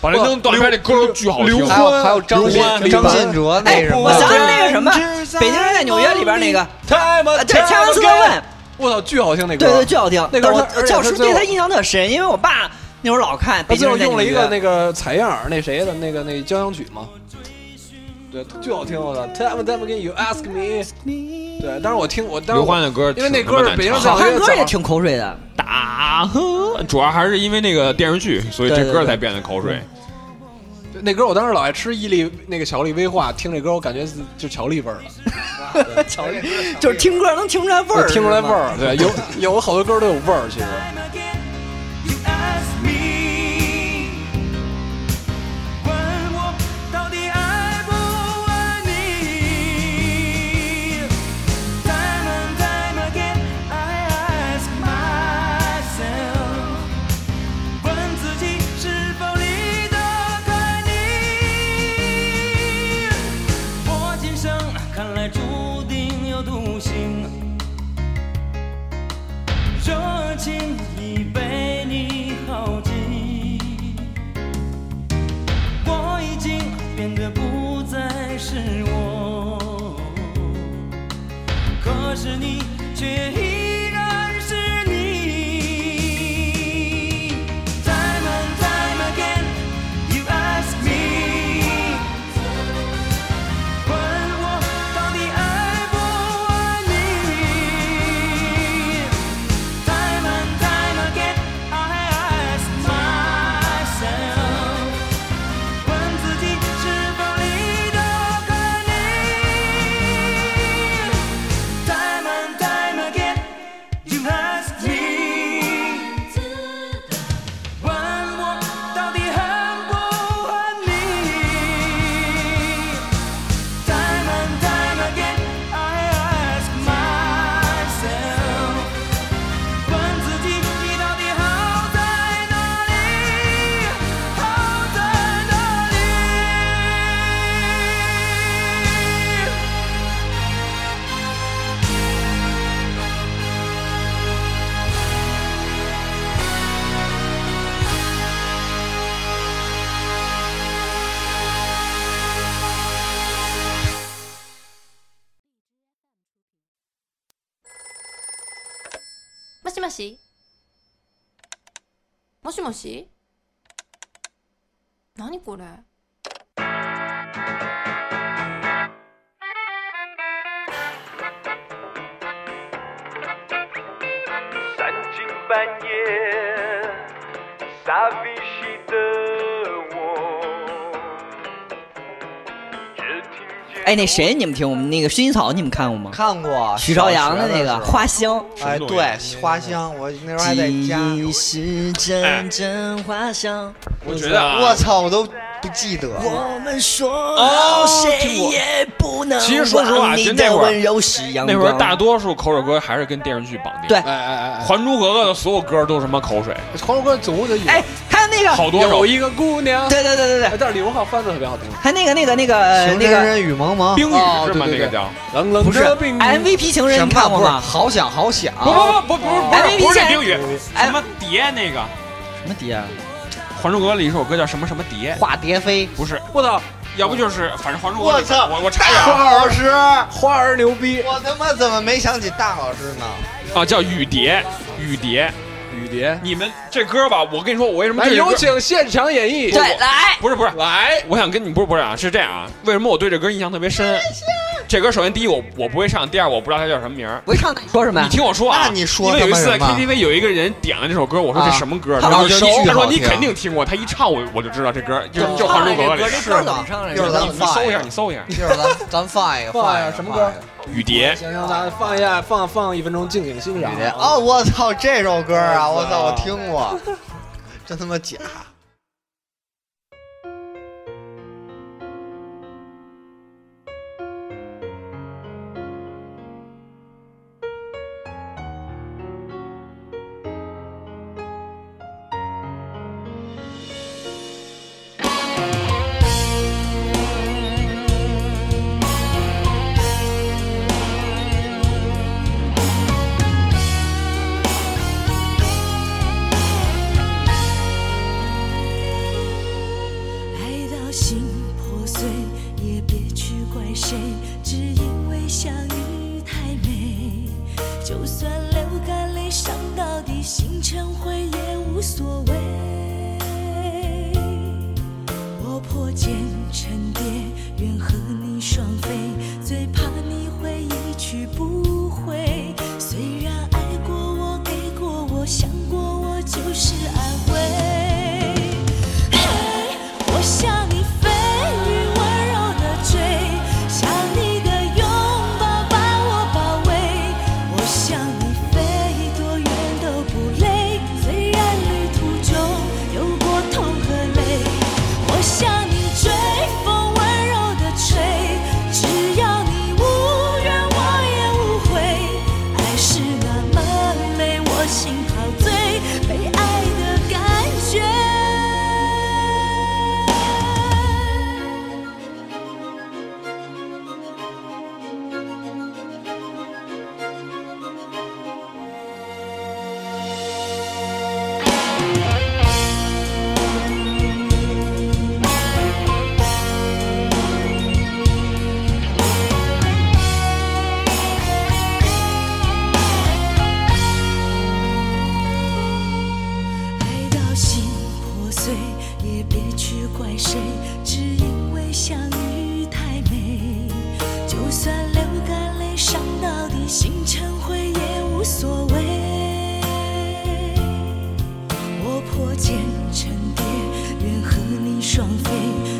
[SPEAKER 7] 宝莲灯短片那歌都巨好听。
[SPEAKER 8] 还有还有张
[SPEAKER 7] 刘
[SPEAKER 8] 信
[SPEAKER 7] 欢
[SPEAKER 8] 张信哲那
[SPEAKER 6] 哎
[SPEAKER 8] 什，么啊
[SPEAKER 6] 我，想起那个什么《北京人在纽约》里边那个，
[SPEAKER 2] 太
[SPEAKER 6] 呃对，千万次问问，
[SPEAKER 2] 我操，巨好听那歌，
[SPEAKER 6] 对对，巨好听。
[SPEAKER 2] 那歌
[SPEAKER 6] 但我
[SPEAKER 2] 他而且
[SPEAKER 6] 教
[SPEAKER 2] 他
[SPEAKER 6] 师
[SPEAKER 2] 最
[SPEAKER 6] 对
[SPEAKER 2] 后
[SPEAKER 6] 他印象特深，因为我爸那会儿老看《
[SPEAKER 2] 他
[SPEAKER 6] 北
[SPEAKER 2] 最
[SPEAKER 6] 京
[SPEAKER 2] 后
[SPEAKER 6] 人在纽
[SPEAKER 2] 用了一
[SPEAKER 6] 约
[SPEAKER 2] 个》。那个采样儿，那谁的那个那交响曲嘛，对，巨好听，我操，Time and time again you ask me，对，当时我听我当时
[SPEAKER 7] 刘
[SPEAKER 2] 我
[SPEAKER 7] 欢的歌，
[SPEAKER 2] 因为那歌是北京人在
[SPEAKER 6] 好
[SPEAKER 2] 纽约
[SPEAKER 6] 汉歌
[SPEAKER 2] 早
[SPEAKER 6] 也挺口水的，
[SPEAKER 7] 打啊呵，主要还是因为那个电视剧，所以
[SPEAKER 2] 对
[SPEAKER 7] 这
[SPEAKER 2] 对
[SPEAKER 7] 歌
[SPEAKER 2] 对
[SPEAKER 7] 才变得口水。
[SPEAKER 2] 对那歌我当时老爱吃伊利那个巧克力威化，听这歌我感觉是就巧克力味儿了，
[SPEAKER 6] 巧克力就是听歌能听出来味儿，
[SPEAKER 2] 听出来味儿。
[SPEAKER 6] 是吗
[SPEAKER 2] 对，有有好多歌都有味儿，其实。
[SPEAKER 5] 问我到底爱不爱你？Time and time again, I ask myself，问自己是否离得开你？我今生看来注定有独行，热情已被你耗尽。我已经变得不再是我，可是你却依然是你。Time and time again, you ask me，问我到底爱不爱你？Time and time again, I ask myself。问自己是否离得开你？Time and time again, you ask me，问我到底恨不恨你？Time and time again, I ask myself，问自己你到底好在哪里？好在哪里？
[SPEAKER 14] もしもしもしもし何これ
[SPEAKER 5] 三更半夜，傻逼兮的我，
[SPEAKER 6] 哎，那谁你们听过吗？那个薰衣草你们看过吗？
[SPEAKER 8] 看过
[SPEAKER 6] 徐朝阳的那个
[SPEAKER 8] 小学时候
[SPEAKER 6] 花香，
[SPEAKER 8] 哎，对，花香，我那时候还在家。哎
[SPEAKER 6] 即是阵阵花香。
[SPEAKER 7] 我觉得啊
[SPEAKER 8] 我操，我都不记得。
[SPEAKER 6] 我们说
[SPEAKER 7] 哦
[SPEAKER 6] 好，
[SPEAKER 7] 听
[SPEAKER 6] 谁
[SPEAKER 7] 过
[SPEAKER 6] 也不能
[SPEAKER 7] 其实说实话，
[SPEAKER 6] 忘
[SPEAKER 7] 其实
[SPEAKER 6] 你
[SPEAKER 7] 那
[SPEAKER 6] 的
[SPEAKER 7] 会儿
[SPEAKER 6] 温柔是阳光。
[SPEAKER 7] 那会儿大多数口水歌还是跟电视剧绑定。
[SPEAKER 6] 对
[SPEAKER 7] 哎
[SPEAKER 2] 哎哎，
[SPEAKER 7] 《还珠格格》的所有歌都是什么口水？
[SPEAKER 2] 黄龙哥总共就一哎，
[SPEAKER 6] 还有那个
[SPEAKER 7] 好多首
[SPEAKER 2] 有一个姑娘，
[SPEAKER 6] 对对对对对，
[SPEAKER 2] 但是李荣浩翻的特别好听。
[SPEAKER 6] 还那个那个那
[SPEAKER 8] 呃
[SPEAKER 6] 个那个
[SPEAKER 8] 雨蒙蒙
[SPEAKER 7] 冰雨
[SPEAKER 2] 哦
[SPEAKER 7] 是吗？
[SPEAKER 2] 对对
[SPEAKER 7] 那个
[SPEAKER 2] 对
[SPEAKER 7] 叫
[SPEAKER 2] 冷冷
[SPEAKER 6] 不是
[SPEAKER 2] 的冰
[SPEAKER 6] MVP 情人，
[SPEAKER 8] 什
[SPEAKER 6] 你
[SPEAKER 8] 么
[SPEAKER 6] 看过
[SPEAKER 8] 不是
[SPEAKER 6] 吗？
[SPEAKER 8] 好想好想，
[SPEAKER 7] 不不不不不不
[SPEAKER 6] 哎
[SPEAKER 7] 是不是
[SPEAKER 6] 哎
[SPEAKER 7] 冰雨，什么蝶那个
[SPEAKER 6] 什么碟啊？
[SPEAKER 7] 《还珠格格》里一首歌叫什么什么蝶？
[SPEAKER 8] 化蝶飞，
[SPEAKER 7] 不是，我操，要不就是反正《还珠格格
[SPEAKER 8] 我
[SPEAKER 7] 里》
[SPEAKER 8] 操，
[SPEAKER 7] 我我查一下啊
[SPEAKER 8] 大老师，
[SPEAKER 2] 花儿牛逼，
[SPEAKER 8] 我他妈怎么没想起大老师呢？
[SPEAKER 7] 啊，叫雨蝶，雨蝶。
[SPEAKER 2] 雨蝶，
[SPEAKER 7] 你们这歌吧，我跟你说，我为什么
[SPEAKER 2] 来
[SPEAKER 7] 对这歌
[SPEAKER 2] 有请现场演绎。
[SPEAKER 6] 对，来，
[SPEAKER 7] 不是不是，
[SPEAKER 2] 来，
[SPEAKER 7] 我想跟你不是不是啊，是这样啊，为什么我对这歌印象特别深？这歌首先第一我我不会唱，第二我不知道它叫什么名儿。
[SPEAKER 6] 我一唱说什么呀
[SPEAKER 7] 你？听我说啊，
[SPEAKER 8] 那你说
[SPEAKER 7] 因为有一次在
[SPEAKER 8] 他们什
[SPEAKER 7] KTV 有一个人点了这首歌，我说这
[SPEAKER 8] 啊
[SPEAKER 7] 什么歌？
[SPEAKER 8] 他
[SPEAKER 7] 他说
[SPEAKER 8] 老
[SPEAKER 7] 你
[SPEAKER 8] 熟
[SPEAKER 7] 他说
[SPEAKER 8] 好
[SPEAKER 7] 你
[SPEAKER 8] 听
[SPEAKER 7] 肯定听过，他一唱我我就知道这歌，就就《
[SPEAKER 8] 哦
[SPEAKER 7] 还珠格格》里
[SPEAKER 6] 这歌
[SPEAKER 7] 的。
[SPEAKER 6] 这歌怎么唱来
[SPEAKER 8] 是
[SPEAKER 6] 着
[SPEAKER 8] 吗？
[SPEAKER 7] 你你搜一下，你搜一下
[SPEAKER 8] 一会儿咱 咱放一个，
[SPEAKER 2] 放一
[SPEAKER 8] 一
[SPEAKER 2] 下
[SPEAKER 8] 个
[SPEAKER 2] 什么？
[SPEAKER 8] 放一
[SPEAKER 2] 歌
[SPEAKER 8] 个
[SPEAKER 7] 《雨蝶》。
[SPEAKER 2] 行行，咱放一下，放放一分钟，静静欣赏啊
[SPEAKER 8] 雨。蝶哦，我操，这首歌啊，我操，我听过，真他妈假！
[SPEAKER 5] 爱到心破碎，也别去怪谁，只因为相遇太美。就算流干泪，伤到底，心成灰也无所谓。我破茧成蝶，愿和你双飞，最怕你会一去不回。虽然爱过我，给过我，想过我，
[SPEAKER 15] 谁，只因为相遇太美。就算流干泪，伤到底，心成灰也无所谓。我破茧成蝶，愿和你双飞，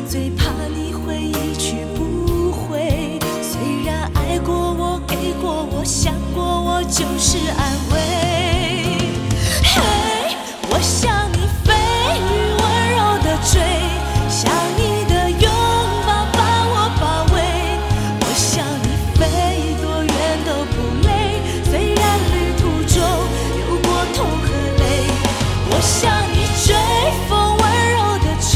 [SPEAKER 15] 最怕你会一去不回。虽然爱过我，给过我，想过我，就是安慰。嘿，我向你飞，温柔的追，想你的拥抱把我包围。我向你飞，多远都不累，虽然旅途中有过痛和泪。我向你追，风温柔的吹，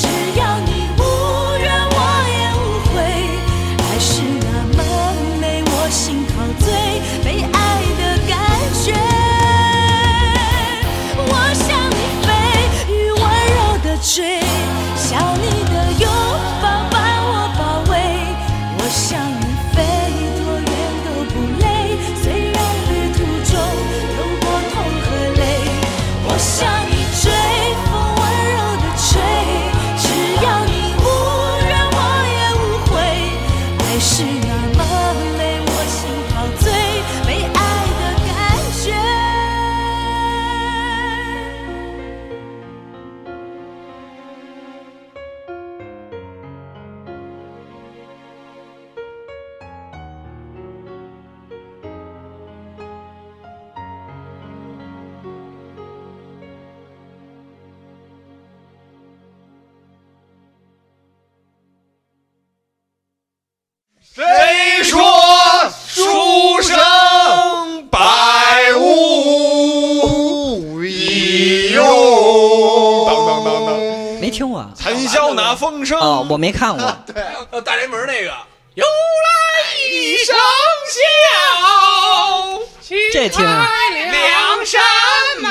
[SPEAKER 15] 只要你无怨我也无悔。爱是那么美，我心陶醉，被爱的感觉。我向你飞，雨温柔的追，想你的拥抱把我包围。我向你飞，多远都不累，虽然旅途中有过痛和泪。我向你追，风温柔的吹，只要你无怨我也无悔。爱是那么美，我心陶醉，被爱的感觉。
[SPEAKER 11] 谁说书生百无一用？当当当当，
[SPEAKER 6] 没听过啊
[SPEAKER 11] 谈笑拿风声。
[SPEAKER 6] 哦，我没看 过。
[SPEAKER 2] 对，
[SPEAKER 7] 哦
[SPEAKER 2] 呃，大连门那个，
[SPEAKER 11] 由来一声笑，
[SPEAKER 6] 这听啊
[SPEAKER 11] 梁山门。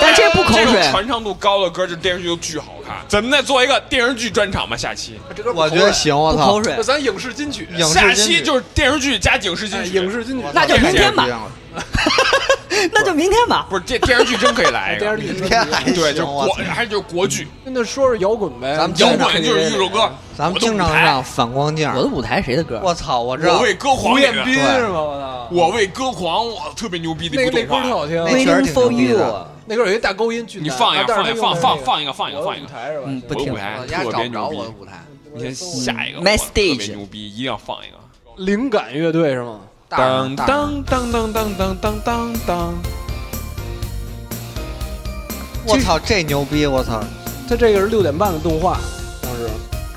[SPEAKER 6] 但这不口水
[SPEAKER 7] 这种传唱度高的歌，这电视剧都巨好看。咱们再做一个电视剧专场吧，下期。
[SPEAKER 8] 我觉得行，我操，
[SPEAKER 2] 那咱影视金曲，
[SPEAKER 7] 下期就是电视剧加影视金曲，影
[SPEAKER 2] 视金曲
[SPEAKER 6] 那就明天吧。那就明天吧。
[SPEAKER 7] 不是，这电视剧真可以来一
[SPEAKER 2] 电
[SPEAKER 7] 个。
[SPEAKER 2] 视剧明天还行
[SPEAKER 7] 对，就
[SPEAKER 8] 我
[SPEAKER 7] 国还是就国剧，
[SPEAKER 2] 那说说摇滚呗，
[SPEAKER 8] 咱们
[SPEAKER 7] 摇
[SPEAKER 8] 经常
[SPEAKER 7] 滚就是一首歌。
[SPEAKER 8] 咱们经常上反光镜。
[SPEAKER 6] 我的舞台谁的歌？
[SPEAKER 8] 我操，我知道
[SPEAKER 7] 我为歌
[SPEAKER 2] 胡
[SPEAKER 7] 狂啊
[SPEAKER 2] 彦
[SPEAKER 7] 那
[SPEAKER 2] 斌
[SPEAKER 7] 个，
[SPEAKER 2] 是吗？我操，
[SPEAKER 7] 我为歌狂，哇，特别牛逼的
[SPEAKER 2] 那
[SPEAKER 7] 一
[SPEAKER 2] 那
[SPEAKER 7] 部
[SPEAKER 2] 歌
[SPEAKER 7] 动
[SPEAKER 2] 挺好
[SPEAKER 7] 画。
[SPEAKER 2] 听，
[SPEAKER 8] 那确实挺牛逼的。
[SPEAKER 2] 那歌有一大高音巨难，
[SPEAKER 7] 你放一个，
[SPEAKER 2] 但是他
[SPEAKER 7] 放一个，
[SPEAKER 2] 用
[SPEAKER 7] 放
[SPEAKER 2] 的
[SPEAKER 7] 放
[SPEAKER 2] 那
[SPEAKER 7] 放一个，
[SPEAKER 2] 我的
[SPEAKER 7] 放一个，放一
[SPEAKER 2] 舞
[SPEAKER 7] 个。
[SPEAKER 2] 台是吧？
[SPEAKER 6] 嗯，不
[SPEAKER 7] 我的
[SPEAKER 6] 听
[SPEAKER 7] 舞。台
[SPEAKER 8] 我压
[SPEAKER 7] 特
[SPEAKER 8] 找
[SPEAKER 7] 别
[SPEAKER 8] 不
[SPEAKER 7] 牛
[SPEAKER 8] 着
[SPEAKER 7] 逼
[SPEAKER 8] 我的。舞台，
[SPEAKER 7] 你先下一个，
[SPEAKER 6] My
[SPEAKER 7] 哇特别
[SPEAKER 6] stage
[SPEAKER 7] 牛逼，一定要放一个。
[SPEAKER 2] 灵感乐队是吗？
[SPEAKER 8] 大人大人
[SPEAKER 7] 当当当当当当当。
[SPEAKER 8] 我操，这牛逼！我操，
[SPEAKER 2] 它这个是六点半的动画，当时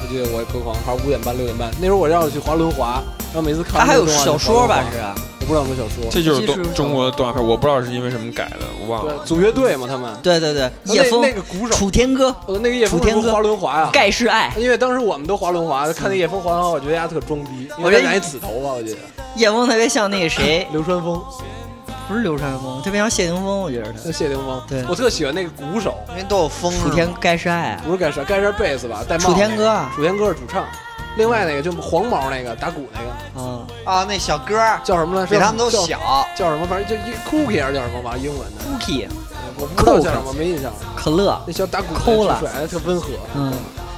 [SPEAKER 2] 我记得我也疯狂，还是五点半六点半。那时候我要去滑轮滑，然后每次看
[SPEAKER 6] 他还有
[SPEAKER 2] 那动画
[SPEAKER 6] 小说吧？
[SPEAKER 2] 就滑轮滑
[SPEAKER 6] 是啊，
[SPEAKER 2] 我不知道有没有小说。
[SPEAKER 7] 这就是
[SPEAKER 6] 其实
[SPEAKER 7] 动中国的动画片，我不知道是因为什么改的，我忘了。
[SPEAKER 2] 对，组乐队嘛，他们。
[SPEAKER 6] 对对对，
[SPEAKER 2] 那
[SPEAKER 6] 叶枫、
[SPEAKER 2] 那个鼓手，
[SPEAKER 6] 楚天歌、
[SPEAKER 2] 呃那个叶枫
[SPEAKER 6] 楚天
[SPEAKER 2] 是不是
[SPEAKER 6] 歌
[SPEAKER 2] 滑轮滑呀。
[SPEAKER 6] 盖世爱、嗯
[SPEAKER 2] 因为当时我们都滑轮滑，看那叶枫滑轮滑，我觉得丫特装逼，因
[SPEAKER 6] 我
[SPEAKER 2] 为
[SPEAKER 6] 这
[SPEAKER 2] 他染一紫头发，我觉得
[SPEAKER 6] 叶枫特别像那个谁，
[SPEAKER 2] 流川枫，
[SPEAKER 6] 不是流川枫，特别像谢霆锋，我觉得他。
[SPEAKER 2] 那谢霆锋，
[SPEAKER 6] 对
[SPEAKER 2] 我特喜欢那个鼓手，
[SPEAKER 8] 因为都有风是
[SPEAKER 6] 楚
[SPEAKER 8] 吗
[SPEAKER 6] 天盖世爱啊，
[SPEAKER 2] 不是盖世，盖世贝斯吧，戴帽。
[SPEAKER 6] 楚天歌，啊，
[SPEAKER 2] 楚天歌是主唱，另外那个就黄毛那个打鼓那个
[SPEAKER 6] 嗯，
[SPEAKER 8] 啊，那小哥
[SPEAKER 2] 叫什么来着？
[SPEAKER 8] 比他们都
[SPEAKER 2] 叫
[SPEAKER 8] 小。
[SPEAKER 2] 叫什么？反正就一 Cookie 还是叫什么吧，英文的，
[SPEAKER 6] Cookie
[SPEAKER 2] 我不知道叫什么，没印象。
[SPEAKER 6] 可乐，
[SPEAKER 2] 那小打鼓的
[SPEAKER 6] 抠了
[SPEAKER 2] 挺帅，还特温和。
[SPEAKER 6] 嗯，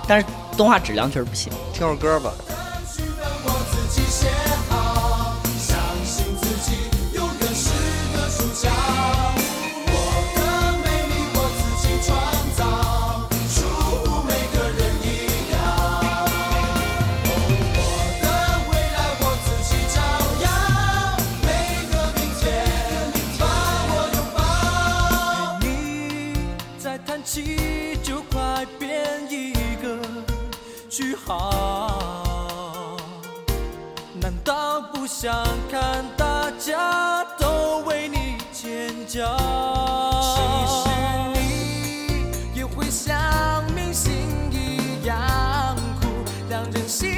[SPEAKER 6] 但是动画质量确实不行。
[SPEAKER 8] 听首歌吧。
[SPEAKER 5] 你再叹气就快变一个句号。难道不想看大家都为你尖叫？其实你也会像明星一样哭，让人心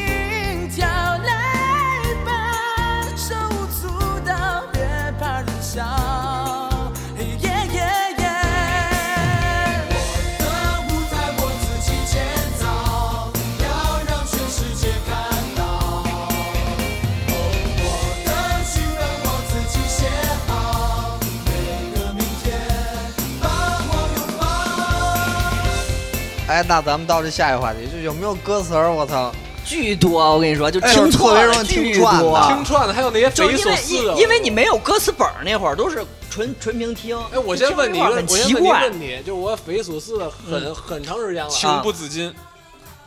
[SPEAKER 5] 跳来吧，手舞足蹈，别怕人笑。嘿耶耶耶！我的舞台我自己建造，要让全世界看到。我的剧本我自己写好，每个明天
[SPEAKER 8] 哎，那咱们到这下一个话题，就有没有歌词儿？我操，
[SPEAKER 6] 巨多！我跟你说，就
[SPEAKER 8] 哎
[SPEAKER 6] 听错
[SPEAKER 8] 特别
[SPEAKER 6] 了
[SPEAKER 8] 容易
[SPEAKER 6] 巨
[SPEAKER 8] 听串
[SPEAKER 6] 多
[SPEAKER 8] 的，
[SPEAKER 6] 听串
[SPEAKER 2] 的还有那些
[SPEAKER 6] 就
[SPEAKER 2] 匪夷
[SPEAKER 6] 因
[SPEAKER 2] 所
[SPEAKER 6] 为
[SPEAKER 2] 思的
[SPEAKER 6] 因因为你没有歌词本儿那会儿都是纯纯凭听。哎，
[SPEAKER 2] 我先问你一个，
[SPEAKER 6] 很
[SPEAKER 2] 我先
[SPEAKER 6] 奇
[SPEAKER 2] 问你
[SPEAKER 6] 怪
[SPEAKER 2] 问，你，就是我匪夷所思的很
[SPEAKER 6] 嗯
[SPEAKER 2] 很长时间了，
[SPEAKER 7] 情不自禁。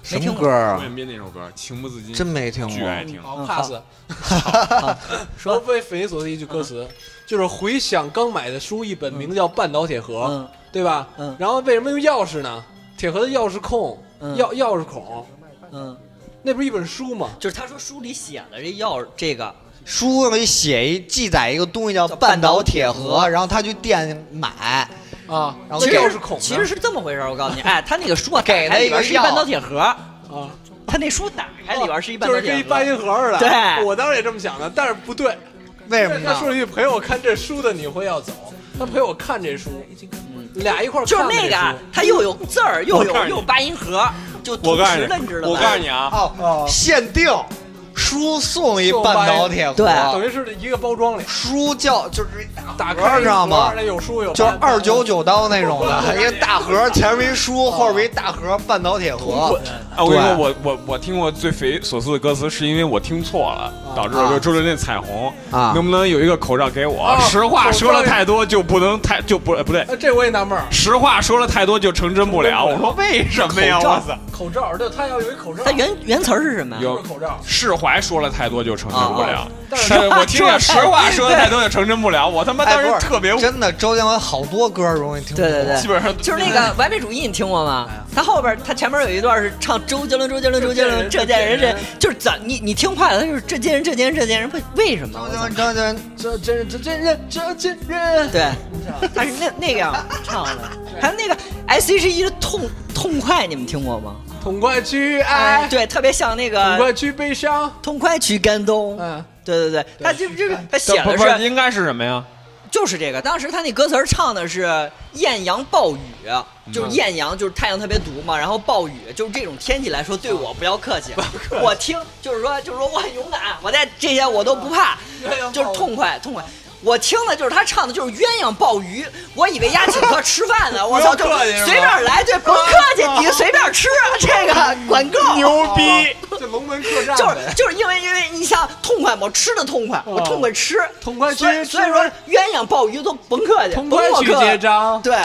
[SPEAKER 8] 什么歌啊
[SPEAKER 7] 郭彦斌那首歌《情不自禁》，
[SPEAKER 8] 真没听过
[SPEAKER 7] 巨爱听。
[SPEAKER 2] 嗯好 pass
[SPEAKER 7] 嗯
[SPEAKER 6] 嗯
[SPEAKER 7] 好。
[SPEAKER 2] 说被匪夷所思一句歌词， 就是回想刚买的书一本，名字叫《半岛铁盒》，对吧？然后为什么用钥匙呢？铁盒的钥匙控，钥钥匙孔，
[SPEAKER 6] 嗯，
[SPEAKER 2] 那不是一本书吗？
[SPEAKER 6] 就是他说书里写的这钥匙这个，
[SPEAKER 8] 书里写一记载一个东西叫半岛铁盒，然后他去店买，
[SPEAKER 2] 啊，
[SPEAKER 8] 然后
[SPEAKER 6] 其
[SPEAKER 8] 给
[SPEAKER 6] 实其实是这么回事儿，我告诉你，哎，他那个书啊，
[SPEAKER 8] 给
[SPEAKER 6] 打开
[SPEAKER 8] 了一
[SPEAKER 6] 里边
[SPEAKER 8] 个
[SPEAKER 6] 是一半
[SPEAKER 8] 钥
[SPEAKER 6] 导铁盒，
[SPEAKER 2] 啊，
[SPEAKER 6] 他那书打开里边是一半
[SPEAKER 2] 就
[SPEAKER 6] 导
[SPEAKER 2] 是
[SPEAKER 6] 铁盒，
[SPEAKER 2] 跟一搬音盒似的。
[SPEAKER 6] 对，
[SPEAKER 2] 我当时也这么想的，但是不对。
[SPEAKER 8] 为什么呢
[SPEAKER 2] 他说了一句：“陪我看这书的你会要走。”他陪我看这书，俩一块儿
[SPEAKER 6] 就是
[SPEAKER 2] 看的
[SPEAKER 6] 那
[SPEAKER 2] 这
[SPEAKER 6] 个啊
[SPEAKER 2] 书，
[SPEAKER 6] 它又有字儿，又
[SPEAKER 2] 我告诉
[SPEAKER 6] 有
[SPEAKER 2] 你
[SPEAKER 6] 又有八音盒，就
[SPEAKER 7] 我
[SPEAKER 6] 同
[SPEAKER 7] 告诉
[SPEAKER 6] 时的，你
[SPEAKER 7] 你
[SPEAKER 6] 知，道吧？
[SPEAKER 7] 我告诉你啊，
[SPEAKER 8] 哦，限定书送一半导铁盒，
[SPEAKER 2] 等于是一个包装里，
[SPEAKER 8] 书叫就是
[SPEAKER 2] 打
[SPEAKER 8] 盒儿
[SPEAKER 2] 开
[SPEAKER 8] 知道吗
[SPEAKER 2] 那有书有
[SPEAKER 8] 就是
[SPEAKER 2] 半
[SPEAKER 8] 二九九刀那种 的，一个大盒，前面一
[SPEAKER 2] 哦
[SPEAKER 8] 书，后边一大盒半导铁盒。
[SPEAKER 2] 哎
[SPEAKER 7] 啊，我跟你说，
[SPEAKER 8] 对
[SPEAKER 7] 我我我听过最匪夷所思的歌词，是因为我听错了，
[SPEAKER 6] 啊
[SPEAKER 7] 导致我就周杰伦那彩虹
[SPEAKER 8] 啊
[SPEAKER 7] 能不能有一个口罩给我
[SPEAKER 2] 啊？
[SPEAKER 7] 实话说
[SPEAKER 2] 口罩
[SPEAKER 7] 了
[SPEAKER 2] 也
[SPEAKER 7] 太多就不能太就不不对，
[SPEAKER 2] 哎这我也纳闷儿。
[SPEAKER 7] 实话说了太多就成真不了。我说为什么
[SPEAKER 2] 口
[SPEAKER 7] 呀？我
[SPEAKER 2] 罩
[SPEAKER 7] 操！
[SPEAKER 2] 口罩，对，他要有一口罩。
[SPEAKER 6] 它原原词儿是什么呀？
[SPEAKER 7] 有
[SPEAKER 2] 口罩。
[SPEAKER 7] 释怀说了太多就成真
[SPEAKER 6] 啊
[SPEAKER 7] 不了，
[SPEAKER 2] 但
[SPEAKER 7] 是我听着实话说的太多就成真不了，我他妈
[SPEAKER 6] 哎
[SPEAKER 7] 当时特
[SPEAKER 8] 特别哎真的，周杰伦好多歌容易听
[SPEAKER 6] 对对对，
[SPEAKER 7] 基本上
[SPEAKER 6] 就是那个完美主义，你听过吗？他后边他前面有一段是唱周杰伦，周杰伦，周杰伦，这贱人，这就是咱你你听坏了，他就是这贱人，这贱人，这贱人，为为什么？我操
[SPEAKER 8] 张真
[SPEAKER 2] 这这这这这这这这
[SPEAKER 6] 对，他是那那个样唱的，还有那个 S H E 的痛痛快，你们听过吗？
[SPEAKER 2] 痛快去爱，
[SPEAKER 6] 对，特别像那个
[SPEAKER 2] 痛快去悲伤，
[SPEAKER 6] 痛快去感动。
[SPEAKER 2] 嗯，
[SPEAKER 6] 对对对，他就这个他写
[SPEAKER 7] 不
[SPEAKER 6] 的
[SPEAKER 7] 不
[SPEAKER 6] 是
[SPEAKER 7] 应该是什么呀？
[SPEAKER 6] 就是这个，当时他那歌词儿唱的是艳阳暴雨，就是
[SPEAKER 7] 嗯
[SPEAKER 6] 艳阳就是太阳特别毒嘛，然后暴雨就是这种天气来说，对
[SPEAKER 2] 啊
[SPEAKER 6] 我不要客气，我听就是说就是说我很勇敢，我在这些我都不怕，就是痛快痛快。我听的就是他唱的，就是鸳鸯抱鱼，我以为鸭请客吃饭呢，我操，就
[SPEAKER 2] 不用客气是吧
[SPEAKER 6] 随便来，对，不客气，你随便吃，啊这个管够，
[SPEAKER 2] 牛逼！ 这龙门客栈呗，哦
[SPEAKER 6] 就是就是因为因为你想痛快嘛，我吃的痛快，我痛快吃，
[SPEAKER 2] 痛快去
[SPEAKER 6] 所以所以说鸳鸯鲍鱼都甭客气，
[SPEAKER 2] 痛快去结
[SPEAKER 6] 账。 对，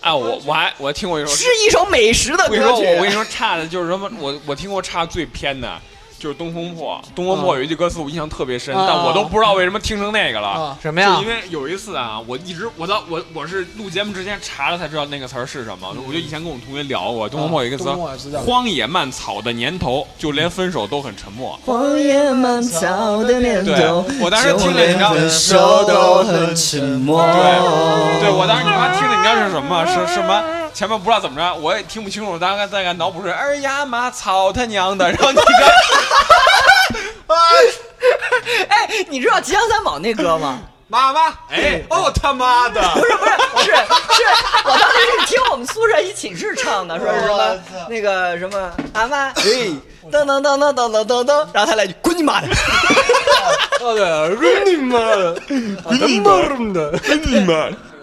[SPEAKER 7] 哎，我我还我听过一首，
[SPEAKER 6] 是一首美食的
[SPEAKER 7] 我跟你
[SPEAKER 6] 歌
[SPEAKER 7] 说，
[SPEAKER 6] 曲。
[SPEAKER 7] 我跟你说，差的就是什么？我我听过差最偏的。就是《东风破》，《东风
[SPEAKER 6] 嗯
[SPEAKER 7] 破》有一句歌词我印象特别深，
[SPEAKER 8] 啊
[SPEAKER 7] 但我都不知道为什么听成那个了
[SPEAKER 6] 嗯
[SPEAKER 8] 啊。什么呀
[SPEAKER 7] 就因为有一次啊，我一直我到我我是录节目之前查了才知道那个词儿是什么。
[SPEAKER 6] 嗯
[SPEAKER 7] 我就以前跟我们同学聊过，《东风破》有一个词
[SPEAKER 2] 东风破我知道
[SPEAKER 7] 儿“荒野蔓草的年头”，就连分手都很沉默。
[SPEAKER 6] 荒野蔓草的念
[SPEAKER 7] 对我当时听着你知道
[SPEAKER 6] 就连分手都很沉默
[SPEAKER 7] 对，对我当时你妈听着你知道是什么吗？是什么？前面不知道怎么着，我也听不清楚，大概大概脑补是哎呀妈草他娘的，然后你知道。
[SPEAKER 6] 哎，你知道吉祥三宝那歌吗？嗯
[SPEAKER 7] 妈妈，哎，哦他妈的！
[SPEAKER 6] 不是不是是是，我当时是听我们宿舍一寝室唱的，说是什么那个什么阿妈，哎，噔噔噔噔噔噔噔噔，然后他来一句滚你妈的，
[SPEAKER 2] 哦对，滚你妈的，滚你妈的，滚你妈！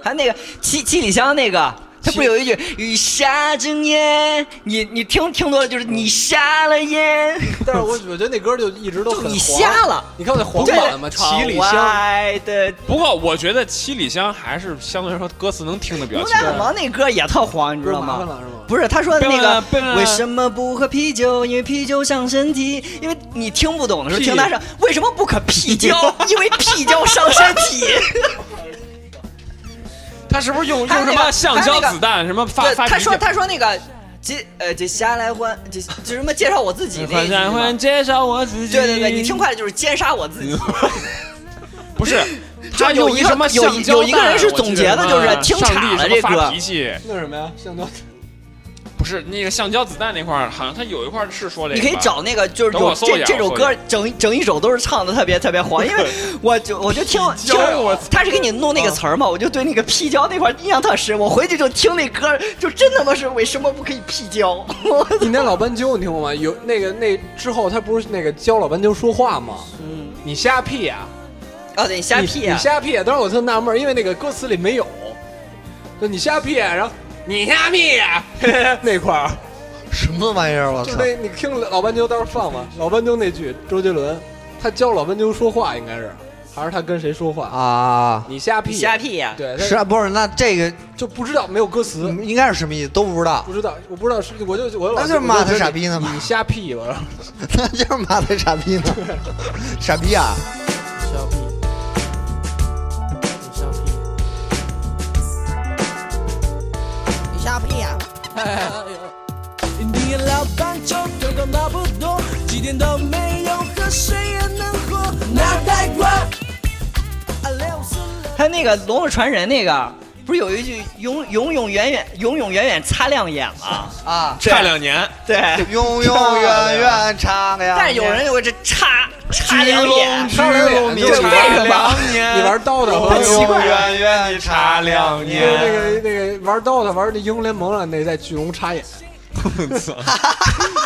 [SPEAKER 6] 还有那个七七里香那个。他不是有一句“雨下整夜”，你你听听多了就是你瞎了眼，
[SPEAKER 2] 但是我我觉得那歌就一直都很
[SPEAKER 6] 你
[SPEAKER 2] 黄
[SPEAKER 6] 瞎了
[SPEAKER 2] 你看那黄版嘛，七里
[SPEAKER 6] 窗
[SPEAKER 2] 香。
[SPEAKER 6] 外的
[SPEAKER 7] 不过我觉得《七里香》还是相对来说歌词能听得比较
[SPEAKER 6] 牛
[SPEAKER 7] 清
[SPEAKER 6] 奶
[SPEAKER 7] 楚。
[SPEAKER 6] 很忙那歌也特黄，你知道
[SPEAKER 7] 不是麻烦
[SPEAKER 6] 吗
[SPEAKER 7] 了是吗？
[SPEAKER 6] 不是，他说的那
[SPEAKER 7] 别问了别问
[SPEAKER 6] 个
[SPEAKER 7] 了
[SPEAKER 6] 为什么不喝啤酒？因为啤酒伤身体。因为你听不懂的时候，
[SPEAKER 7] 屁
[SPEAKER 6] 听他是为什么不可屁胶？ 因为屁胶伤身体。
[SPEAKER 7] 他是不是用用
[SPEAKER 6] 还有
[SPEAKER 7] 什
[SPEAKER 6] 那个
[SPEAKER 7] 么橡胶子弹？什么发
[SPEAKER 6] 对
[SPEAKER 7] 发？
[SPEAKER 6] 他说他说那个接呃接下来换接就什么介绍我自己那一句
[SPEAKER 7] 欢
[SPEAKER 6] 嘛
[SPEAKER 7] 欢介绍我自己。
[SPEAKER 6] 对对对，你听快了就是奸杀我自己。
[SPEAKER 7] 不是，
[SPEAKER 6] 就
[SPEAKER 7] 他
[SPEAKER 6] 有
[SPEAKER 7] 用
[SPEAKER 6] 一
[SPEAKER 7] 一
[SPEAKER 6] 个
[SPEAKER 7] 什么
[SPEAKER 6] 有
[SPEAKER 7] 橡
[SPEAKER 6] 一
[SPEAKER 7] 胶
[SPEAKER 6] 有一个
[SPEAKER 7] 弹
[SPEAKER 6] 人是
[SPEAKER 7] 我记
[SPEAKER 6] 总
[SPEAKER 7] 得
[SPEAKER 6] 结的
[SPEAKER 7] 什
[SPEAKER 6] 就是
[SPEAKER 7] 么
[SPEAKER 6] 听
[SPEAKER 7] 上
[SPEAKER 6] 岔
[SPEAKER 7] 帝
[SPEAKER 6] 了
[SPEAKER 7] 什么
[SPEAKER 6] 这歌
[SPEAKER 7] 发脾气。
[SPEAKER 2] 那什么呀？橡胶
[SPEAKER 7] 不是那个橡胶子弹那块儿，好像他有一块儿是说这
[SPEAKER 6] 你
[SPEAKER 7] 个
[SPEAKER 6] 可
[SPEAKER 7] 吧。
[SPEAKER 6] 以找那个，就是
[SPEAKER 7] 等我
[SPEAKER 6] 有
[SPEAKER 7] 搜一
[SPEAKER 6] 这
[SPEAKER 7] 下
[SPEAKER 6] 这首
[SPEAKER 7] 我搜
[SPEAKER 6] 歌
[SPEAKER 7] 一下
[SPEAKER 6] 整整一首都是唱的特别特别 黄，因为我就我就听听
[SPEAKER 7] 我，
[SPEAKER 6] 他是给你弄那个词儿嘛，我就对那个劈胶那块儿印象特深，我回去就听那歌，就真他妈是为什么不可以劈 胶？
[SPEAKER 2] 你那老斑鸠你听过吗？有那个那之后他不是那个教老斑鸠说话吗？
[SPEAKER 6] 嗯，
[SPEAKER 2] 你瞎屁呀、
[SPEAKER 6] 哦对，你瞎
[SPEAKER 2] 你
[SPEAKER 6] 劈啊
[SPEAKER 2] 你！瞎屁、啊！当时我特纳闷儿，因为那个歌 词里没有，就你瞎屁、啊，然后你瞎屁、啊、那块儿，
[SPEAKER 8] 什么玩意儿？哎我
[SPEAKER 2] 就
[SPEAKER 8] 操！
[SPEAKER 2] 那，你听老斑鸠，到时候放吧。老斑鸠那句，周杰伦，他教老斑鸠说话，应该是还是他跟谁说话
[SPEAKER 8] 啊？
[SPEAKER 2] 你瞎屁，
[SPEAKER 6] 你瞎屁呀
[SPEAKER 2] 对，他
[SPEAKER 8] 是啊，不是？那这个
[SPEAKER 2] 就不知道，没有歌词，
[SPEAKER 8] 应该是什么意思都不知道。
[SPEAKER 2] 不知道，我不知道是，我就我
[SPEAKER 8] 那就是骂他傻逼呢嘛
[SPEAKER 2] 你瞎屁吧，
[SPEAKER 8] 那就是骂他傻逼 呢，傻逼啊！
[SPEAKER 2] 瞎屁，你瞎屁。
[SPEAKER 5] 你瞎屁
[SPEAKER 8] 啊
[SPEAKER 5] 呀、你老板就都搞拿不多，几天都没有喝，谁也能活。脑袋瓜，
[SPEAKER 6] 他那个《龙的传人》那个，不是有一句永永永远远永永远远擦亮眼吗？
[SPEAKER 8] 啊，
[SPEAKER 6] 对
[SPEAKER 7] 差两年，
[SPEAKER 6] 对，
[SPEAKER 8] 永永远远唱呀。
[SPEAKER 6] 但是有人有这叉叉两眼，
[SPEAKER 8] 居龙
[SPEAKER 6] 这为什么？
[SPEAKER 2] 你玩 DOTA 和
[SPEAKER 6] 很奇怪啊哎
[SPEAKER 7] 远远你差两
[SPEAKER 2] 啊那个那个玩 DOTA 玩那英雄联盟了，那在巨龙插 眼，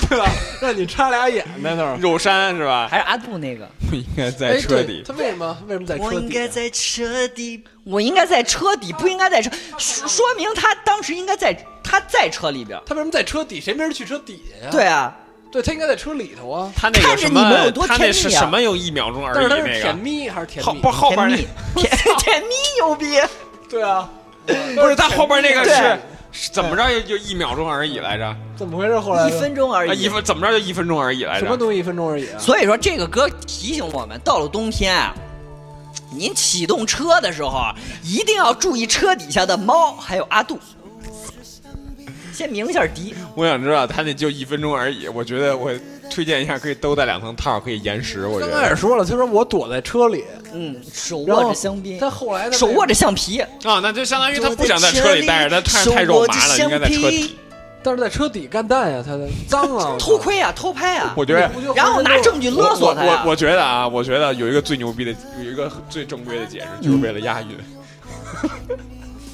[SPEAKER 2] 对吧？让你插俩眼在那儿，
[SPEAKER 7] 肉山是吧？
[SPEAKER 6] 还是阿杜那个？
[SPEAKER 7] 不 应该
[SPEAKER 6] 哎
[SPEAKER 7] 在车底。
[SPEAKER 2] 哎他为什么为什么在
[SPEAKER 6] 我
[SPEAKER 2] 车
[SPEAKER 6] 应
[SPEAKER 2] 底？
[SPEAKER 6] 该在车底，我应该在车底，不应该在车，说说明他当时应该在他在车里边。
[SPEAKER 2] 他为什么在车底？谁没人去车底下呀？
[SPEAKER 6] 对，啊，
[SPEAKER 2] 对他应该在车里头啊。
[SPEAKER 7] 他那个什
[SPEAKER 6] 看着你们有
[SPEAKER 7] 么，
[SPEAKER 6] 多
[SPEAKER 7] 他
[SPEAKER 6] 甜蜜啊
[SPEAKER 7] 那是什么？有一秒钟而
[SPEAKER 2] 但
[SPEAKER 7] 已
[SPEAKER 2] 是他是
[SPEAKER 7] 那
[SPEAKER 2] 甜
[SPEAKER 7] 个。
[SPEAKER 2] 蜜还是甜
[SPEAKER 7] 后
[SPEAKER 2] 蜜？
[SPEAKER 7] 不是后边那
[SPEAKER 6] 甜甜甜蜜牛逼，
[SPEAKER 2] 对啊，
[SPEAKER 7] 不是他后边那个
[SPEAKER 6] 对
[SPEAKER 7] 是是怎么着也就一秒钟而已来着，啊
[SPEAKER 2] 怎么回事？后来
[SPEAKER 6] 一分钟而已
[SPEAKER 7] 一。分怎哎么着就一分钟而已来
[SPEAKER 2] 什么
[SPEAKER 7] 着。
[SPEAKER 2] 东西一分钟而已啊？
[SPEAKER 6] 所以说这个歌提醒我们，到了冬天啊，您启动车的时候啊一定要注意车底下的猫还有阿杜。先鸣一下笛，
[SPEAKER 7] 我想知道他那就一分钟而已，我觉得我推荐一下，可以兜带两层套，可以延时。我觉
[SPEAKER 2] 刚开
[SPEAKER 7] 得
[SPEAKER 2] 始说了，他说我躲在车里，
[SPEAKER 6] 嗯，手
[SPEAKER 2] 然
[SPEAKER 6] 握
[SPEAKER 2] 后
[SPEAKER 6] 着香槟，
[SPEAKER 2] 他后来他
[SPEAKER 6] 手握着橡皮，
[SPEAKER 7] 啊，那就相当于他不想在车里待着，他太太肉麻了，应该在车底。
[SPEAKER 2] 但是在车底干蛋呀，他的脏 啊，我操
[SPEAKER 6] 偷窥啊，偷拍啊，
[SPEAKER 7] 我觉得
[SPEAKER 2] 我就
[SPEAKER 6] 然后拿证据勒索他
[SPEAKER 7] 我
[SPEAKER 6] 呀
[SPEAKER 7] 我。我觉得啊，我觉得有一个最牛逼的，有一个最正规的解释，就是为了押韵。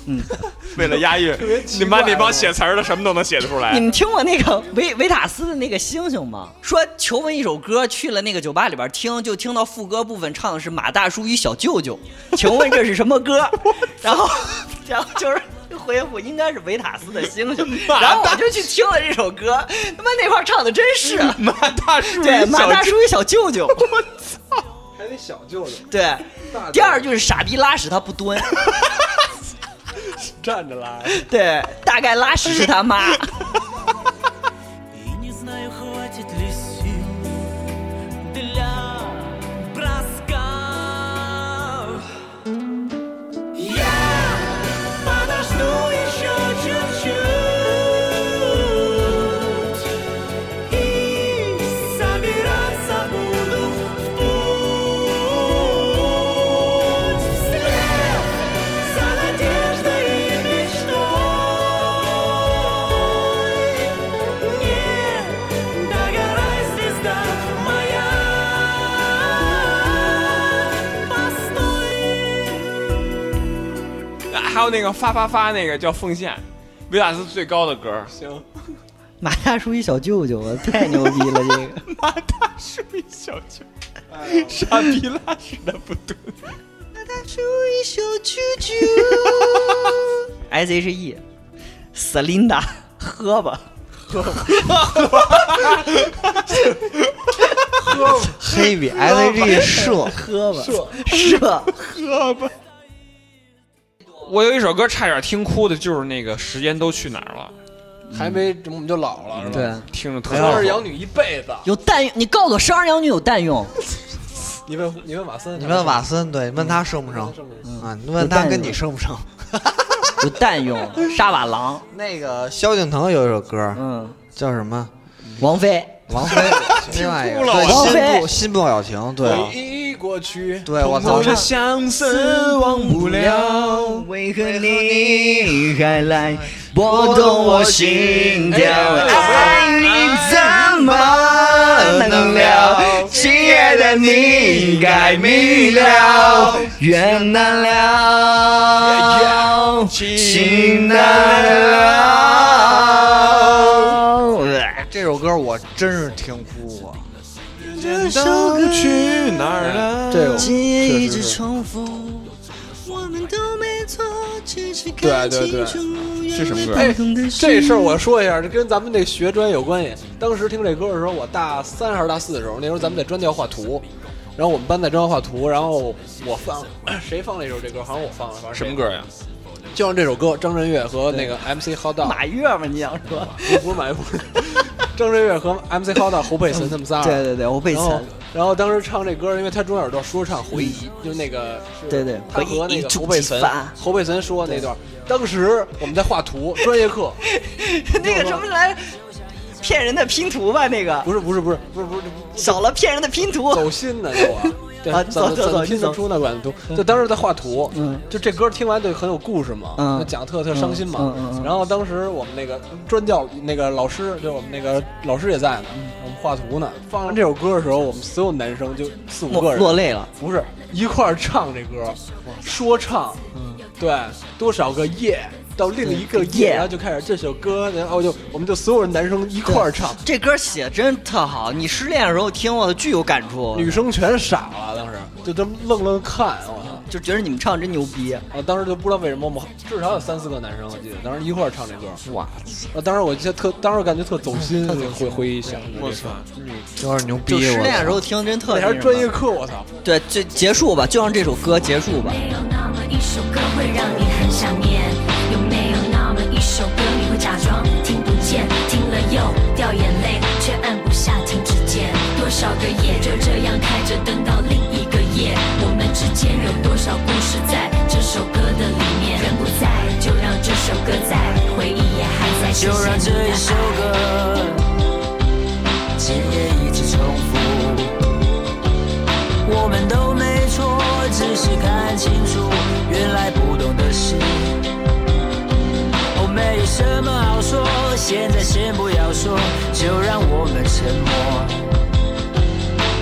[SPEAKER 6] 嗯
[SPEAKER 7] 为了押韵，你妈
[SPEAKER 6] 啊
[SPEAKER 7] 那帮写词儿的什么都能写得出
[SPEAKER 6] 你
[SPEAKER 7] 来。
[SPEAKER 6] 们听过那个维维塔斯的那个星星吗？说求闻一首歌，去了那个酒吧里边听，就听到副歌部分唱的是马大叔与小舅舅，请问这是什么 歌？然后， 然后就是。回复应该是维塔斯的星星，然后我就去听了这首歌，他妈那块儿唱的真是
[SPEAKER 7] 马大叔与
[SPEAKER 6] 对马
[SPEAKER 7] 小
[SPEAKER 6] 大
[SPEAKER 7] 舅
[SPEAKER 6] 叔与小舅 舅，
[SPEAKER 2] 还得小舅舅
[SPEAKER 6] 对，
[SPEAKER 2] 大舅
[SPEAKER 6] 第二句是傻逼拉屎他不蹲，
[SPEAKER 2] 站着拉，
[SPEAKER 6] 对，大概拉屎是他妈，
[SPEAKER 5] И не знаю, хватит ли сил для броска. Я подожду еще чуть-чуть и собираться буду в путь вслед за надеждой и мечтой. Не догорай, звезда моя, постой.
[SPEAKER 7] 还有那个发发发那个叫奉献，维塔斯最高的歌儿。
[SPEAKER 2] 行，
[SPEAKER 6] 马大叔与小舅舅，我太牛逼了 这个。
[SPEAKER 7] 马大叔与小舅，傻逼拉屎的不对。
[SPEAKER 6] 出一首啾啾 S H E Selinda 喝吧，
[SPEAKER 8] 黑比 S H E 射，
[SPEAKER 6] 喝吧，射
[SPEAKER 7] 我有一首歌差点听哭的，就是那个《时间都去哪儿了
[SPEAKER 2] 还没我们就老了是吧？
[SPEAKER 6] 对，，
[SPEAKER 8] 嗯
[SPEAKER 6] 哎
[SPEAKER 7] 听着
[SPEAKER 8] 哎
[SPEAKER 7] 特
[SPEAKER 2] 生儿
[SPEAKER 7] 别好。
[SPEAKER 2] 养女一辈子。
[SPEAKER 6] 有蛋用，你告诉我生儿养女有蛋用，
[SPEAKER 2] 你问你问瓦森，
[SPEAKER 8] 你问瓦森，对，问他生不生
[SPEAKER 2] 生不
[SPEAKER 8] 啊？你问他跟你生不生？
[SPEAKER 6] 有蛋用，杀瓦狼，
[SPEAKER 8] 那个萧敬腾有一首歌
[SPEAKER 6] 嗯，
[SPEAKER 8] 叫什么？
[SPEAKER 6] 王菲，
[SPEAKER 8] 王 菲，另外一个
[SPEAKER 6] 我王
[SPEAKER 8] 对
[SPEAKER 6] 菲
[SPEAKER 8] 心不心不有情，对啊
[SPEAKER 2] 回忆过去，
[SPEAKER 8] 对，啊我操，
[SPEAKER 7] 相思忘不了。
[SPEAKER 6] 为何你还来拨动我心跳？
[SPEAKER 2] 哎
[SPEAKER 6] 爱你怎么能了？亲爱的，你该明了，缘难了，情难了。
[SPEAKER 8] 这首歌我真是听哭过。
[SPEAKER 7] 都去哪儿
[SPEAKER 6] 嗯
[SPEAKER 7] 了？
[SPEAKER 2] 这个
[SPEAKER 6] 一
[SPEAKER 2] 确实
[SPEAKER 6] 直
[SPEAKER 2] 是
[SPEAKER 6] 重复，我们都没错，只是
[SPEAKER 2] 对
[SPEAKER 6] 看
[SPEAKER 2] 对
[SPEAKER 6] 清
[SPEAKER 2] 对
[SPEAKER 6] 楚。
[SPEAKER 7] 是什么歌？
[SPEAKER 2] 哎，这事儿我说一下，这跟咱们这学专有关系。当时听这歌的时候，我大三还是大四的时候，那时候咱们在专调画图，然后我们班在专调画图，然后我放 谁放了一首这歌？好像我放了，反正
[SPEAKER 7] 什么歌呀？
[SPEAKER 2] 就是这首歌，张震岳和那个 MC 浩道。
[SPEAKER 6] 马月嘛，你想说？
[SPEAKER 2] 不是马月，不 是张震岳和 MC 浩道、侯佩岑他们仨。
[SPEAKER 6] 嗯对对对侯佩岑
[SPEAKER 2] 然后。然后当时唱这歌，因为他中间有段说唱回忆，就是那个是
[SPEAKER 6] 嗯对对
[SPEAKER 2] 他和那个侯
[SPEAKER 6] 回忆
[SPEAKER 2] 佩岑
[SPEAKER 6] 一触即发，
[SPEAKER 2] 侯佩岑说那段，当时我们在画图，专业课，
[SPEAKER 6] 那个什么来，骗人的拼图吧？那个
[SPEAKER 2] 不是不是不是不是不是
[SPEAKER 6] 少了骗人的拼图，
[SPEAKER 2] 走心呢又啊。 对
[SPEAKER 6] 啊，
[SPEAKER 2] 咱
[SPEAKER 6] 走
[SPEAKER 2] 们
[SPEAKER 6] 走
[SPEAKER 2] 咱
[SPEAKER 6] 走，
[SPEAKER 2] 们拼
[SPEAKER 6] 走
[SPEAKER 2] 得出那管图，就当时在画图，
[SPEAKER 6] 嗯，
[SPEAKER 2] 就这歌听完就很有故事嘛，
[SPEAKER 6] 嗯
[SPEAKER 2] 就讲得特特伤心嘛。
[SPEAKER 6] 嗯嗯嗯嗯
[SPEAKER 2] 然后当时我们那个专教那个老师，就是我们那个老师也在呢，
[SPEAKER 6] 嗯
[SPEAKER 2] 我们画图呢。放完这首歌的时候，我们所有男生就四五个人
[SPEAKER 6] 落落泪了，
[SPEAKER 2] 不是一块儿唱这歌，说唱，对，多少个夜。到另一
[SPEAKER 6] 嗯
[SPEAKER 2] 个
[SPEAKER 6] 嗯夜
[SPEAKER 2] 夜，然后就开始这首歌，然后就我们就所有人男生一块儿唱，
[SPEAKER 6] 这歌写真特好，你失恋的时候听，我巨有感触。
[SPEAKER 2] 女生全傻了，当时就这么愣愣看，我操！
[SPEAKER 6] 就觉得你们唱真牛逼。
[SPEAKER 2] 啊，当时就不知道为什么，我们至少有三四个男生，我记得当时一块儿唱这歌。哇！啊，当时我记得特，当时我感觉特走心，回回忆想。我操！
[SPEAKER 8] 有点牛
[SPEAKER 6] 就失恋的时
[SPEAKER 8] 我
[SPEAKER 6] 候听真特
[SPEAKER 2] 嗯那
[SPEAKER 6] 别。
[SPEAKER 2] 还是专业课，我操！
[SPEAKER 6] 对，就结束吧，就让这首歌结束吧。
[SPEAKER 15] 有那么一首歌会让你很想念？有没有那么一首歌你会假装听不见，听了又掉眼泪，却按不下停止键？多少个夜就这样开着灯到另一个夜，我们之间有多少故事在这首歌的里面？人不在，就让这首歌在，回忆也还在。
[SPEAKER 16] 就让这一首歌，今夜一直重复。我们都没错，只是看清楚，原来不懂的事。哦，没有什么好说，现在先不要说，就让我们沉默。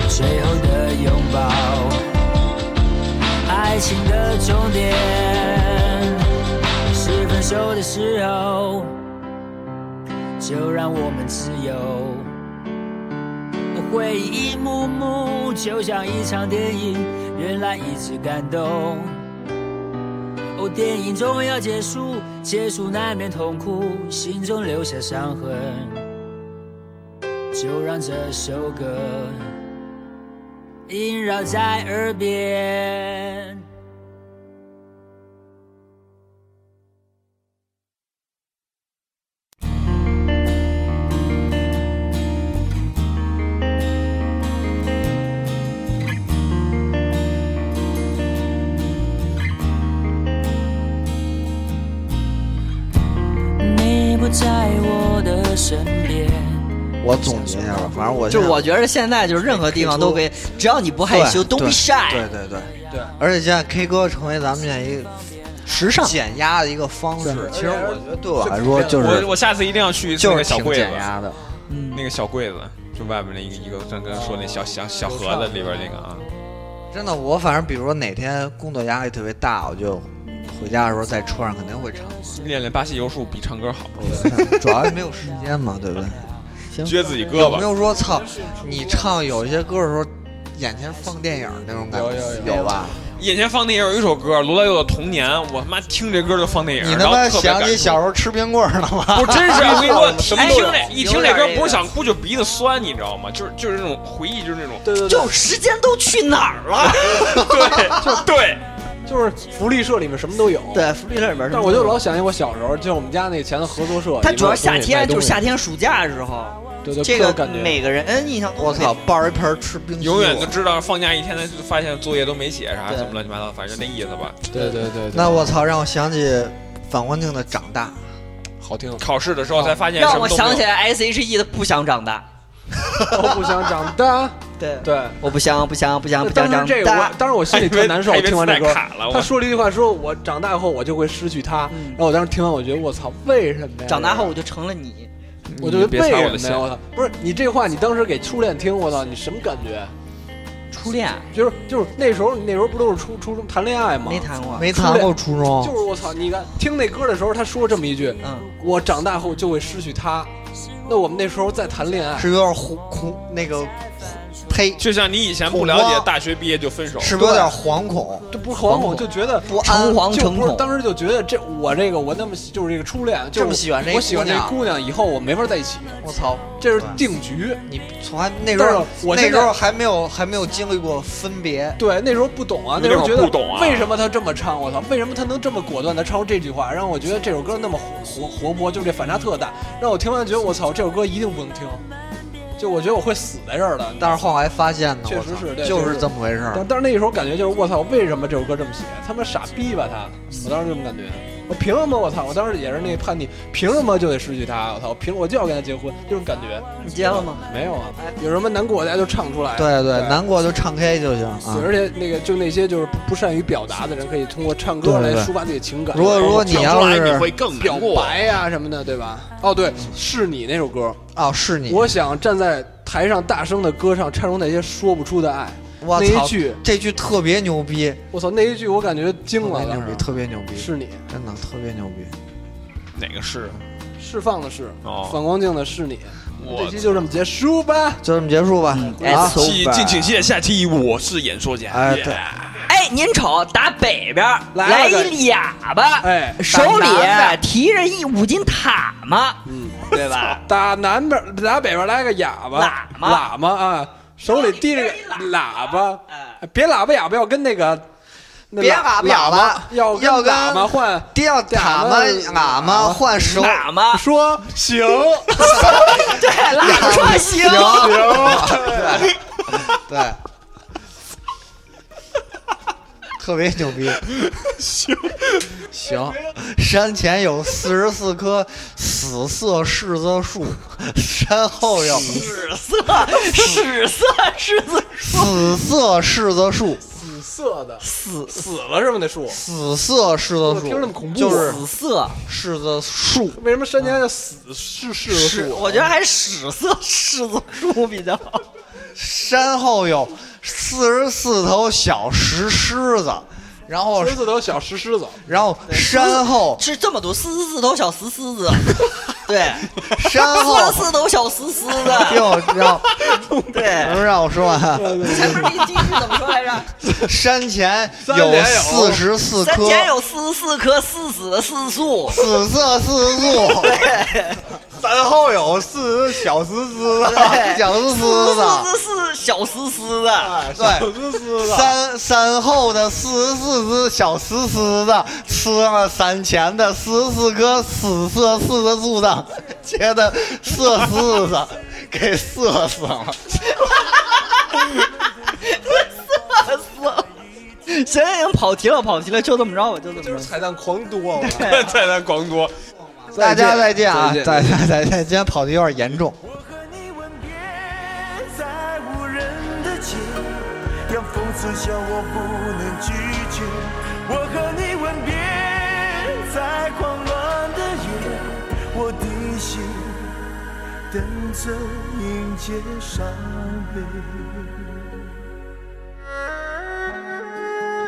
[SPEAKER 16] 最后的拥抱，爱情的终点是分手的时候。就让我们自由。回忆一幕幕，就像一场电影，原来一直感动。哦，电影终要结束，结束难免痛苦，心中留下伤痕。就让这首歌萦绕在耳边。你不在我的身边。
[SPEAKER 8] 我总结一下吧，哎反正我
[SPEAKER 6] 就是
[SPEAKER 8] 现在
[SPEAKER 6] 我觉得现在就是任何地方都可以，只要你不害羞
[SPEAKER 8] 对
[SPEAKER 6] ，Don't be
[SPEAKER 8] 对
[SPEAKER 6] shy。
[SPEAKER 8] 对对对
[SPEAKER 2] 对，
[SPEAKER 8] 而且现在 K 歌成为咱们现在一个时尚减压的一个方式。其实我觉得对我来说就是
[SPEAKER 7] 我我下次一定要去一次
[SPEAKER 8] 就是
[SPEAKER 7] 那个小柜
[SPEAKER 8] 挺减压
[SPEAKER 7] 子
[SPEAKER 8] 的，
[SPEAKER 2] 嗯
[SPEAKER 7] 那个小柜子，就外面那一个一个，咱刚才说那
[SPEAKER 2] 哦
[SPEAKER 7] 小小小盒子里边那个啊，
[SPEAKER 8] 真的，我反正比如说哪天工作压力特别大，我就回家的时候在车上肯定会唱，
[SPEAKER 7] 练练巴西柔术比唱歌好，
[SPEAKER 8] 主要是 没有时间嘛，对不对？行
[SPEAKER 7] 撅自己胳膊
[SPEAKER 8] 有没有说操，你唱有些歌的时候，眼前放电影那种感觉，有吧？
[SPEAKER 7] 眼前放电影有一首歌《罗大佑的童年》，我他妈听这歌就放电影，
[SPEAKER 8] 你他妈
[SPEAKER 7] 然后特别
[SPEAKER 8] 想
[SPEAKER 7] 感
[SPEAKER 8] 你
[SPEAKER 7] 动
[SPEAKER 8] 小时候吃冰棍儿了吗？
[SPEAKER 7] 不是，真是我跟你说，一哎听这一听这歌，不是
[SPEAKER 8] 想。
[SPEAKER 7] 想哭就鼻子酸，你知道吗？就是就是那种回忆，就是那种
[SPEAKER 2] 对对
[SPEAKER 6] 就时间都去哪儿 了？
[SPEAKER 7] 对对，
[SPEAKER 2] 就是福利社里面什么都有。
[SPEAKER 6] 对，福利社里面。
[SPEAKER 2] 但是我就老想起我小时候，就是我们家那前头合作社，
[SPEAKER 6] 它主要夏天，就是夏
[SPEAKER 2] 天，
[SPEAKER 6] 天暑假的时候，
[SPEAKER 2] 对对，
[SPEAKER 6] 这
[SPEAKER 2] 各
[SPEAKER 6] 个
[SPEAKER 2] 种感觉
[SPEAKER 6] 每个人，嗯，你想，
[SPEAKER 8] 我操，抱着一盆吃冰激凌，
[SPEAKER 7] 永远都知道放假一天，他就发现作业都没写啥，
[SPEAKER 6] 对
[SPEAKER 7] 怎么乱七八糟，反正就那意思吧。
[SPEAKER 2] 对对对对，
[SPEAKER 8] 那我操，让我想起反光镜的长大。
[SPEAKER 2] 好听。
[SPEAKER 7] 考试的时候才发现什
[SPEAKER 6] 让
[SPEAKER 7] 么
[SPEAKER 6] 我
[SPEAKER 7] 都没有
[SPEAKER 6] 想起来 S H E 的不想长大。
[SPEAKER 2] 我不想长大。
[SPEAKER 6] 对，
[SPEAKER 2] 对，
[SPEAKER 6] 我不想，不想，不想，不
[SPEAKER 2] 当
[SPEAKER 6] 想长
[SPEAKER 2] 时这个我
[SPEAKER 6] 大。，
[SPEAKER 2] 当时我心里特难受。
[SPEAKER 7] 还以
[SPEAKER 2] 我
[SPEAKER 7] 为
[SPEAKER 2] 听完这
[SPEAKER 7] 还以为
[SPEAKER 2] 歌
[SPEAKER 7] 磁带卡了，我
[SPEAKER 2] 他说了一句话，说我长大后我就会失去他。然后我当时听完，我觉得我操，为什么呀？
[SPEAKER 6] 嗯长大后我就成了你，
[SPEAKER 2] 我就
[SPEAKER 7] 别
[SPEAKER 2] 为
[SPEAKER 7] 踩
[SPEAKER 2] 什
[SPEAKER 7] 我
[SPEAKER 2] 么
[SPEAKER 7] 的
[SPEAKER 2] 呀？
[SPEAKER 7] 线
[SPEAKER 2] 我操！不是你这话，你当时给初恋听，我操，你什么感觉？
[SPEAKER 6] 初恋
[SPEAKER 2] 就是就是那时候，你那时候不都是初初中谈恋爱吗？
[SPEAKER 6] 没谈过，
[SPEAKER 8] 没谈过初中，
[SPEAKER 2] 就是我操！你看听那歌的时候，他说这么一句
[SPEAKER 6] 嗯，：“
[SPEAKER 2] 我长大后就会失去他。”那我们那时候在谈恋爱，
[SPEAKER 8] 是有点恐恐那个呸，
[SPEAKER 11] 就像你以前不了
[SPEAKER 8] 恐
[SPEAKER 11] 解
[SPEAKER 8] 慌，
[SPEAKER 11] 大学毕业就分手，
[SPEAKER 8] 是不是有点惶恐？
[SPEAKER 2] 这不是惶恐，就觉得
[SPEAKER 8] 不安惶
[SPEAKER 2] 就
[SPEAKER 8] 诚
[SPEAKER 2] 不是
[SPEAKER 8] 恐。
[SPEAKER 2] 当时就觉得这我这个我那么喜就是这个初恋，就是
[SPEAKER 8] 这么喜欢这
[SPEAKER 2] 我喜欢这
[SPEAKER 8] 姑娘
[SPEAKER 2] 姑娘，以后我没法在一起。
[SPEAKER 8] 我操，
[SPEAKER 2] 这是定局。
[SPEAKER 8] 你从来那时候
[SPEAKER 2] 我
[SPEAKER 8] 那
[SPEAKER 2] 现
[SPEAKER 8] 时
[SPEAKER 2] 在
[SPEAKER 8] 候还没有还没有经历过分别，
[SPEAKER 2] 对那时候不懂啊，
[SPEAKER 8] 那
[SPEAKER 2] 那
[SPEAKER 8] 会
[SPEAKER 2] 时
[SPEAKER 8] 儿
[SPEAKER 2] 候觉得
[SPEAKER 8] 不懂啊
[SPEAKER 2] 为什么他这么唱？我操，为什么他能这么果断的唱出这句话？让我觉得这首歌那么活活活泼，就是这反差特大，让我听完觉得我操，这首歌一定不能听。就我觉得我会死在这儿的。
[SPEAKER 8] 但是后来发现呢，
[SPEAKER 2] 确实
[SPEAKER 8] 我操
[SPEAKER 2] 是对
[SPEAKER 8] 就
[SPEAKER 2] 确
[SPEAKER 8] 是
[SPEAKER 2] 实
[SPEAKER 8] 这么回事儿。
[SPEAKER 2] 但但是那时候感觉就是我操，为什么这首歌这么写？他妈傻逼吧他！我当时这么感觉。我凭什么？我操！我当时也是那叛逆，凭什么就得失去他？我操！我凭我就要跟他结婚，这种感觉。
[SPEAKER 6] 你结了吗？哎
[SPEAKER 2] 没有啊。有什么难过大家就唱出来。
[SPEAKER 8] 对对，难过就唱 K 就行
[SPEAKER 2] 死
[SPEAKER 8] 啊。
[SPEAKER 2] 而且那个就那些就是不善于表达的人，可以通过唱歌
[SPEAKER 8] 对
[SPEAKER 2] 来
[SPEAKER 8] 对
[SPEAKER 2] 抒发自己情感。
[SPEAKER 8] 如果如果你要是
[SPEAKER 2] 表白呀、什么的，对吧？哦，对，是你那首歌
[SPEAKER 8] 哦，是你。
[SPEAKER 2] 我想站在台上大声的歌唱，唱出那些说不出的爱。
[SPEAKER 8] 我
[SPEAKER 2] 那
[SPEAKER 8] 操
[SPEAKER 2] 一句，
[SPEAKER 8] 这句特别牛逼，
[SPEAKER 2] 我操，那一句我感觉惊
[SPEAKER 8] 特
[SPEAKER 2] 了
[SPEAKER 8] 别牛
[SPEAKER 2] 当
[SPEAKER 8] 逼，
[SPEAKER 2] 时。
[SPEAKER 8] 特别牛逼，
[SPEAKER 2] 是你
[SPEAKER 8] 真的特别牛逼。
[SPEAKER 11] 哪个是？
[SPEAKER 2] 释放的是
[SPEAKER 11] 哦
[SPEAKER 2] 反光镜的是你。这期就这么结束吧。
[SPEAKER 8] 就这么结束吧。
[SPEAKER 2] 嗯
[SPEAKER 8] 啊，
[SPEAKER 11] 期敬请期待下期我是演说家。
[SPEAKER 8] 哎对
[SPEAKER 11] Yeah
[SPEAKER 6] 哎，您瞅，打北边儿
[SPEAKER 11] 来
[SPEAKER 6] 来
[SPEAKER 11] 了个
[SPEAKER 6] 一哑巴，
[SPEAKER 2] 哎
[SPEAKER 6] 手里
[SPEAKER 2] 打南边
[SPEAKER 6] 提着一五斤塔嘛，
[SPEAKER 2] 嗯，对吧？ 打南边，打北边来个哑巴，
[SPEAKER 6] 喇嘛
[SPEAKER 2] 喇嘛啊，手里提着个喇叭，别喇叭哑巴，要跟那个，那
[SPEAKER 8] 别
[SPEAKER 2] 喇
[SPEAKER 8] 喇叭哑巴
[SPEAKER 2] 喇嘛，要
[SPEAKER 8] 要跟
[SPEAKER 2] 喇嘛换，
[SPEAKER 8] 掉塔嘛喇嘛换手
[SPEAKER 6] 喇嘛
[SPEAKER 2] 说 行，
[SPEAKER 6] 对，喇叭说行，
[SPEAKER 8] 行，对对，特别牛 逼。
[SPEAKER 11] 行
[SPEAKER 8] 行，山前有四十四棵死色柿子树，山后有
[SPEAKER 6] 屎色，屎色狮子
[SPEAKER 8] 死色柿子树，
[SPEAKER 2] 紫色的
[SPEAKER 6] 死
[SPEAKER 2] 死了是吗？那树
[SPEAKER 8] 死色柿子树，
[SPEAKER 2] 听着那么恐怖
[SPEAKER 8] 就是
[SPEAKER 2] 死
[SPEAKER 6] 色
[SPEAKER 8] 柿子树。嗯
[SPEAKER 2] 为什么山前叫死是是
[SPEAKER 8] 是
[SPEAKER 2] 树？
[SPEAKER 6] 我觉得还是屎色柿子树比较好。
[SPEAKER 8] 山后有四十四头小石狮子，然后
[SPEAKER 2] 四十四头小石狮子，
[SPEAKER 8] 然后山后
[SPEAKER 6] 是这么读，四十四头小石狮子，对，
[SPEAKER 8] 山后
[SPEAKER 6] 四十四头小石狮子，
[SPEAKER 8] 又 让
[SPEAKER 6] 对，
[SPEAKER 8] 能让我说完啊？
[SPEAKER 6] 前面那第一句怎么说来着？
[SPEAKER 8] 山前
[SPEAKER 6] 三
[SPEAKER 8] 有
[SPEAKER 6] 连
[SPEAKER 8] 四十四
[SPEAKER 6] 山
[SPEAKER 8] 棵
[SPEAKER 6] 前有四十四棵四死的四树，
[SPEAKER 8] 四色 四树，山后有四只小狮子
[SPEAKER 6] 对，
[SPEAKER 8] 小狮子
[SPEAKER 6] 四四小石狮子，
[SPEAKER 8] 啊对
[SPEAKER 2] 狮
[SPEAKER 8] 山山后的四十四只小石狮子吃了山前的四十四棵死色四的树上，结的色狮子给射死了。
[SPEAKER 6] 色色。行行行，跑题了，跑题了，就这么着吧，就这么着。
[SPEAKER 2] 彩蛋狂多，我。
[SPEAKER 11] 再来广多，
[SPEAKER 8] 大家再见啊！
[SPEAKER 11] 再见
[SPEAKER 8] 大家再见，今天跑的有点严重。
[SPEAKER 17] 在无人的街，让风吹笑我不能拒绝。我和你吻别，在狂乱的夜，我的心等着迎接伤悲。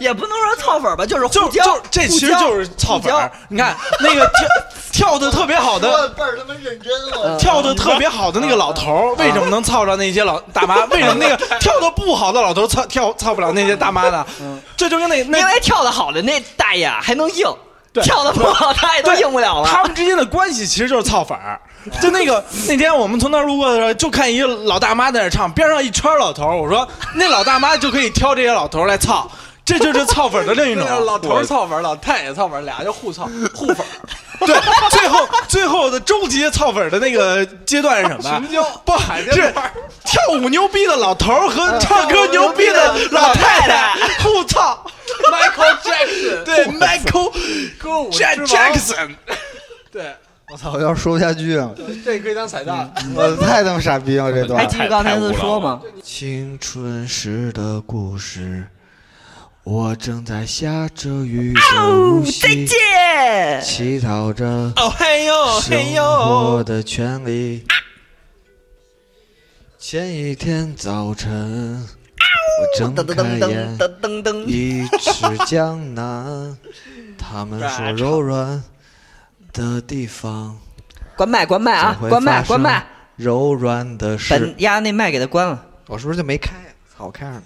[SPEAKER 6] 也不能说操粉吧，就是
[SPEAKER 1] 就
[SPEAKER 6] 互
[SPEAKER 1] 就
[SPEAKER 6] 交。
[SPEAKER 1] 这其实
[SPEAKER 6] 互交
[SPEAKER 1] 就是操粉
[SPEAKER 6] 互
[SPEAKER 1] 儿
[SPEAKER 6] 交。
[SPEAKER 1] 你看那个跳跳的特别好的，
[SPEAKER 8] 倍儿他妈认真
[SPEAKER 1] 呃跳的特别好的那个老头儿，为什么能操着那些老大妈？为什么那个跳的不好的老头儿操跳操不了那些大妈呢？这就跟那那
[SPEAKER 6] 因为跳的好的那大爷还能硬，
[SPEAKER 1] 对
[SPEAKER 6] 跳的不好他也都
[SPEAKER 1] 对
[SPEAKER 6] 硬不了哦了。
[SPEAKER 1] 他们之间的关系其实就是操粉儿。就那个那天我们从那儿路过的时候，就看一个老大妈在那儿唱，边上一圈老头儿。我说那老大妈就可以挑这些老头儿来操，这就是操粉儿的另一种
[SPEAKER 2] 老头儿操粉儿，老太爷操粉儿，俩就互操互粉儿。
[SPEAKER 1] 对，最后最后的终极操粉的那个阶段是什么？
[SPEAKER 2] 群交
[SPEAKER 1] 不
[SPEAKER 2] 海
[SPEAKER 1] 是
[SPEAKER 2] 淀段儿
[SPEAKER 1] 跳舞牛逼的老头儿和唱歌牛逼的老太太互 操。
[SPEAKER 2] Michael Jackson，
[SPEAKER 1] 对 Michael
[SPEAKER 2] 歌舞之
[SPEAKER 1] Jack
[SPEAKER 2] 王
[SPEAKER 1] Jackson，
[SPEAKER 2] 对，
[SPEAKER 8] 我操，我要说不下去了，
[SPEAKER 2] 这可以当彩蛋。
[SPEAKER 8] 嗯我太他妈傻逼了这段。
[SPEAKER 6] 还记得刚才是说吗？
[SPEAKER 8] 青春时的故事，我正在下着雨
[SPEAKER 5] 哦
[SPEAKER 8] 的呼吸，
[SPEAKER 5] 再见
[SPEAKER 8] 祈祷着
[SPEAKER 5] 哦嘿呦嘿
[SPEAKER 8] 生
[SPEAKER 5] 呦
[SPEAKER 8] 活的权利。前一天早晨，我睁开眼，一尺江南，他们说柔软的地方，
[SPEAKER 6] 关麦，关麦啊，关麦，关麦。，
[SPEAKER 8] 柔软的
[SPEAKER 6] 把
[SPEAKER 8] 事。
[SPEAKER 6] 丫那麦给他关了。啊
[SPEAKER 8] 我是不是就没开？好看。